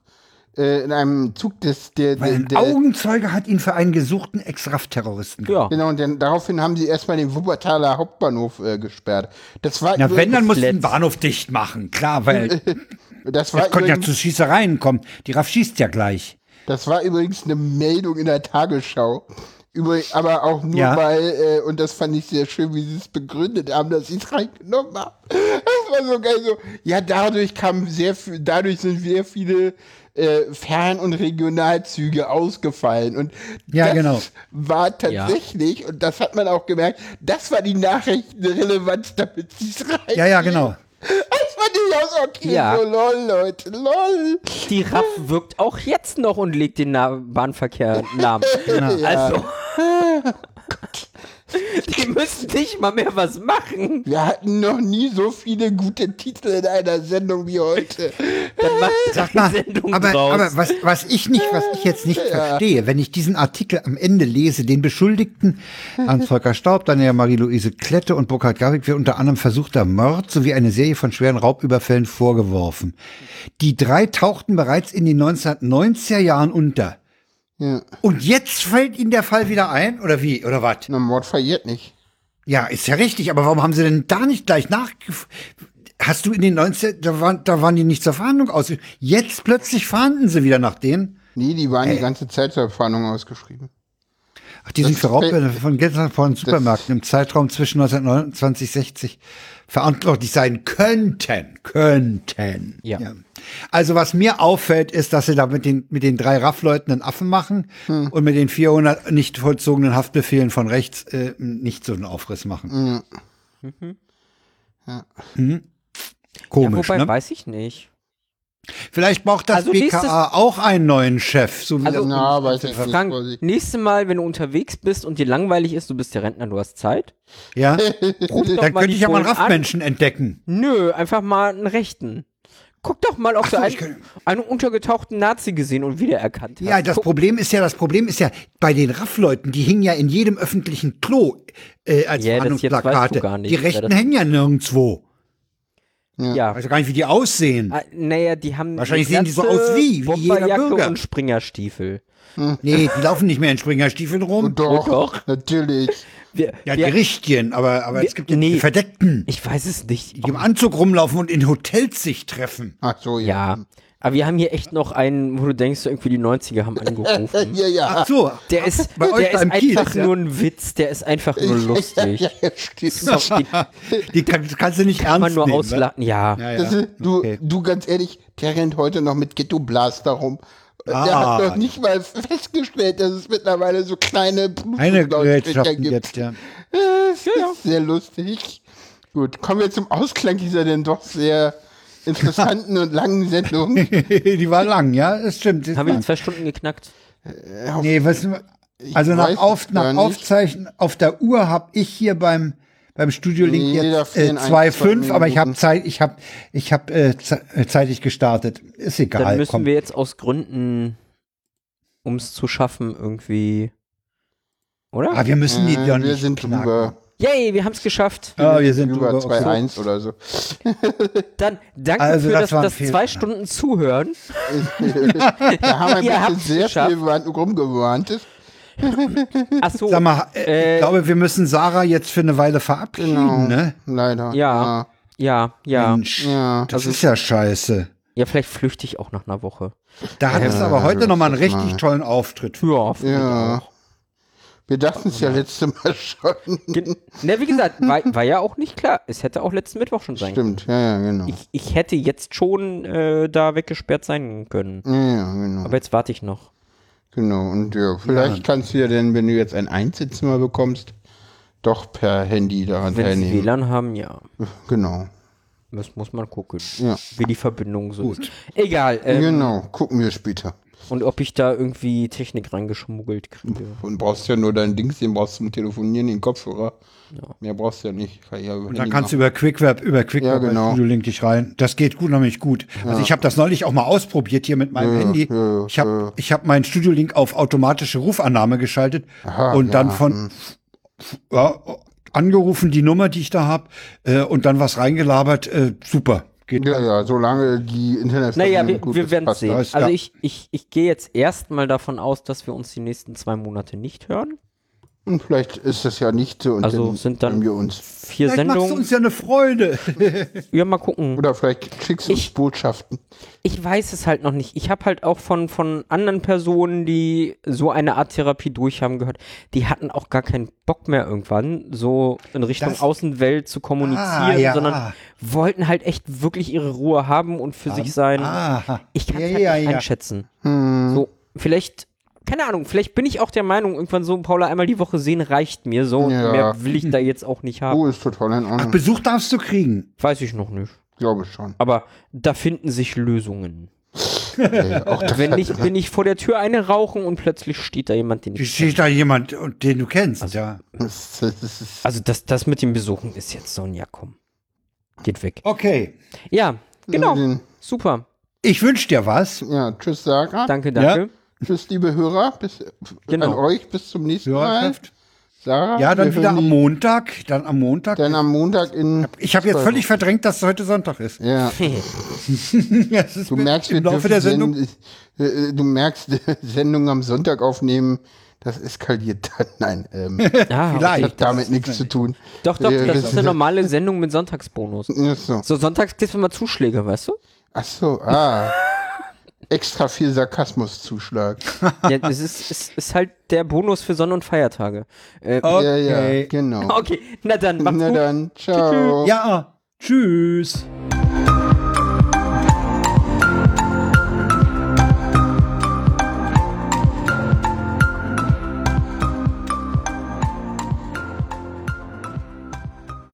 Speaker 2: äh, in einem Zug des, der,
Speaker 1: Weil
Speaker 2: der,
Speaker 1: ein
Speaker 2: der
Speaker 1: Augenzeuge hat ihn für einen gesuchten Ex-RAF-Terroristen.
Speaker 3: Ja.
Speaker 2: genau, und dann, daraufhin haben sie erstmal den Wuppertaler Hauptbahnhof äh, gesperrt. Das war
Speaker 1: Na, wenn, dann musst du den
Speaker 3: Letzt-
Speaker 1: Bahnhof dicht machen. Klar, weil
Speaker 2: das war
Speaker 1: das könnte ja
Speaker 2: übrigens-
Speaker 1: zu Schießereien kommen. Die RAF schießt ja gleich.
Speaker 2: Das war übrigens eine Meldung in der Tagesschau. Über, aber auch nur
Speaker 1: Ja.
Speaker 2: weil, äh, und das fand ich sehr schön, wie sie es begründet haben, dass sie es reingenommen haben. Das war so geil. So, ja, dadurch kamen sehr viel, dadurch sind sehr viele äh, Fern- und Regionalzüge ausgefallen. Und
Speaker 1: Ja,
Speaker 2: das
Speaker 1: genau.
Speaker 2: war tatsächlich, und das hat man auch gemerkt, das war die Nachrichtenrelevanz, damit sie es rein.
Speaker 1: Ja, ja, genau.
Speaker 2: Das war die aussortiert.
Speaker 3: Ja.
Speaker 2: So, lol, Leute, lol.
Speaker 3: Die RAF wirkt auch jetzt noch und legt den Na Bahnverkehr lahm. Also. Die müssen nicht mal mehr was machen.
Speaker 2: Wir hatten noch nie so viele gute Titel in einer Sendung wie heute.
Speaker 3: Dann macht
Speaker 1: Sag
Speaker 3: drei
Speaker 1: mal,
Speaker 3: Sendungen
Speaker 1: Ah, aber,
Speaker 3: draus.
Speaker 1: aber was, was ich nicht, was ich jetzt nicht verstehe, wenn ich diesen Artikel am Ende lese, den Beschuldigten an Volker Staub, dann ja Marie-Louise Klette und Burkhard Garrick wird unter anderem versuchter Mord sowie eine Serie von schweren Raubüberfällen vorgeworfen. Die drei tauchten bereits in den 1990er Jahren unter.
Speaker 2: Ja.
Speaker 1: Und jetzt fällt ihnen der Fall wieder ein? Oder wie? Oder was?
Speaker 2: Na, Mord verjährt nicht.
Speaker 1: Ja, ist ja richtig, aber warum haben sie denn da nicht gleich nachgef... Hast du in den 90 da waren, da waren die nicht zur Fahndung aus. Jetzt plötzlich fahnden sie wieder nach denen.
Speaker 2: Nee, die waren die ganze Zeit zur Fahndung ausgeschrieben.
Speaker 1: Ach, die sind
Speaker 2: Das-
Speaker 1: für Raubbilder von Geldern von Supermärkten im Zeitraum zwischen 1929 und 60 verantwortlich sein könnten. Könnten.
Speaker 3: Ja.
Speaker 1: Also was mir auffällt, ist, dass sie da mit den, mit den drei Raffleuten einen Affen machen
Speaker 3: Hm.
Speaker 1: und mit den 400 nicht vollzogenen Haftbefehlen von rechts äh, nicht so einen Aufriss machen. Mhm. Komisch,
Speaker 3: Wobei,
Speaker 1: ne?
Speaker 3: weiß ich nicht.
Speaker 1: Vielleicht braucht das
Speaker 3: Also nächstes-
Speaker 1: BKA auch einen neuen Chef, so wie
Speaker 3: Also-
Speaker 1: das
Speaker 2: Na, weiß ich nicht.
Speaker 3: Frank,
Speaker 2: Vorsicht.
Speaker 3: nächstes Mal, wenn du unterwegs bist und dir langweilig ist, du bist ja Rentner, du hast Zeit.
Speaker 1: ja.
Speaker 3: Ruf doch
Speaker 1: Dann
Speaker 3: mal
Speaker 1: könnte
Speaker 3: die
Speaker 1: ich ja mal einen
Speaker 3: Bullen an.
Speaker 1: Raffmenschen entdecken.
Speaker 3: Nö, einfach mal einen Rechten. Guck doch mal, ob
Speaker 1: so,
Speaker 3: du einen,
Speaker 1: ich kann-
Speaker 3: einen untergetauchten Nazi gesehen und wiedererkannt hast.
Speaker 1: Ja, das
Speaker 3: Guck,
Speaker 1: Problem ist ja, das Problem ist ja, bei den Raffleuten, die hingen ja in jedem öffentlichen Klo äh, als
Speaker 3: Ja, das jetzt weißt du
Speaker 1: Verhandlungsplakate.
Speaker 3: gar nicht,
Speaker 1: Die
Speaker 3: wer
Speaker 1: Rechten
Speaker 3: das-
Speaker 1: hängen ja nirgendwo.
Speaker 3: ja.
Speaker 1: Weiß ja gar nicht, wie die aussehen.
Speaker 3: Ah, naja, die haben.
Speaker 1: Wahrscheinlich
Speaker 3: eine
Speaker 1: sehen die so
Speaker 3: Glatze,
Speaker 1: aus wie- wie jeder
Speaker 3: Bomberjacke
Speaker 1: Bürger.
Speaker 3: und Springerstiefel.
Speaker 1: Nee, die laufen nicht mehr in Springerstiefeln rum.
Speaker 2: Doch,
Speaker 3: doch.
Speaker 2: natürlich.
Speaker 3: Wir,
Speaker 1: Ja, die
Speaker 3: wir,
Speaker 1: Richtigen, aber, aber es
Speaker 3: wir-
Speaker 1: gibt ja
Speaker 3: nee.
Speaker 1: die Verdeckten,
Speaker 3: ich weiß es nicht.
Speaker 1: die im Anzug rumlaufen und in Hotels sich treffen.
Speaker 2: Ach so, ja.
Speaker 3: Ja. Aber wir haben hier echt noch einen, wo du denkst, irgendwie die 90er haben angerufen.
Speaker 2: Äh, Ja, ja.
Speaker 1: Ach so.
Speaker 3: Ah, Der ist,
Speaker 1: Bei euch
Speaker 3: der
Speaker 1: da
Speaker 3: ist
Speaker 1: im
Speaker 3: einfach
Speaker 1: Kiel ist ja-
Speaker 3: nur ein Witz, der ist einfach nur
Speaker 2: Ja,
Speaker 3: lustig.
Speaker 2: ja, stimmt.
Speaker 3: Versteht
Speaker 1: Die kann, das kannst du nicht ernst
Speaker 3: man nur
Speaker 1: nehmen. ne?
Speaker 3: auslachen. Ja.
Speaker 1: Ja,
Speaker 2: Das
Speaker 1: ja.
Speaker 2: ist, du,
Speaker 1: Okay.
Speaker 2: du, ganz ehrlich, der rennt heute noch mit Ghetto Blaster rum. Der
Speaker 1: Ah.
Speaker 2: hat noch nicht mal festgestellt, dass es mittlerweile so kleine
Speaker 1: Eine
Speaker 2: Bluetooth-Lautsprecher
Speaker 1: Gerätschaften
Speaker 2: gibt.
Speaker 1: jetzt, ja.
Speaker 2: Das ist sehr lustig. Gut, kommen wir zum Ausklang dieser denn doch sehr interessanten und langen Sendung.
Speaker 1: die war lang, ja, das stimmt.
Speaker 3: Haben wir die zwei Stunden geknackt?
Speaker 1: Nee, wissen wir, also nach,
Speaker 2: weiß
Speaker 1: auf,
Speaker 2: es
Speaker 1: nach
Speaker 2: gar
Speaker 1: Aufzeichen auf der Uhr habe ich hier beim beim Studio Link
Speaker 2: Nee, da
Speaker 1: jetzt äh,
Speaker 2: fehlen ein, zwei
Speaker 1: 2,5, aber ich habe
Speaker 2: Minuten.
Speaker 1: Zeit, ich habe ich habe äh, ze- äh, zeitig gestartet. Ist egal.
Speaker 3: Dann müssen
Speaker 1: komm.
Speaker 3: wir jetzt aus Gründen, um es zu schaffen, irgendwie. Oder?
Speaker 1: ah, wir müssen die
Speaker 2: Äh,
Speaker 1: doch nicht
Speaker 2: wir sind
Speaker 1: knacken.
Speaker 2: drüber,
Speaker 3: Yay, wir haben es geschafft.
Speaker 1: Ah, wir sind
Speaker 2: über
Speaker 1: drüber. Okay.
Speaker 2: 2-1 oder so.
Speaker 3: Dann danke
Speaker 1: Also,
Speaker 3: für
Speaker 1: das
Speaker 3: das,
Speaker 1: war ein
Speaker 3: das
Speaker 1: Fehler.
Speaker 3: zwei Stunden Zuhören.
Speaker 2: da haben wir
Speaker 3: Ihr
Speaker 2: ein bisschen
Speaker 3: habt's
Speaker 2: sehr
Speaker 3: geschafft.
Speaker 2: viel wan- rumgewarnt.
Speaker 3: Achso,
Speaker 1: Sag mal, äh,
Speaker 3: Äh,
Speaker 1: ich glaube, wir müssen Sarah jetzt für eine Weile verabschieden,
Speaker 2: Genau.
Speaker 1: ne?
Speaker 2: Leider.
Speaker 3: ja, ja, ja.
Speaker 1: Mensch,
Speaker 2: Ja. also
Speaker 1: das ist ja scheiße.
Speaker 3: Ja, vielleicht flüchte ich auch nach einer Woche.
Speaker 1: Da hattest du aber
Speaker 2: also
Speaker 1: heute noch mal einen richtig tollen Auftritt.
Speaker 3: Ja, finde ich
Speaker 2: Ja.
Speaker 3: auch.
Speaker 2: Wir dachten es ja letzte Mal schon.
Speaker 3: Gen- Na, wie gesagt, war, war ja auch nicht klar. Es hätte auch letzten Mittwoch schon sein können.
Speaker 2: Stimmt, ja, ja, genau.
Speaker 3: Ich, ich hätte jetzt schon äh, da weggesperrt sein können.
Speaker 2: Ja, ja, genau.
Speaker 3: Aber jetzt warte ich noch.
Speaker 2: Genau, und ja, vielleicht kannst du ja denn, wenn du jetzt ein Einzelzimmer bekommst, doch per Handy daran
Speaker 3: Wenn sie
Speaker 2: teilnehmen.
Speaker 3: WLAN haben, ja.
Speaker 2: Genau.
Speaker 3: Das muss man gucken,
Speaker 2: Ja.
Speaker 3: wie die Verbindung so ist. Egal. Ähm,
Speaker 2: Genau, gucken wir später.
Speaker 3: Und ob ich da irgendwie Technik reingeschmuggelt kriege.
Speaker 2: Und brauchst ja nur dein Dings, den brauchst du zum Telefonieren, den Kopfhörer. Mehr brauchst du ja nicht. Kann ja
Speaker 1: Und dann kannst du über QuickWeb, über QuickWeb
Speaker 2: Ja, genau.
Speaker 1: bei Studio Link dich rein. Das geht gut, nämlich gut. Also ich habe das neulich auch mal ausprobiert hier mit meinem Handy.
Speaker 2: ja,
Speaker 1: ich habe ich hab meinen Studio Link auf automatische Rufannahme geschaltet und dann
Speaker 2: Hm.
Speaker 1: von ja, angerufen die Nummer, die ich da habe äh, und dann was reingelabert. Äh, super, Geht
Speaker 2: Ja, ja, solange die Internetverbindung
Speaker 3: Naja, wir,
Speaker 2: gut
Speaker 3: wir
Speaker 2: ist,
Speaker 3: werden
Speaker 2: passt
Speaker 3: sehen.
Speaker 1: das.
Speaker 3: Also
Speaker 1: Ja.
Speaker 3: ich, ich, ich gehe jetzt erstmal davon aus, dass wir uns die nächsten zwei Monate nicht hören.
Speaker 2: Und vielleicht ist das ja nicht so und
Speaker 3: Also sind dann-
Speaker 2: hören wir uns.
Speaker 3: Vier
Speaker 1: Vielleicht machst du
Speaker 3: Sendungen.
Speaker 1: uns ja eine Freude.
Speaker 3: Ja, mal gucken.
Speaker 2: Oder vielleicht schickst du uns
Speaker 3: Ich-
Speaker 2: Botschaften.
Speaker 3: Ich weiß es halt noch nicht. Ich habe halt auch von, von anderen Personen, die so eine Art Therapie durchhaben gehört, die hatten auch gar keinen Bock mehr irgendwann, so in Richtung
Speaker 1: Das-
Speaker 3: Außenwelt zu kommunizieren,
Speaker 1: Ah, ja.
Speaker 3: sondern wollten halt echt wirklich ihre Ruhe haben und für sich sein.
Speaker 1: Ah,
Speaker 3: Ich kann
Speaker 1: ja,
Speaker 3: es halt
Speaker 1: ja, Hm.
Speaker 3: nicht
Speaker 1: ja.
Speaker 3: einschätzen. So, vielleicht, keine Ahnung, vielleicht bin ich auch der Meinung, irgendwann so Paula einmal die Woche sehen reicht mir so.
Speaker 2: Ja.
Speaker 3: Und mehr will ich da jetzt auch nicht haben.
Speaker 2: Oh, ist total in Ordnung.
Speaker 1: Besuch darfst du kriegen.
Speaker 3: Weiß ich noch nicht.
Speaker 2: Glaube schon.
Speaker 3: Aber da finden sich Lösungen.
Speaker 2: Ey, auch das
Speaker 3: Wenn
Speaker 2: hat-
Speaker 3: nicht, bin ich vor der Tür eine rauchen und plötzlich steht da jemand, den ich.
Speaker 1: Steht da jemand, und den du kennst, ja.
Speaker 2: das, das, ist-
Speaker 3: Also das, das mit dem Besuchen ist jetzt so ein Ja, komm. Geht weg.
Speaker 1: Okay.
Speaker 3: Ja, genau.
Speaker 2: den-
Speaker 3: Super.
Speaker 1: Ich wünsche dir was.
Speaker 2: Ja, tschüss Sarah.
Speaker 3: Danke, danke.
Speaker 2: Tschüss, liebe Hörer. Bis,
Speaker 3: Genau.
Speaker 2: An euch. Bis zum nächsten Mal.
Speaker 1: Hörerschaft.
Speaker 2: Sarah.
Speaker 1: Ja, dann
Speaker 2: wir
Speaker 1: wieder
Speaker 2: hören
Speaker 1: am
Speaker 2: die-
Speaker 1: Montag. Dann am Montag.
Speaker 2: Dann am Montag in.
Speaker 1: ich habe jetzt
Speaker 2: Zwei
Speaker 1: völlig verdrängt, dass heute Sonntag ist.
Speaker 2: Ja,
Speaker 1: Es ist
Speaker 2: du
Speaker 1: mir
Speaker 2: merkst, wir
Speaker 1: im Laufe
Speaker 2: dürfen
Speaker 1: der Sendung.
Speaker 2: Send- äh, äh, du merkst, Sendung am Sonntag aufnehmen, das eskaliert dann. Nein, ähm, das
Speaker 3: Ah,
Speaker 1: Vielleicht.
Speaker 2: hat damit nichts zu tun.
Speaker 3: Doch, doch,
Speaker 2: Äh,
Speaker 3: das
Speaker 2: wir-
Speaker 3: ist eine normale Sendung mit Sonntagsbonus.
Speaker 2: Ja, so.
Speaker 3: So, sonntags kriegst du mal Zuschläge, weißt du?
Speaker 2: Ach so, ah. Extra viel Sarkasmuszuschlag.
Speaker 3: Ja, es ist, es ist halt der Bonus für Sonn- und Feiertage. Äh,
Speaker 2: Ja,
Speaker 1: Okay.
Speaker 2: ja, genau.
Speaker 3: Okay, na dann, mach's
Speaker 2: Na
Speaker 3: gut.
Speaker 2: dann, ciao.
Speaker 1: Ja, tschüss.
Speaker 2: Tschüss.